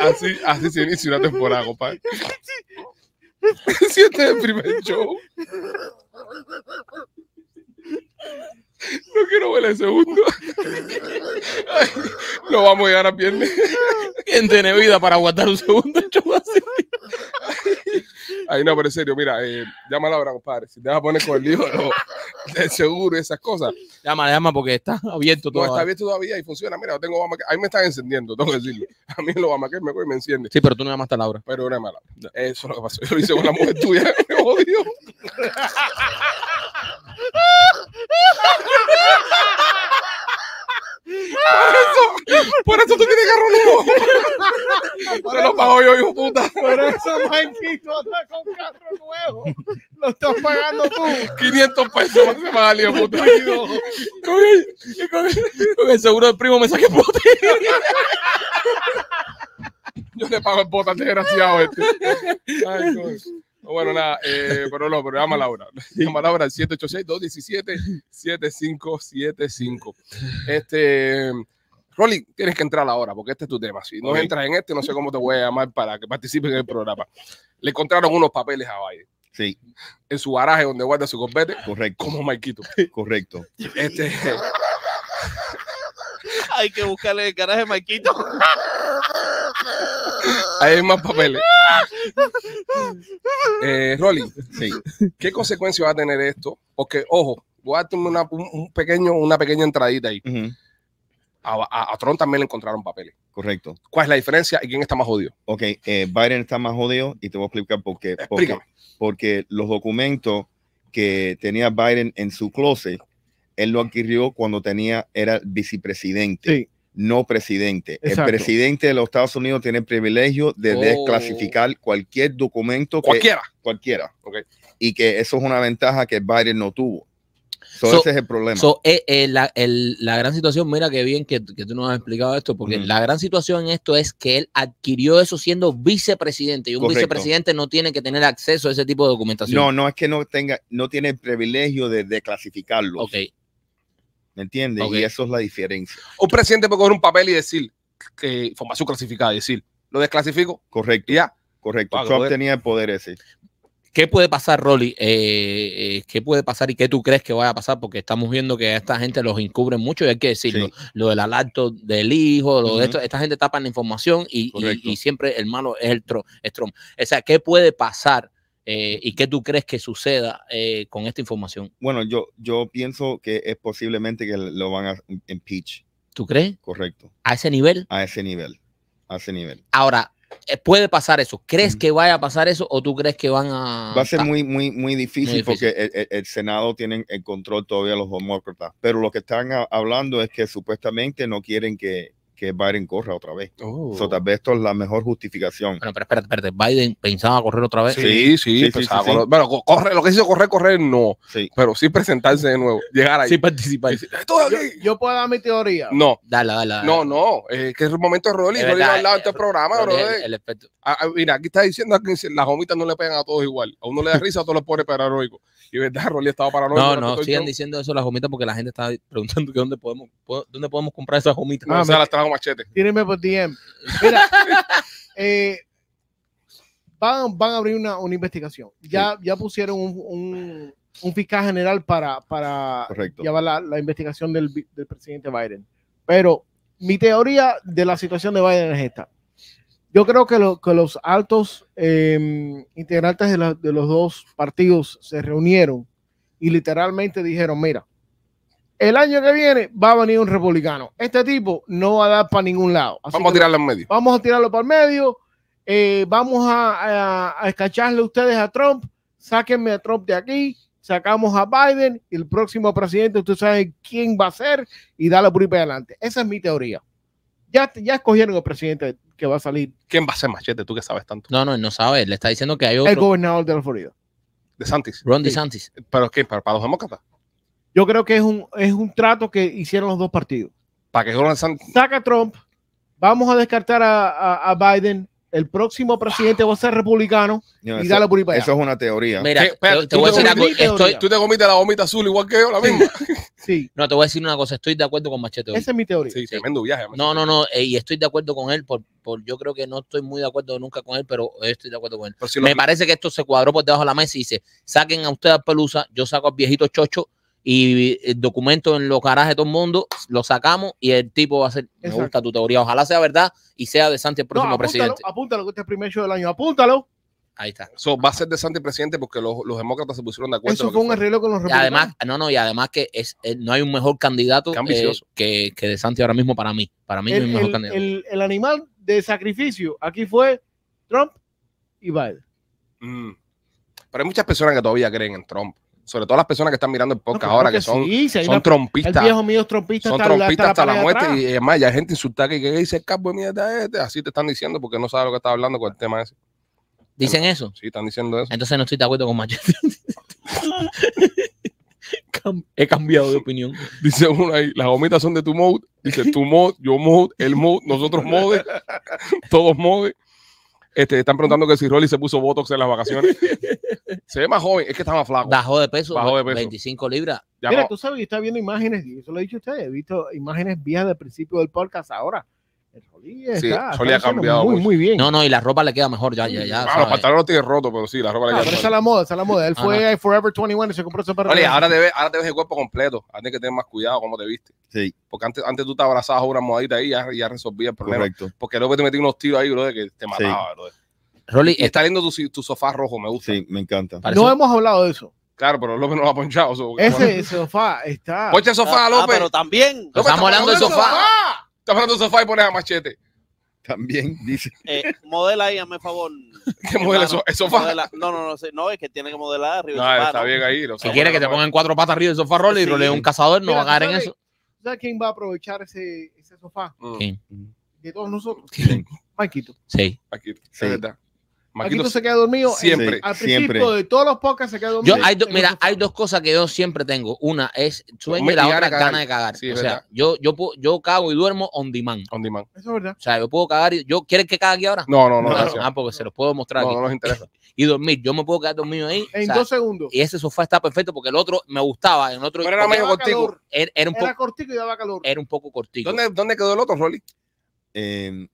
A: Así, así se inicia una temporada, compadre. Si este es el primer show. No quiero ver el segundo. Ay, lo vamos a llegar a viernes.
B: ¿Quién tiene vida para aguantar un segundo [LAUGHS] show así?
A: Ay, no, pero en serio, mira, eh, llama a Laura, compadre. Si te vas a poner con el lío de lo- del seguro y esas cosas,
B: Llama, llama porque está abierto
A: no
B: todo.
A: está abierto todavía y funciona. Mira, yo tengo Obamacare. Ahí me están encendiendo, tengo que decirlo. A mí lo Obamacare me coge y me enciende.
B: Sí, pero tú no llamaste a Laura.
A: Pero era mala. Eso es lo que pasó. Yo lo hice con la mujer tuya. [LAUGHS] Me odio. Por eso, por eso tú tienes carro nuevo. Por lo pago yo, hijo puta.
C: Por eso Maikito anda con carro nuevo. Lo estás pagando tú.
A: 500 pesos más se vale, hijo puta.
B: Con el, seguro del primo me saqué puta.
A: Yo le pago el bota al desgraciado este. Ay, coño. bueno, nada, eh, pero no, pero llama a Laura. Llama a Laura al 786-217-7575. Este, Rolly, tienes que entrar ahora porque este es tu tema. Si no
E: Ok.
A: entras en este, no sé cómo te voy a llamar para que participes en el programa. Le encontraron unos papeles a Biden
E: Sí,
A: en su garaje donde guarda su copete,
B: Ah,
E: correcto,
A: como Maikito.
E: correcto.
A: Este,
D: [LAUGHS] Hay que buscarle el garaje, Maquito.
A: hay más papeles. Eh, Rolly,
E: Sí,
A: ¿Qué consecuencias va a tener esto? Porque, ojo, voy a darme una, un, un pequeño, una pequeña entradita ahí.
E: ujú,
A: A, a- a Trump también le encontraron papeles.
E: correcto.
A: ¿Cuál es la diferencia y quién está más jodido?
E: Ok, eh, Biden está más jodido y te voy a explicar por qué. Porque,
A: Explícame.
E: porque los documentos que tenía Biden en su closet, él lo adquirió cuando tenía, era vicepresidente.
C: Sí.
E: No presidente.
C: Exacto.
E: El presidente de los Estados Unidos tiene el privilegio de
B: Oh.
E: desclasificar cualquier documento que,
A: Cualquiera.
E: cualquiera.
A: Ok.
E: Y que eso es una ventaja que Biden no tuvo. So,
B: So-
E: ese es el problema.
B: So, eh, eh, la, el- la gran situación, mira qué bien que, que tú nos has explicado esto, porque
E: Ujú.
B: la gran situación en esto es que él adquirió eso siendo vicepresidente y un
E: Correcto.
B: vicepresidente no tiene que tener acceso a ese tipo de documentación.
E: no, no es que no tenga, no tiene el privilegio de desclasificarlo.
B: Ok,
E: ¿Me entiendes?
B: Ok.
E: Y eso es la diferencia.
A: Un presidente puede coger un papel y decir, que, información clasificada, y decir, lo desclasifico
E: Correcto,
A: y ya.
E: correcto.
A: Ah,
E: Trump
B: eh.
A: poder.
E: tenía el poder ese.
B: ¿Qué puede pasar, Rolly? Eh, eh, ¿Qué puede pasar y qué tú crees que vaya a pasar? Porque estamos viendo que a esta gente los encubren mucho y hay que decirlo.
E: Sí.
B: Lo de la laptop del hijo, lo
E: Ujú.
B: de esto, esta gente tapa la información y, y-
E: Correcto.
B: y siempre el malo es el tro- es Trump. O sea, ¿qué puede pasar eh, y qué tú crees que suceda eh, con esta información?
E: Bueno, yo, yo pienso que es posiblemente que lo van a impeach,
B: ¿Tú crees?
E: correcto,
B: A ese nivel.
E: a ese nivel, a ese nivel.
B: Ahora, eh, puede pasar eso. ¿Crees
E: Ujú.
B: que vaya a pasar eso o tú crees que van a...
E: Va a ser
B: ta-
E: muy, muy, muy difícil,
B: Ah, Muy difícil.
E: porque el, el- el Senado tiene el control todavía los demócratas, pero lo que están a- hablando es que supuestamente no quieren que, que Biden corra otra vez.
B: Oh.
E: So, tal vez esto es la mejor justificación.
B: Bueno, pero espérate, espérate. Biden pensaba correr otra vez.
A: Sí, sí,
E: sí,
A: pensaba
E: sí, sí.
A: con- Bueno, co- corre, lo que hizo correr, correr, no.
E: Sí.
A: Pero sí presentarse de nuevo, llegar
B: [LAUGHS]
A: ahí.
B: Sí, participar.
A: Estoy
C: Yo,
A: aquí.
C: yo puedo dar mi teoría.
A: No,
B: Dale, dale. dale.
A: no, no. eh, que es un momento de Rolly.
B: Es
A: Rolly lo
B: verdad,
A: ha hablado en
B: eh,
A: todo el programa,
B: Creo que
A: brother.
B: el- el experto.
A: Ah, ah, mira, aquí está diciendo que dice, las gomitas no le pegan a todos igual. A uno le da risa, a todos los pone paranoico. Y verdad, Rolly estaba paranoico.
B: No,
A: durante
B: no,
A: todo el
B: sigan
A: show.
B: diciendo eso las gomitas porque la gente está preguntando que dónde podemos, po- dónde podemos comprar esas gomitas.
A: No, o sea, las trajo machete.
C: Tírenme por DM. Mira, eh, van, van a abrir una, una investigación. Ya, ya pusieron un, un, un fiscal general para, para
E: Correcto.
C: llevar la, la investigación del, vi- del presidente Biden. Pero mi teoría de la situación de Biden es esta. Yo creo que, lo- que los altos eh, integrantes de, la- de los dos partidos se reunieron y literalmente dijeron, mira, el año que viene va a venir un republicano. Este tipo no va a dar para ningún lado. Así
A: Vamos a
C: que
A: tirarla en medio.
C: vamos a tirarlo para el medio, eh, vamos a, a, a escacharle ustedes a Trump, sáquenme a Trump de aquí, sacamos a Biden, y el próximo presidente, usted sabe quién va a ser y dale por ahí para adelante. Esa es mi teoría. Ya, ya escogieron el presidente que va a salir,
A: ¿Quién va a ser machete? Tú que sabes tanto.
B: No, no, él no sabe. Le está diciendo que hay
C: el
B: otro.
C: gobernador de la Florida.
A: De Santis.
B: Ron DeSantis.
A: ¿Pero qué? ¿Para, para los demócratas?
C: Yo creo que es un, es un trato que hicieron los dos partidos.
A: ¿Para que Ron DeSantis?
C: Saca a Trump, vamos a descartar a, a- a Biden, el próximo presidente va a ser republicano
E: You know,
C: y
E: eso,
C: dale por ahí para
E: eso
C: allá.
E: es una teoría.
B: Mira,
A: ¿Qué? Espérate,
B: te, te
A: tú
B: voy a
A: te
B: decir algo.
C: comiste
B: Estoy,
C: ahorita.
A: ¿Tú te comiste la gomita azul igual que yo, la misma?
C: Sí,
B: no, te voy a decir una cosa. Estoy de acuerdo con Machete. hoy.
C: esa es mi teoría.
A: Sí, tremendo viaje. machete.
B: No, no, no. eh, y estoy de acuerdo con él. Por, por, yo creo que no estoy muy de acuerdo nunca con él, pero estoy de acuerdo con él.
A: Pero si lo-
B: Me parece que esto se cuadró por debajo de la mesa y dice: saquen a ustedes a Pelusa, yo saco al viejito Chocho y el documento en los garajes de todo el mundo, lo sacamos y el tipo va a ser. Me
C: Exacto.
B: gusta tu teoría. Ojalá sea verdad y sea de Santi el próximo
C: No, apúntalo,
B: presidente.
C: Apúntalo, que este es el primer show del año. Apúntalo.
B: Ahí está.
A: So, va a ser de Santis presidente porque los, los demócratas se pusieron de acuerdo. en
C: Eso
A: lo
C: fue
A: que
C: un arreglo con los
B: Y además, no, no, y además que es, eh, no hay un mejor candidato
A: Qué
B: eh,
A: ambicioso.
B: que, que de Santi ahora mismo para mí. Para mí no hay un
C: el,
B: mejor
C: el-
B: candidato.
C: el- el animal de sacrificio aquí fue Trump y Biden.
A: Mm. Pero hay muchas personas que todavía creen en Trump. Sobre todo las personas que están mirando el
C: No,
A: podcast
C: claro
A: ahora, que, son,
C: sí, si hay
A: son
C: una- El
A: trompistas.
C: viejo mío es trompista
A: Son
C: hasta la-
A: trompistas hasta la,
C: pared
A: muerte.
C: atrás.
A: Y además, ya hay gente insultada que, que dice el capo de mierda este. Así te están diciendo porque no sabe lo que está hablando con el tema ese.
B: Dicen eso.
A: Sí, están diciendo
C: [LAUGHS]
A: eso.
B: Entonces no estoy de acuerdo con Machete. Cam- He cambiado de opinión.
A: Dice uno ahí, las gomitas son de tu mode. Dice tu mode, yo mode, el mode, nosotros
C: [LAUGHS]
A: mode, todos mode. Este, están preguntando que si Rolly se puso Botox en las
C: [LAUGHS]
A: vacaciones. Se ve más joven, es que está más flaco.
B: Bajó de peso,
A: Bajó de peso.
B: 25 libras.
A: Ya
C: Mira,
A: no-
C: tú sabes, yo estaba viendo imágenes, y eso lo he dicho a ustedes, he visto imágenes viejas del principio del podcast ahora. El Rolí está,
A: Sí,
C: está
A: Rolí ha
C: haciendo
A: cambiado
C: muy,
A: mucho.
C: muy bien.
B: No, no, y la ropa le queda mejor. Ya, ya, ya.
A: Ah, los
B: ¿sabes?
A: pantalones los tiene rotos, pero sí, la ropa
C: Ah,
A: le queda
C: pero esa
A: suelta.
C: es la moda, esa es la moda. Él
B: Ah,
C: fue a Forever 21 y se compró ese
A: Rolly, ahora te, ves, ahora te ves el cuerpo completo. Ahora tienes que tener más cuidado cómo te viste.
E: Sí,
A: Porque antes, antes tú te abrazabas a una modita ahí y ya, ya resolvía el problema.
E: correcto.
A: Porque luego te metí unos tiros ahí, bro, de que te
E: Sí.
A: mataba, brother.
B: Rolly,
A: Y está lindo tu, si- tu sofá rojo, me gusta.
E: Sí, me encanta.
B: parece-
C: No hemos hablado de eso.
A: Claro, pero López no lo ha ponchado. o sea, porque-
C: Ese Ah. sofá está...
A: Poncha el sofá, López.
D: Ah, pero también
A: López,
B: Ah, Estamos hablando del
A: poniendo
B: sofá.
A: Estás hablando del sofá y pones a machete.
B: [LAUGHS]
E: También dice.
D: eh, modela ahí, hazme favor.
A: [LAUGHS] ¿Qué modelo
D: Hermano,
A: es el sofá?
D: modela- No, no, no, sí, no, es que tiene que modelar arriba. del
A: [LAUGHS] No,
D: sofá,
A: está
D: ¿no?
A: bien ahí.
B: si quiere que te pongan cuatro patas arriba del sofá, Rolly, y
D: Sí.
B: Rolly es un cazador, no
C: Mira,
B: va a caer en
C: ¿sabes?
B: eso.
C: ¿Sabes quién va a aprovechar ese, ese sofá?
A: pongan.
B: ¿Quién?
C: De todos nosotros.
B: ¿Quién?
C: Maquito.
B: Sí.
A: Aquí,
E: Sí.
A: es verdad.
C: Maquito
A: Maquito,
C: se queda dormido. en-
A: siempre.
E: Sí,
C: Al
E: siempre.
C: principio de todos los podcasts se queda dormido.
B: Yo, hay do-
C: en el
B: mira,
C: sofá.
B: hay dos cosas que yo siempre tengo. Una es sueño
A: Me-
B: y la
A: y
B: otra
A: gana
B: es
A: de cagar.
B: gana de cagar.
A: Sí, es
B: o sea,
A: verdad.
B: yo, yo, pu- yo cago y duermo on demand.
A: on demand.
C: Eso es verdad.
B: O sea, yo puedo cagar y yo. ¿Quieres que cague aquí ahora?
A: No, no, no,
E: No,
A: gracias.
B: Ah, porque se los puedo mostrar
A: No,
B: aquí.
A: no nos interesa.
B: Y dormir. Yo me puedo quedar dormido ahí. o
C: En
B: sea,
C: dos segundos.
B: y ese sofá está perfecto porque el otro me gustaba. En otro
A: Pero era
B: porque
A: medio
C: daba
A: contigo.
C: calor,
B: era, era un
C: Era
B: poco, Eh.
C: cortico y daba calor.
B: era un poco cortito.
A: ¿Dónde, ¿Dónde quedó el otro, Rolly?
E: eh,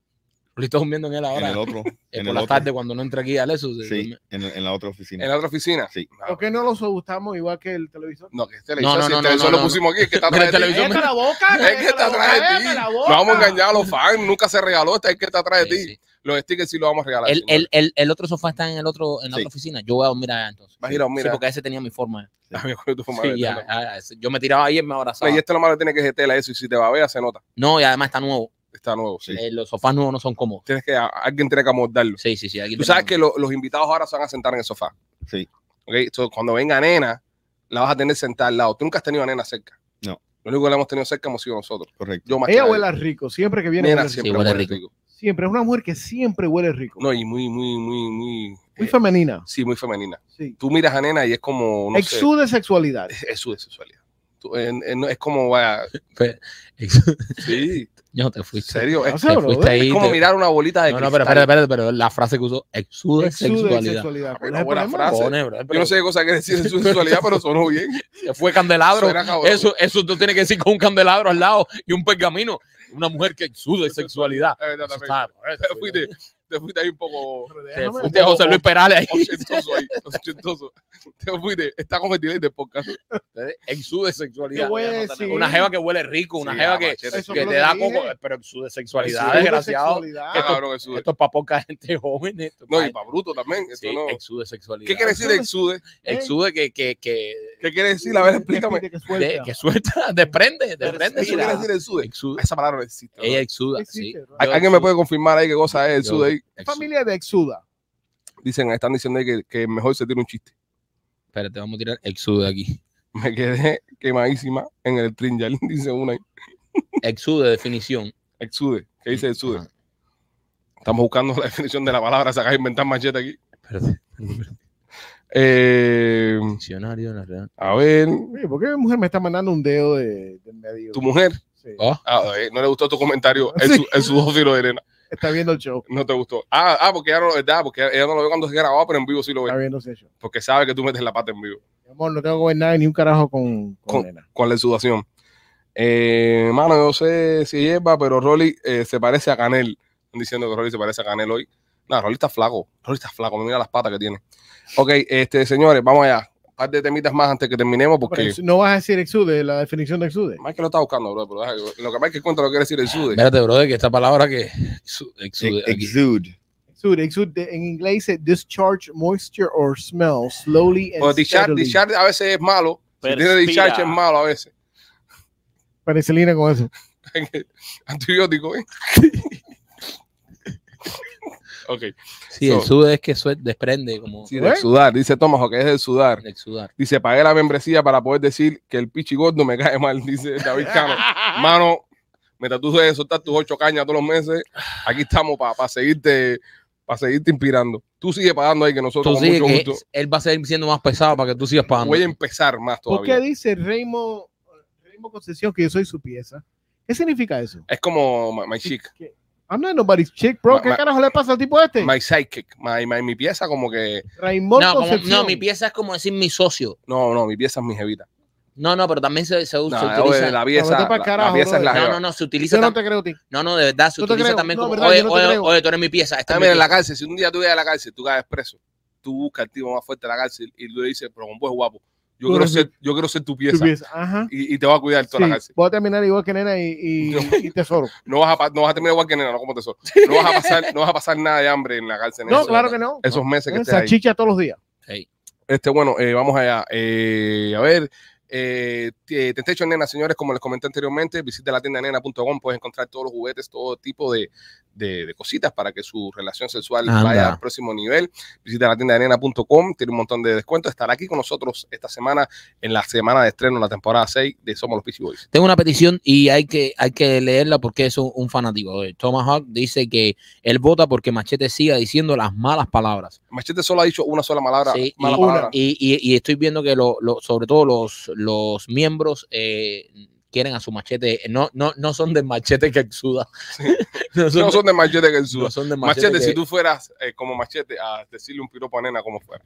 B: Rolly está durmiendo en él
E: en
B: ahora.
E: el otro.
B: [LAUGHS] Eh,
E: en
B: por
E: el
B: la
E: otro.
B: tarde cuando no entra aquí al eso. se
E: Sí,
B: duerme.
E: en, en la otra
A: ¿En
E: oficina.
A: la otra oficina?
E: Sí.
A: Ah,
C: ¿Por qué no los gustamos igual que el televisor?
A: No, que este televisor,
B: no,
A: si
B: no,
A: el
B: no,
A: televisor
B: no,
A: lo
B: no.
A: pusimos aquí, es que
B: [LAUGHS]
A: está
B: Mira, este
A: atrás de
B: el
A: ti.
B: televisor-
C: ¡Cállate la boca!
A: Es que está atrás de ti. No vamos a engañar a los fans. Nunca se regaló. Este es el que está atrás de
B: Sí,
A: ti.
B: sí.
A: Los stickers sí los vamos a regalar.
B: El,
A: señor.
B: el, el, el otro sofá está en el otro en la
E: Sí.
B: otra oficina. Yo voy a dormir allá entonces.
A: Vas a ir a dormir
B: Sí,
A: allá.
B: porque ese tenía mi forma. [LAUGHS]
A: Ah, me acuerdo de tu
B: Sí,
A: madre,
B: ya,
A: tela.
B: ya, ya. yo me tiraba ahí y él me abrazaba.
A: Y este lo malo que tiene que es de tela eso. Y si te va a ver, se nota.
B: No, y además está nuevo.
A: Está nuevo. Sí.
B: Eh, los sofás nuevos no son cómodos.
A: Tienes que, a- alguien tiene que amordarlo.
B: Sí, sí, sí. aquí
A: Tú sabes
B: tenemos-
A: que lo- los invitados ahora se van a sentar en el sofá.
E: Sí.
A: ¿Ok? Entonces, cuando venga nena, la vas a tener sentada al lado. Tú nunca has tenido a nena cerca.
E: No.
A: Lo único que la hemos tenido cerca hemos sido nosotros.
E: Correcto.
A: Yo más
C: Ella
A: que
C: huele rico. Siempre que
A: nadie.
C: viene.
A: Nena
C: huele rico.
A: siempre
B: Sí, huele
A: huele rico.
B: rico.
C: Siempre. Es una mujer que siempre huele rico.
A: No, y muy, muy, muy, muy.
C: Muy
A: eh,
C: femenina.
A: sí, muy femenina.
C: Sí.
A: Tú miras a nena y es como. No sé,
C: Exude sexualidad.
B: Eh,
A: es, es su sexualidad. Tú- eh, eh, no, es como. vaya,
B: [LAUGHS]
A: sí,
B: no, te
A: en
B: fuiste.
A: serio. Es,
C: No sé,
B: Te
C: bro,
B: fuiste
C: ¿eh?
B: ahí.
A: es como
B: te-
A: mirar una bolita de
B: no, no,
A: cristal.
B: pero espérate, espérate, pero la frase que usó exude,
C: Exude
B: sexualidad.
C: sexualidad. Pues ¿Cuál es
A: Una
C: el
A: buena
C: problema?
A: frase.
B: Pone, bro,
A: Yo
B: pero
A: no sé qué cosa quiere decir
B: [LAUGHS]
A: en su sexualidad, pero sonó bien.
B: se fue candelabro.
A: Suena cabrón.
B: Ah, Eso, eso tú tienes que decir con un candelabro al lado y un pergamino. Una mujer que exude sexualidad.
A: Es verdad,
B: Eso
A: también.
B: está-
A: Fuiste, te fuiste ahí un poco.
C: Pero
B: Se
C: déjame-
B: fuiste José Luis Perales ahí.
A: Ochentoso ahí, ochentoso. Te fuiste, está convertido en de podcast.
B: Exude sexualidad.
C: Yo voy a
D: ya no tenemos-
C: decir-
B: Una jeva que huele rico, una
A: Sí,
B: jeva
A: ah,
B: que,
A: machete.
C: Eso
B: que
C: fue lo
B: te
C: que
B: da
C: dije.
B: coco. Pero exude sexualidad,
C: Exude
B: desgraciado.
C: sexualidad. [LAUGHS]
A: Qué Ah, cabrón que sube.
B: Esto es para poca gente joven. Esto,
A: No,
B: pa-
A: y para bruto también. esto
B: sí,
A: no.
B: Exude sexualidad.
A: ¿Qué quiere decir exude?
B: Exude que, que, que,
A: ¿Qué quiere decir? A ver, explícame.
C: Repite que
B: de-
C: suelta.
B: que suelta, [LAUGHS] desprende, desprende.
A: ¿Eso
D: Respira.
A: quiere
B: Exude.
A: decir exude?
B: Exude.
A: Esa palabra no existe.
B: Ella
A: ¿no?
B: exuda,
C: Existe,
B: sí.
C: ¿no?
B: Yo
A: ¿Al- ¿Alguien me
B: exudo,
A: puede confirmar ahí qué cosa es exude? ahí?
C: Es
B: exudo.
C: familia de Exuda.
A: Dicen, están diciendo ahí que, que mejor se tira un chiste.
B: Espérate, vamos a tirar exude aquí.
A: Me quedé quemadísima en el trinjal, [LAUGHS] dice una. ahí.
B: Exude, definición. Ah,
A: Exude. ¿Qué dice exude?
B: Ajá.
A: Estamos buscando la [LAUGHS] definición de la palabra, sacar inventar machete aquí.
B: Espérate, espérate.
A: Eh,
B: Diccionario, la real.
A: a ver,
C: Oye, ¿Por qué mi mujer me está mandando un dedo de, del medio?
A: tu mujer.
C: Sí.
B: Oh,
A: Ah, eh, no le gustó tu comentario. El, su, el sudófilo de Elena.
C: Está viendo el show.
A: No te gustó. Ah, ah, porque ella no, ¿verdad? Porque ella no lo ve cuando es grabado, pero en vivo sí lo
C: Está
A: ve.
C: viendo ese show.
A: Porque sabe que tú metes la pata en vivo.
C: Mi amor, no tengo que ver nada ni un carajo con, con,
A: Con-
C: nena.
A: con la exudación. Eh, mano, yo sé si lleva, pero Rolly eh, se parece a Canel. Están diciendo que Rolly se parece a Canel hoy. No, Rolly está flaco. Rolly está flaco. Mira las patas que tiene. Ok, este, señores, vamos allá. Un par de temitas más antes que terminemos,
C: Pero
A: porque.
C: ex- no vas a decir Exude, la definición de Exude.
A: Michael lo está buscando, bro, pero deja que- lo que Michael cuenta lo quiere decir el sude.
B: espérate, brother, que esta palabra que. exu- Exude, aquí.
E: Exude.
C: Exude, exude en inglés dice discharge moisture or smell slowly and
B: Pues
A: O discharge,
C: steadily.
A: discharge a veces es malo. Si tiene
D: Perspira.
A: discharge es malo a veces. [LAUGHS]
C: Penicilina con eso.
A: Antibiótico, ¿eh? [LAUGHS] ok.
B: Sí,
A: So-
B: exude es que suel- desprende, como
A: Sí,
C: ¿Eh?
A: del sudar. Dice Thomas, que es del sudar.
B: exudar.
A: Dice, pagué la membresía para poder decir que el pichi gordo me cae mal, [LAUGHS] dice David Cano. Mano, mientras tú de soltar tus ocho cañas todos los meses, aquí estamos para seguirte para seguirte inspirando. Tú sigue pagando ahí que nosotros
B: Tú
A: con
B: sigues
A: mucho
B: que
A: gusto
B: él va a seguir siendo más pesado para que tú sigas pagando.
A: voy a empezar más
C: ¿Por qué
A: todavía.
C: dice Reymo, Reymo Concesión que yo soy su pieza? ¿Qué significa eso?
A: Es como my, my chic,
C: I'm not nobody's chick, bro.
A: Ma-
C: ¿Qué
A: ma-
C: carajo le pasa al tipo este?
A: my sidekick, my, my- mi pieza como que...
C: Raymond
B: no, como-
C: Concepción.
B: no, mi pieza es como decir mi socio.
A: No, no, mi pieza es mi jevita.
B: No, no, pero también se, se usa.
A: No,
B: se
A: oye,
B: utiliza,
A: la pieza,
C: vete pa'l
A: la, la
C: carajo,
A: pieza es la
B: no,
A: jeva.
B: no, no, se utiliza.
C: Yo no
B: tam-
C: te creo a ti.
B: No, no, de verdad, se
C: No te
B: utiliza
C: creo,
B: también
C: no,
B: como,
C: verdad,
B: oye,
C: yo no te
B: oye,
C: creo.
B: oye, tú eres mi pieza. Esta
A: Ah,
B: es
A: mira,
B: mi
A: en la
B: pieza.
A: cárcel, si un día tú llegas a la cárcel, tú caes preso, tú buscas al tipo más fuerte de la cárcel y tú le dices, pero con vos es guapo, yo
C: Tú
A: quiero
C: eres
A: ser, yo quiero ser tu
C: Tu
A: pieza
C: pieza. Ajá.
A: y, y te va a cuidar toda la
C: Sí,
A: cárcel.
C: voy a terminar igual que nena y,
A: [LAUGHS]
C: y-
A: No.
C: y tesoro.
A: No vas, a, pa- no vas a terminar igual que nena, no como tesoro. No vas a pasar, no vas a pasar nada de hambre en la cárcel. en
C: No,
A: esos-
C: claro que no.
A: Esos meses que
C: Es
A: estés ahí.
C: salchicha todos los días.
B: Ey,
A: Este, bueno, eh, vamos allá. Eh, a ver. Eh, t- eh, Temptation Nena, señores, como les comenté anteriormente, visita la tienda nena.com, puedes encontrar todos los juguetes, todo tipo de, de- de cositas para que su relación sexual
B: Anda.
A: vaya al próximo nivel. Visita la tienda nena.com, tiene un montón de descuentos. Estará aquí con nosotros esta semana, en la semana de estreno, en la temporada 6 de Somos los Peachy Boys.
B: Tengo una petición y hay que, hay que leerla porque es un, un fanático. Eh, Thomas Hawk dice que él vota porque Machete siga diciendo las malas palabras.
A: Machete solo ha dicho una sola palabra.
B: Sí,
A: mala
B: y-
A: palabra.
B: Y, y- y estoy viendo que lo- lo- sobre todo los, los miembros eh, quieren a su machete. No, no, no son del machete que exuda. [LAUGHS] no son,
A: No son de Machete que el
B: no son del
A: Machete,
B: machete.
A: si
B: que-
A: tú fueras eh, como Machete a decirle un piropo a nena, como fuera.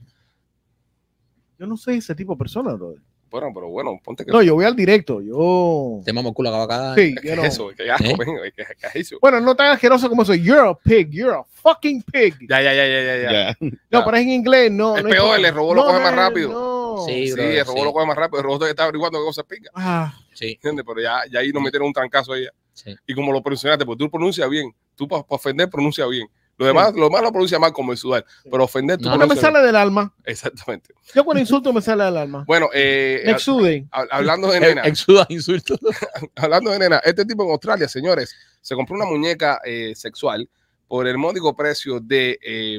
C: Yo no soy ese tipo de persona, bro.
A: Bueno, pero bueno, ponte que
C: No, yo voy al directo. Yo.
B: Te mamo el culo a cada-
C: Sí,
A: ¿Qué
C: yo
A: es
C: no.
A: eso? ¿Qué asco,
B: ¿Eh?
A: ven? ¿Qué- qué es eso?
C: Bueno, no tan asqueroso como soy. You're a pig. You're a fucking pig.
A: Ya, ya, ya, ya, ya. ya.
E: Ya.
A: ya.
C: No, pero es en inglés. No,
A: Es
C: no
A: peor,
C: importa.
A: el robot lo
C: No,
A: coge
C: no,
A: más
C: no,
A: rápido.
C: no.
B: Sí.
A: Sí,
B: brother,
A: el robot
B: sí.
A: lo coge más rápido. El robot está averiguando qué cosa pinga.
C: Ah,
B: Sí,
A: ¿Entiendes? Pero ya, ya ahí nos metieron un trancazo ahí.
B: sí.
A: Y como lo pronunciaste, porque tú pronuncias bien. Tú para ofender pronuncia bien. Lo demás, lo demás lo pronuncia mal como el sudar. Pero ofender tú
B: No,
C: no, me
A: pronuncias
C: sale del alma.
A: bien. Exactamente.
C: Yo cuando insulto me sale del
A: [LAUGHS]
C: alma.
A: Bueno, eh,
C: Me exude.
A: hab- hablando
B: [LAUGHS]
A: de
B: Eh,
A: nena.
B: Exuda insultos.
A: [LAUGHS] hablando de nena, este tipo en Australia, señores, se compró una muñeca eh, sexual por el módico precio de. eh,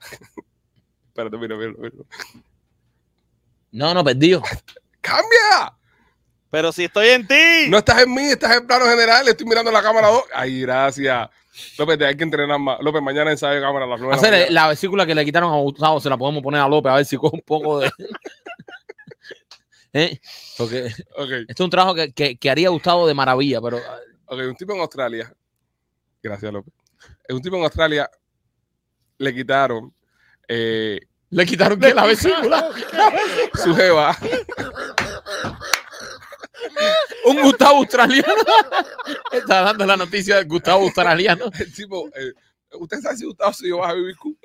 A: [LAUGHS] Espérate, mira, mira, mira.
B: No, no, perdido.
A: ¡Cambia!
D: Pero si estoy en ti.
A: No estás en mí, estás en plano general. Estoy mirando la cámara 2. Ay, gracias. López, te hay que entrenar más. López, mañana ensayo de cámara a las 9.
B: Hacer la, vesícula que le quitaron a Gustavo, se la podemos poner a López a ver si coge un poco de. [LAUGHS] ¿Eh? Porque este
A: Ok,
B: es un trabajo que, que- que haría Gustavo de maravilla,
A: [LAUGHS]
B: pero ah,
A: ok, un tipo en Australia. Gracias, López. Un tipo en Australia le quitaron eh,
B: le quitaron que la vesícula.
A: [LAUGHS] su jeva.
B: Un [LAUGHS] Gustavo australiano. Está dando la noticia de Gustavo australiano.
A: El tipo eh, Usted está asustado si yo vas a vivir Cuba.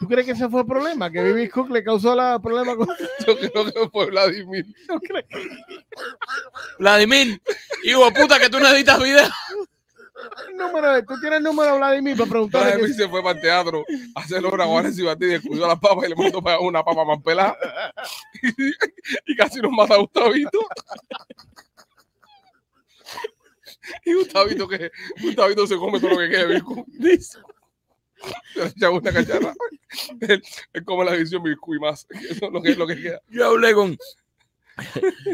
C: ¿Tú crees que ese fue el problema? ¿Que Bibi Cook le causó la problema con
A: Yo creo que fue Vladimir.
B: Vladimir, hijo de puta, que tú no editas video.
C: el número? de- ¿Tú tienes el número de Vladimir para preguntarle?
A: Vladimir
C: que-
A: se fue para el teatro a hacer obra Juárez y Batí, descubrió las papas y le mandó para una papa más pelada. y casi nos mata a Gustavito. y Gustavito que Gustavito se come todo lo que quede, Biscu. Se le echa una cacharra. Él, él come la edición Biscu y más. Eso es lo que, lo que queda.
B: Yo hablé [LAUGHS] con.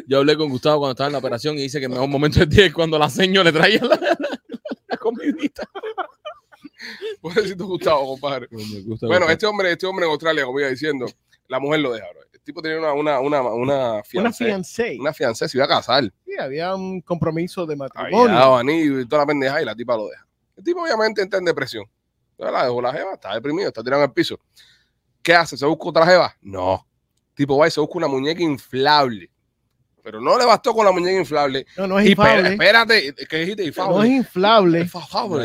B: Yo hablé con Gustavo cuando estaba en la operación y dice que el mejor momento del día es cuando la seño le traía la, la comidita.
A: Pobrecito Gustavo, compadre. Bueno, este hombre, este hombre en Australia, como iba diciendo, la mujer lo deja, bro. El tipo tenía una, una, una, una
C: Una
A: fiancé.
C: fiancé.
A: Una fiancé se iba a casar.
C: Sí, había un compromiso de matrimonio.
A: Había anillo y toda la pendeja y la tipa lo deja. El tipo obviamente está en depresión. Pero la dejó la jeva, está deprimido, está tirado en el piso. ¿Qué hace? ¿Se busca otra jeva? No. El tipo va y se busca una muñeca inflable. Pero no le bastó con la muñeca inflable.
C: no, no es
A: Y espera-
C: inflable.
A: espérate, ¿qué dijiste?
C: No es
A: Infable.
C: inflable.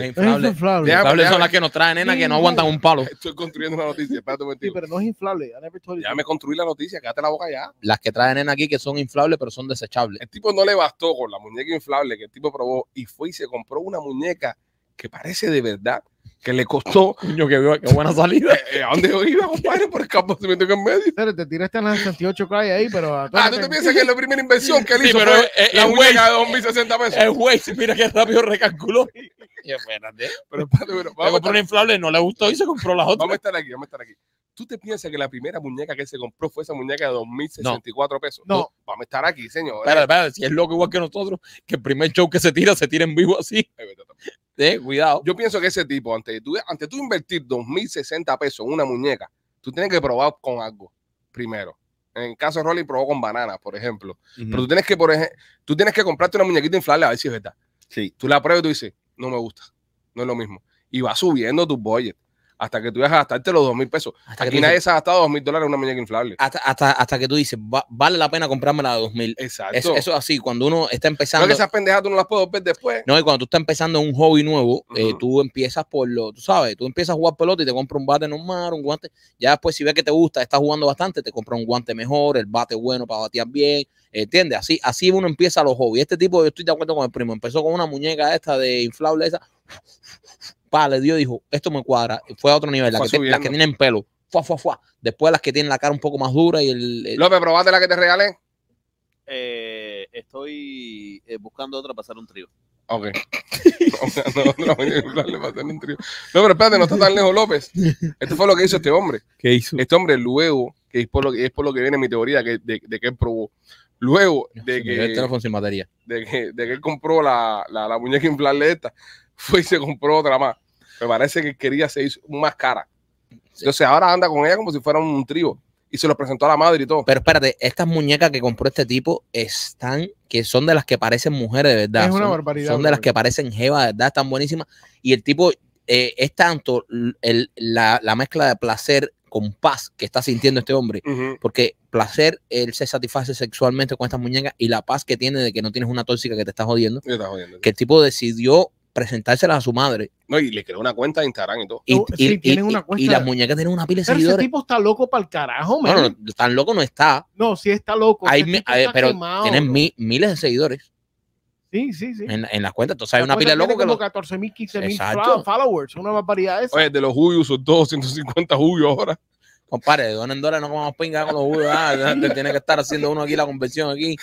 A: Infable.
C: No es inflable.
A: Deja-
B: Inflables son las que nos traen, nena, que no aguantan un palo.
A: Estoy construyendo una noticia, espérate un
C: Sí,
A: momentito.
C: pero no es inflable. I never told you.
A: Ya me construí la noticia, quédate la boca ya.
B: Las que traen nena aquí que son inflables, pero son desechables.
A: El tipo no le bastó con la muñeca inflable que el tipo probó y fue y se compró una muñeca que parece de verdad, que le
B: [LAUGHS]
A: costó
B: Coño, qué, qué buena
A: [LAUGHS]
B: salida.
A: Eh, eh, ¿A dónde yo iba, compadre? Por el campo se metió en medio.
C: Pero te tiraste a las 68 calles ahí, pero a todas
A: Ah, ¿tú
C: las-
A: te piensas que la primera inversión que él
B: Sí,
A: hizo
B: pero
A: fue
B: es- es-
A: la
B: es
A: muñeca de 2060 pesos?
B: El güey, sí, mira qué rápido recalculó. Y espérate, le
A: Pero, espérate, pero vamos, a
B: compró
A: estar,
B: una inflable, no le gustó y se compró las
A: vamos a
B: otras.
A: estar aquí, vamos a estar aquí. ¿Tú te piensas que la primera muñeca que se compró fue esa muñeca de 2064 pesos?
C: No.
A: Vamos a estar aquí, señor.
B: Espérate, espérate, si es loco igual que nosotros, que el primer show que se tira, se tira en vivo así.
A: Ay, vete a tomar.
B: Eh, cuidado.
A: Yo pienso que ese tipo, antes de tú, antes de tú invertir 2060 pesos en una muñeca, tú tienes que probar con algo primero. En el caso de Rolly probó con bananas, por ejemplo. Pero tú tienes que, por ejemplo, tú tienes que comprarte una muñequita inflable a ver si es verdad.
E: Sí.
A: Tú la pruebas y tú dices, no me gusta, no es lo mismo. Y vas subiendo tus budget hasta que tú vas a gastarte los dos mil pesos.
B: Hasta que, tú
A: Aquí
B: dices,
A: nadie se ha gastado dos mil dólares en una muñeca inflable.
B: hasta, hasta, hasta que tú dices, va- vale la pena comprarme la de 2000.
A: Exacto.
B: Eso, eso es así, cuando uno está
A: no
B: empezando.
A: es que esas pendejas tú no las puedes ver después.
B: No, y cuando tú estás empezando un hobby nuevo, eh,
A: Ujú.
B: tú empiezas por lo, tú sabes, tú empiezas a jugar pelota y te compras un bate normal, un guante. Ya después, si ves que te gusta, estás jugando bastante, te compras un guante mejor, el bate bueno para batear bien. ¿Entiendes? Así, así uno empieza los hobbies. Este tipo, yo estoy de acuerdo con el primo, empezó con una muñeca esta de inflable esa. Pa, le dio, dijo, esto me cuadra. Fue a otro nivel, las
A: Fue
B: que, te- las
A: subiendo.
B: que tienen pelo. Fua, fua, fua. Después las que tienen la cara un poco más dura y el. el-
A: López, probate la que te regalé.
D: Eh, estoy eh, buscando otra para hacer un trío.
A: Ok. [LAUGHS] no, no, no, la muñeca inflable va a ser un trío. No, pero espérate, no está tan lejos López. Esto fue lo que hizo este hombre.
B: ¿Qué hizo?
A: Este hombre luego, que es por lo que, es por lo que viene mi teoría que, de, de que él probó. Luego de
B: Se me quedó el
A: que...
B: teléfono sin batería.
A: de que, de que él compró la, la, la muñeca inflable esta, fue y se compró otra más. Me parece que quería se hizo más cara. Entonces ahora anda con ella como si fuera un trío. Y se lo presentó a la madre y todo.
B: Pero espérate, estas muñecas que compró este tipo están, que son de las que parecen mujeres de verdad.
C: Es una
B: son,
C: barbaridad,
B: Son de las
C: brother.
B: que parecen jeva de verdad, están buenísimas. Y el tipo eh, es tanto l- el- la, la mezcla de placer con paz que está sintiendo este hombre.
A: Ujú.
B: Porque placer, él se satisface sexualmente con estas muñecas y la paz que tiene de que no tienes una tóxica que te está jodiendo.
A: Y está jodiendo.
B: Que el tipo decidió presentárselas a su madre.
A: No, y le creó una cuenta de Instagram y todo.
B: Y,
C: No,
B: y-
C: sí,
B: y-
C: tienen
B: y-
C: una
B: y
C: cuenta-
B: las muñecas tienen una pila de
C: Pero ese
B: seguidores.
C: tipo está loco para el carajo, man.
B: No, no, no, tan loco no está.
C: No, sí está loco.
B: Hay
C: Ese
B: mi-
C: tipo
B: a ver,
C: está
B: pero
C: quemado,
B: tienen
C: bro.
B: mi- miles de seguidores.
C: Sí, sí, sí.
B: en, en las cuentas. Entonces hay
C: La
B: una
C: cosa
B: pila de
C: tiene
B: locos que
C: como
B: lo.
C: 14 mil, 15 mil
B: Exacto.
C: followers. Una barbaridad esa.
A: Oye, de los Juyos son todos 150 Juyos ahora.
B: Compadre, de dólar en dólar no comamos pinga con los judíos. Ah, ya, te tiene que estar haciendo uno aquí la conversión aquí.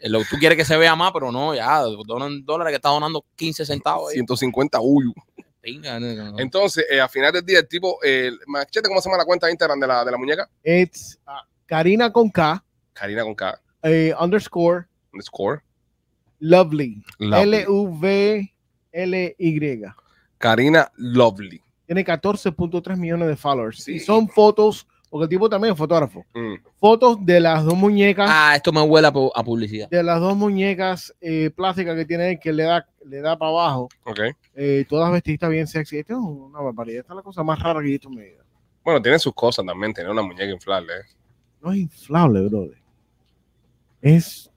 B: Eh, lo- Tú quieres que se vea más, pero no, ya, donan dólares que está donando 15 centavos. ahí.
A: 150 Juyos.
B: Pinga, no, no, no.
A: Entonces, eh, al final del día, el tipo, eh, machete, ¿cómo se llama la cuenta de Instagram de la, de la muñeca?
C: Es ah, Karina con K,
A: Karina con K.
C: eh, underscore,
A: Score.
C: lovely.
A: Lovely.
C: L-U-V-L-Y.
A: Karina Lovely.
C: Tiene 14.3 millones de followers.
A: Sí.
C: Y son fotos, porque el tipo también es fotógrafo.
A: Mm.
C: Fotos de las dos muñecas.
B: Ah, esto me huele a, pu- a publicidad.
C: de las dos muñecas eh, plásticas que tiene él, que le da, le da para abajo,
A: Ok.
C: eh, todas vestiditas bien sexy. Esto es una barbaridad, esta es la cosa más rara que yo he visto en mi vida.
A: Bueno, tiene sus cosas también, tener una muñeca inflable. ¿eh?
C: No es inflable, brother. Es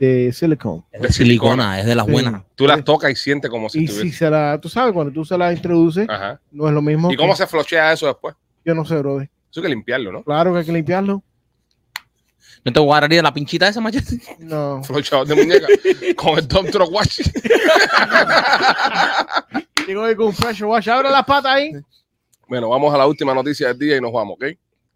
C: de silicone.
B: Es de silicona, es de las
C: Sí.
B: buenas.
A: Tú las tocas y sientes como si
C: Eh, Y si
A: estuviera.
C: se la, tú sabes, cuando tú se la introduces,
A: Ajá.
C: no es lo mismo.
A: Ah. ¿Y cómo
C: que-
A: se flochea eso después?
C: Yo no sé, brother.
A: Eso hay que limpiarlo, ¿no?
C: Claro que hay que limpiarlo.
B: ¿No te guardaría la pinchita de ese machete?
C: No.
A: Flochador de muñeca [LAUGHS] con el Dom Truck Wash.
C: Llegó ahí con un pressure wash. Abre las patas ahí.
A: Bueno, vamos a la última noticia del día y nos vamos, ¿ok?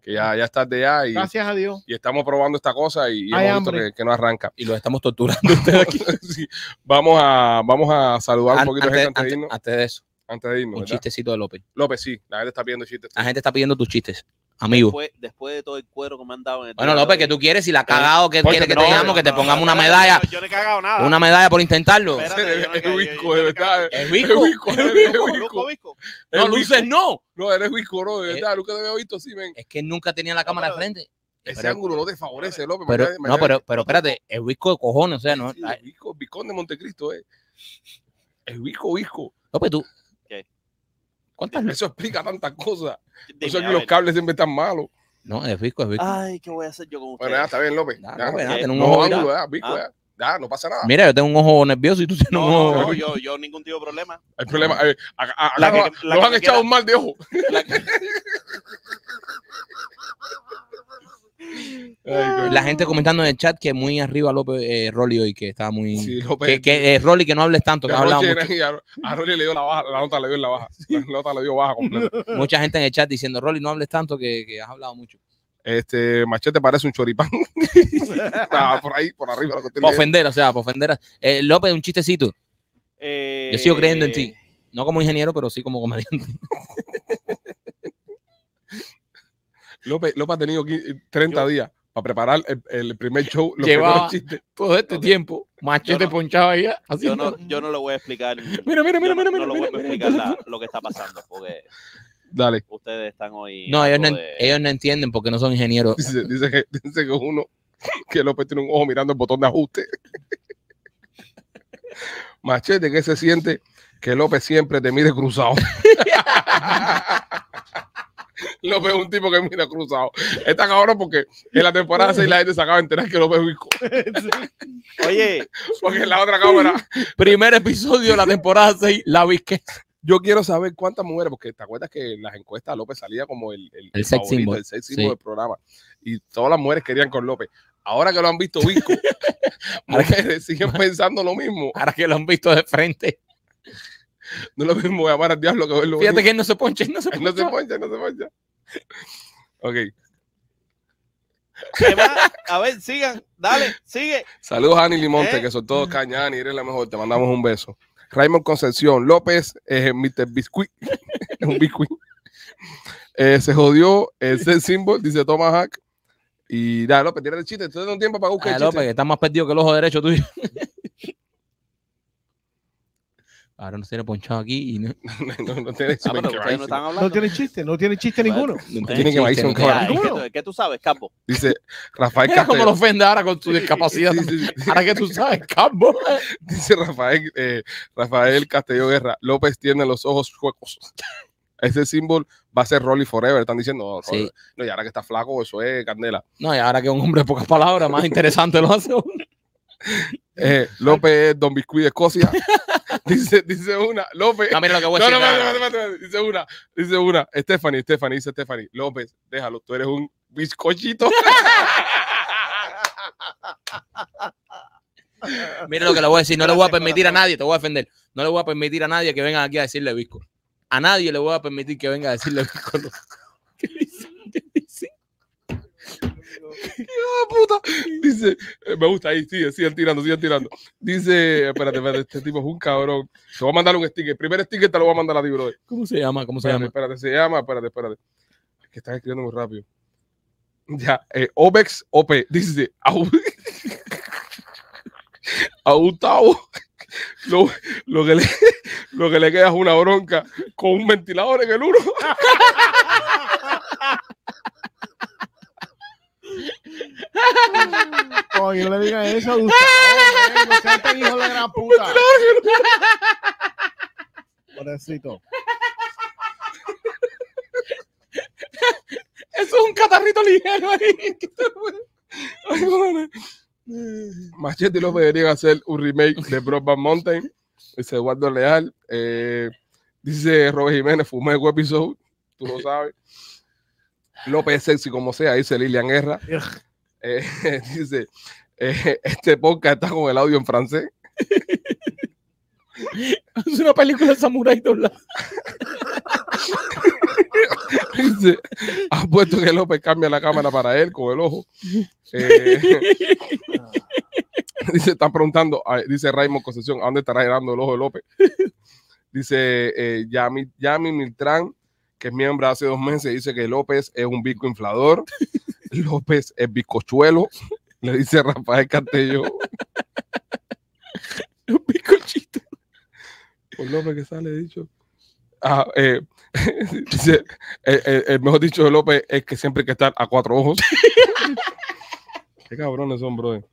A: Que ya, ya es tarde ya y,
C: Gracias a Dios.
A: y estamos probando esta cosa y, y
C: Hay
A: hemos visto
C: hambre.
A: que, que no arranca.
B: Y los estamos torturando ustedes aquí.
A: [LAUGHS] Sí. Vamos, a, vamos a saludar
B: [LAUGHS] An-
A: un poquito de
B: antes,
A: gente antes de irnos.
B: antes- antes de eso,
A: Antes de irnos,
B: un Ah,
A: ¿verdad?
B: chistecito de López.
A: López, sí, la gente está pidiendo chistes.
B: La gente está pidiendo tus chistes, amigo.
D: Después, después de todo el cuero que me han dado en el
B: Bueno,
D: día de
B: López,
D: hoy.
B: que tú quieres, si la has cagado, que
A: Oye,
B: quieres que
A: no,
B: te digamos,
A: no,
B: que te
D: no,
B: pongamos
D: no,
B: una
D: no,
B: medalla,
D: Yo, yo no he cagado nada.
B: una medalla por intentarlo.
D: Espérate,
A: [LAUGHS]
D: yo no
A: Eres
D: caí,
A: Wisco,
D: yo
A: de
D: no caí.
A: verdad. eh.
B: Es
A: Eres
B: Vico.
A: Wisco, eres
D: Luco,
A: Wisco.
C: [LAUGHS]
D: Visco.
B: No,
A: Eres Wisco.
B: luces no.
A: No, eres Wisco, bro,
B: Eh,
A: de verdad. Nunca te había visto así, men.
B: Es que nunca tenía la cámara de frente.
A: Ese
B: Pero-
A: ángulo no te favorece, López.
B: Pero,
A: Mañana-
B: no,
A: mañana-
B: pero, pero espérate, es Visco de cojones, o sea, no.
A: Sí, el Visco, el Viscón de Montecristo, eh. El Visco, Visco.
B: López, tú.
D: ¿Qué?
B: ¿Cuántas luces?
A: Eso explica tantas cosas. Por
D: Dime,
A: eso es
D: a
A: que los
D: ver.
A: cables siempre están malos.
B: No, es Visco, es Visco.
D: Ay, ¿qué voy a hacer yo con
B: Eh.
D: ustedes?
A: Bueno, ya está bien, López.
B: Ya,
A: Ya,
B: López,
A: ya.
B: ya, ten un
A: No,
B: ojo
A: ángulo,
B: virado.
A: ya, Visco,
D: Ah.
A: ya. Ya, no pasa nada.
B: Mira, yo tengo un ojo nervioso y tú tienes
D: [LAUGHS] no,
B: un ojo.
D: no, no, yo, yo ningún tipo de problema.
A: El problema, eh, acá- acá
D: La que-
A: nos-
D: la
A: nos
D: que
A: han
D: me
A: echado
D: queda-
A: un mal de ojo.
D: La que-
A: [LAUGHS] Ay, coño.
B: La gente comentando en el chat que muy arriba López eh, Rolly hoy, que está muy.
A: Sí,
D: pues,
A: pues, López.
B: que, que, eh, Rolly, que no hables tanto, que
A: De
B: ha hablado
A: Roche
B: mucho.
A: era- y a, a Rolly le dio la baja, la nota le dio en la baja. La nota le dio baja completa.
D: [LAUGHS]
B: Mucha gente en el chat diciendo, Rolly, no hables tanto, que, que has hablado mucho.
A: Este machete parece un
D: [LAUGHS]
A: choripán. Estaba por ahí, por arriba. lo que
B: Para
A: usted le-
B: ofender, o sea, para ofender. a- Eh, López, un chistecito.
D: Eh,
B: Yo sigo creyendo en ti. No como ingeniero, pero sí como comediante.
A: López, López ha tenido qui- 30 días para preparar el, el primer show. los
B: Llevaba-
A: primeros chistes.
B: Todo este tiempo, machete
D: Yo no-
B: ponchado ahí.
D: Yo
B: [LAUGHS]
D: no, yo no lo voy a explicar.
B: Mira, mira,
D: yo
B: mira, mira,
D: no, no
B: mira.
D: lo
B: mira,
D: vuelvo a
B: mira.
D: explicar la- lo que está pasando, porque
A: Dale.
D: ustedes están hoy.
B: No, ellos no,
D: algo
B: en- eh.
D: de-
B: ellos no entienden porque no son ingenieros.
A: Dice, dice [LAUGHS] que, dice que uno, que López tiene un ojo mirando el botón de ajuste. [LAUGHS] Machete, ¿qué se siente? Que López siempre te mire cruzado. [LAUGHS] López es un tipo que mira cruzado. Está cabrón porque en la temporada 6 la gente se acaba de enterar que López es Visco.
D: Oye,
A: Porque en la otra cámara.
B: [LAUGHS] Primer episodio de la temporada 6, la visque.
A: Yo quiero saber cuántas mujeres, porque te acuerdas que en las encuestas López salía como el, el,
B: El sex symbol.
A: el sex
B: Sí.
A: symbol del programa. Y todas las mujeres querían con López. Ahora que lo han visto
B: [LAUGHS]
A: Visco, mujeres siguen pensando lo mismo.
B: [LAUGHS] Ahora que lo han visto de frente.
A: No es lo mismo llamar al diablo que verlo.
B: Fíjate
A: venir.
B: que él no se ponche, él no se
A: [LAUGHS] no se
B: poncha.
A: poncha, no se poncha. Ok.
D: ¿qué más? a ver, sigan, dale, sigue.
A: Saludos a Ani Limonte,
D: ¿Eh?
A: que son todos caña, Ani, eres la mejor. Te mandamos un beso. Raymond Concepción López, eh, Mr. Biscuit. [LAUGHS] es un biscuit. Eh, se jodió el set symbol, dice Thomas Hack. Y nada, López, tira el chiste. Tú un tiempo para buscar
B: Ah,
A: el
B: López,
A: chiste.
B: que está más perdido que el ojo derecho tuyo. [LAUGHS] Ahora no tiene ponchado aquí y no.
A: [LAUGHS] no, no tiene
D: Ah, pero ustedes no están
C: No
D: hablando. eh,
C: tiene chiste, no tiene chiste ninguno.
A: tiene que maíz un
B: no tiene-
A: cabrón.
D: Mira, es que tú- es que tú sabes, Campo.
A: Dice Rafael
B: Mira cómo
A: Castelo.
B: lo ofende ahora con su discapacidad.
A: Sí,
B: también.
A: sí, sí.
B: Ahora que tú sabes, Cambo.
A: Dice Rafael, eh, Rafael Castelló Guerra, López tiene los ojos chuecos. Ese símbolo va a ser Rolly Forever, están diciendo. No, Rolly-
B: Sí.
A: no, y ahora que está flaco, eso es candela.
B: No, y ahora que un hombre de pocas palabras, más interesante lo hace. uno.
A: Eh, López es Don Biscuit de Escocia. [LAUGHS] dice, dice una, López.
B: No, mira lo que
A: No,
B: voy a
A: no,
B: decir.
A: espérate, espérate, espérate, dice una, dice una, Stephanie, Stephanie, dice Stephanie, López, déjalo, tú eres un bizcochito. [LAUGHS]
B: Mira lo que le voy a decir. No le voy a permitir a nadie, te voy a defender. No le voy a permitir a nadie que venga aquí a decirle Visco. A nadie le voy a permitir que venga a decirle Visco. [LAUGHS] No. ¿Qué dice? ¿Qué dice?
A: Ah, puta. Dice, eh, me gusta ahí, sigue, sigue tirando, sigue tirando. Dice, espérate, espérate, este tipo es un cabrón. Te voy a mandar un sticker. El primer sticker te lo voy a mandar a ti, bro.
B: ¿Cómo se llama? ¿Cómo se
A: Espérate,
B: llama?
A: espérate, se llama, espérate, espérate. Es que están escribiendo muy rápido. Ya, eh, Obex OP, dice, au- [LAUGHS] a Gustavo lo, lo que le, lo que le queda es una bronca con un ventilador en el uno.
C: Oye, no le digas eso a Gustavo. man, No seas tan hijo de gran puta. Pobrecito.
B: Eso es un catarrito ligero ahí. [LAUGHS]
A: Ay, cojones. Machete López debería hacer un remake de Broadband Mountain. Dice Eduardo Leal. eh, dice Robert Jiménez, fumé el episode. Tú lo sabes. López es sexy como sea, dice Lilian Guerra. Eh, [LAUGHS] dice, eh, este podcast está con el audio en francés.
H: Es una película de samurái doblada.
A: Dice, ha puesto que López cambia la cámara para él con el ojo. Eh, [LAUGHS] dice, están preguntando, a- dice Raymond Concepción, ¿a dónde estará girando el ojo de López? Dice eh, Yami, Yami Miltrán, que es miembro hace dos meses, dice que López es un bico inflador. López es bicochuelo. Le dice Rafael Castelló.
H: Un picochito.
A: Por López que sale, he dicho. Ah, eh, [LAUGHS] dice, eh, eh, el mejor dicho de López es que siempre hay que estar a cuatro ojos. Qué cabrones son, brother.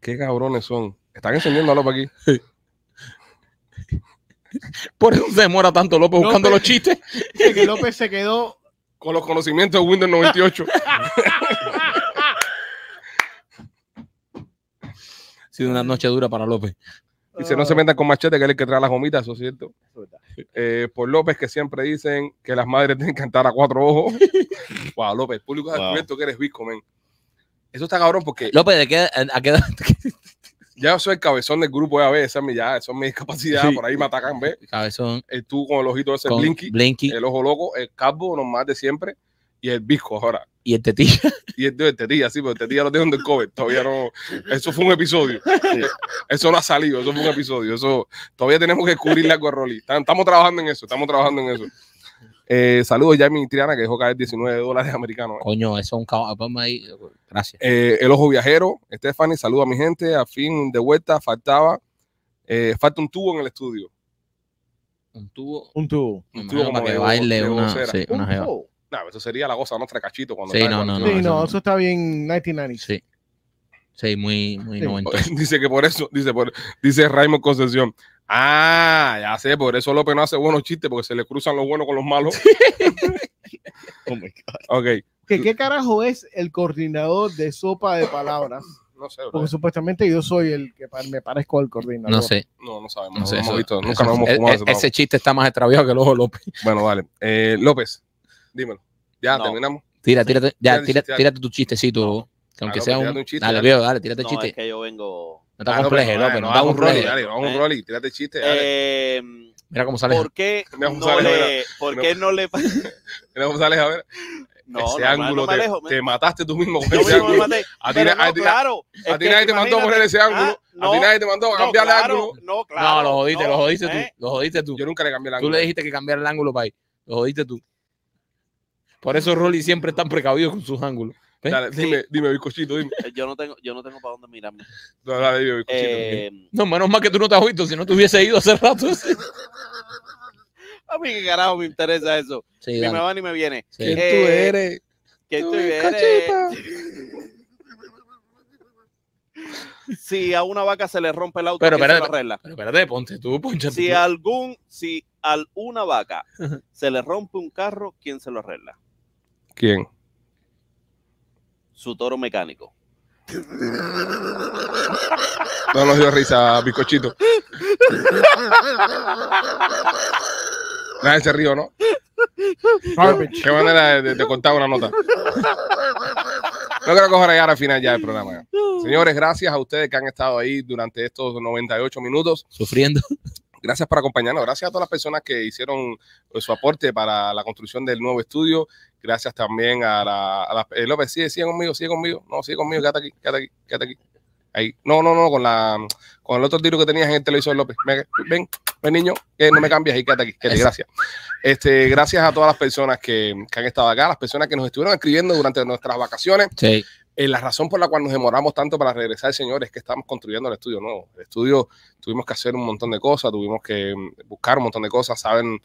A: Qué cabrones son. Están encendiendo a López aquí.
H: Por eso se demora tanto López
C: No,
H: buscando
C: pero-
H: los chistes.
C: que López se quedó
A: Con los conocimientos de Windows 98.
B: Ha sido una noche dura para López.
A: Dice, no se metan con machete, que él es el que trae las gomitas, eso es cierto. Eh, por López, que siempre dicen que las madres tienen que cantar a cuatro ojos. wow, López, el público ha
E: Wow.
A: descubierto que eres visco, men. Eso está cabrón porque
B: López, ¿de qué, ¿a qué edad? [LAUGHS]
A: ya soy el cabezón del grupo ya esa es mi, ya, eso es mi discapacidad,
B: Sí.
A: por ahí me atacan, ¿ves?
B: Cabezón.
A: Eh, tú con el ojito ese
B: Con
A: blinky, Eh.
B: Blinky,
A: el ojo loco, el calvo normal de siempre y el visco ahora.
B: y el tetilla. [LAUGHS]
A: Y el de tetilla, sí, pero el tetilla lo tengo en el COVID, todavía no. Eso fue un episodio. Eso no ha salido, eso fue un episodio. Eso todavía tenemos que descubrirle algo a Rolly. Tam- Estamos trabajando en eso, estamos trabajando en eso. Eh, saludos ya a mi Triana que dejó caer 19 dólares americanos. eh.
B: Coño, eso es un caballo. Ponme ahí. Gracias.
A: Eh, el ojo viajero, Stephanie, saludo a mi gente. A fin de vuelta, faltaba. eh, falta un tubo en el estudio.
B: Un tubo.
C: un tubo.
B: me
A: Un
B: imagino
A: tubo
B: para
A: como
B: que
A: de-
B: baile
A: de
B: una,
A: vocera.
B: sí, una
C: Un
B: jeva.
C: tubo.
A: Nah, eso sería la cosa nuestra cachito cuando
B: Sí,
A: está
B: no,
A: con-
B: no, no.
C: Sí, no,
B: eso-
C: eso está bien 1990.
B: Sí. Sí, muy, muy
C: Sí.
B: noventoso.
A: [LAUGHS] Dice que por eso, dice, por, dice Raymond Concepción. Ah, ya sé, por eso López no hace buenos chistes, porque se le cruzan los buenos con los
B: [LAUGHS]
A: malos.
E: Oh my God.
A: Ok,
C: ¿Que ¿Qué carajo es el coordinador de sopa de palabras?
A: no sé, bro.
C: Porque supuestamente yo soy el que pa- me parezco al coordinador.
B: No sé.
A: No, no sabemos.
B: No sé,
A: no hemos
B: eso-
A: visto, nunca
B: eso-
A: nos hemos
B: e-
A: fumado
B: e-
A: ese
B: Ese chiste está más extraviado que el ojo López.
A: trago. Bueno, vale. Eh, López, dímelo. Ya,
D: No.
A: terminamos.
B: [LAUGHS] Tira, tírate, ya,
A: Tírate,
B: tira,
A: tírate.
B: tírate tu chistecito. Que aunque
A: Ah, López,
B: sea un.
A: tírate un chiste,
B: dale,
A: dale.
B: viejo, dale, tírate
D: No,
B: chiste.
D: es que yo vengo.
B: No te
A: Ah,
B: complejes, López.
A: no,
B: No te
A: dale, un rolly,
B: complejes.
A: dale, no, un
D: Eh.
A: rolly, tírate chiste, dale.
D: Eh,
B: Mira cómo sale.
D: ¿Por qué
A: Me vamos a
D: no
A: ver,
D: le, por qué no le
A: Mira, González, a ver,
D: [LAUGHS] no,
A: ese
D: normal,
A: ángulo
D: no me
A: te,
D: alejo, me-
A: te mataste tú mismo con
D: yo
A: ese
D: mismo me
A: ángulo.
D: maté.
A: A ti
D: Pero
A: na-
D: no,
A: a ti na-
D: claro,
A: A
D: es
A: ti
D: que
A: nadie te mandó a poner
D: imagínate-
A: ese ángulo.
D: Ah,
A: A ti nadie te mandó a
D: no,
A: cambiar el
D: claro,
A: ángulo.
D: No, claro.
B: No, lo jodiste,
D: no,
B: lo jodiste
D: ¿eh?
B: tú. Lo jodiste tú.
A: Yo nunca le cambié el
B: Tú
A: ángulo.
B: le dijiste que cambiara el ángulo para ahí. Lo jodiste tú. Por eso Rolly siempre es tan precavido con sus ángulos. ¿eh?
A: Dale, dime, dime, bizcochito, dime.
D: Eh, Yo no tengo, yo no tengo para dónde mirarme.
B: [LAUGHS]
A: No, dale, dime, bizcochito.
D: Eh,
B: No, menos mal que tú no te has visto, si no te hubiese ido hace rato. [LAUGHS] Sí,
D: a mí qué carajo me interesa eso. Ni me
B: dale,
D: va ni me viene.
B: sí.
D: ¿Quién tú eres? ¿Quién tú eres? [LAUGHS] Si a una vaca se le rompe el auto,
B: Pero,
D: ¿quién
B: pero-
D: se lo arregla?
B: Pero espérate, ponte tú, ponchate
D: Si
A: ah.
B: tú.
D: algún, si a una vaca se le rompe un carro, ¿quién se lo arregla?
A: ¿Quién?
D: Su toro mecánico.
A: No nos dio risa, bizcochito. Nadie se río, ¿no?
C: Garbage.
A: Qué manera de, de- de contar una nota. No quiero coger allá al final ya del programa. Señores, gracias a ustedes que han estado ahí durante estos 98 minutos.
B: Sufriendo.
A: Gracias por acompañarnos. Gracias a todas las personas que hicieron eh, su aporte para la construcción del nuevo estudio. Gracias también a la... a la- eh, López, sigue, sigue conmigo, sigue conmigo. No, sigue conmigo, quédate aquí, quédate aquí, quédate aquí. Ahí. No, no, no, con la con el otro tiro que tenías en el televisor, López. Ven, ven, ven, niño, que no me cambies y quédate aquí. quédate,
B: Eso.
A: gracias. Este, gracias a todas las personas que, que han estado acá, las personas que nos estuvieron escribiendo durante nuestras vacaciones.
B: Sí.
A: Eh, la razón por la cual nos demoramos tanto para regresar, señores, es que estamos construyendo el estudio nuevo. El estudio tuvimos que hacer un montón de cosas, tuvimos que mm, buscar un montón de cosas, saben,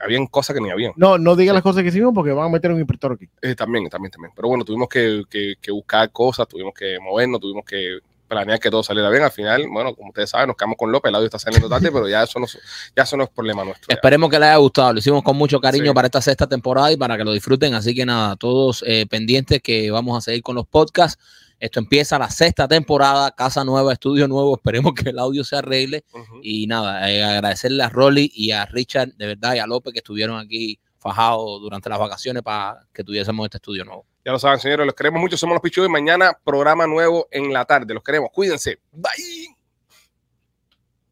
A: habían cosas que ni habían.
C: No, no digas las cosas que hicimos porque van a meter un impresor aquí.
A: Eh, también, también, también. Pero bueno, tuvimos que, que- que buscar cosas, tuvimos que movernos, tuvimos que planear que todo saliera bien. Al final, bueno, como ustedes saben, nos quedamos con López, el audio está saliendo tarde, pero ya eso no, es- ya eso no es problema nuestro. ya.
B: Esperemos que les haya gustado. Lo hicimos con mucho cariño
A: Pues, Sí.
B: para esta sexta temporada y para que lo disfruten. Así que nada, todos eh, pendientes que vamos a seguir con los podcasts. Esto empieza la sexta temporada, casa nueva, estudio nuevo. Esperemos que el audio se arregle.
A: Ujú.
B: Y nada, eh, agradecerle a Rolly y a Richard, de verdad, y a López que estuvieron aquí fajados durante las vacaciones para que tuviésemos este estudio nuevo.
A: Ya lo saben, señores, los queremos mucho. Somos los Pichu y mañana programa nuevo en la tarde. Los queremos. Cuídense. Bye.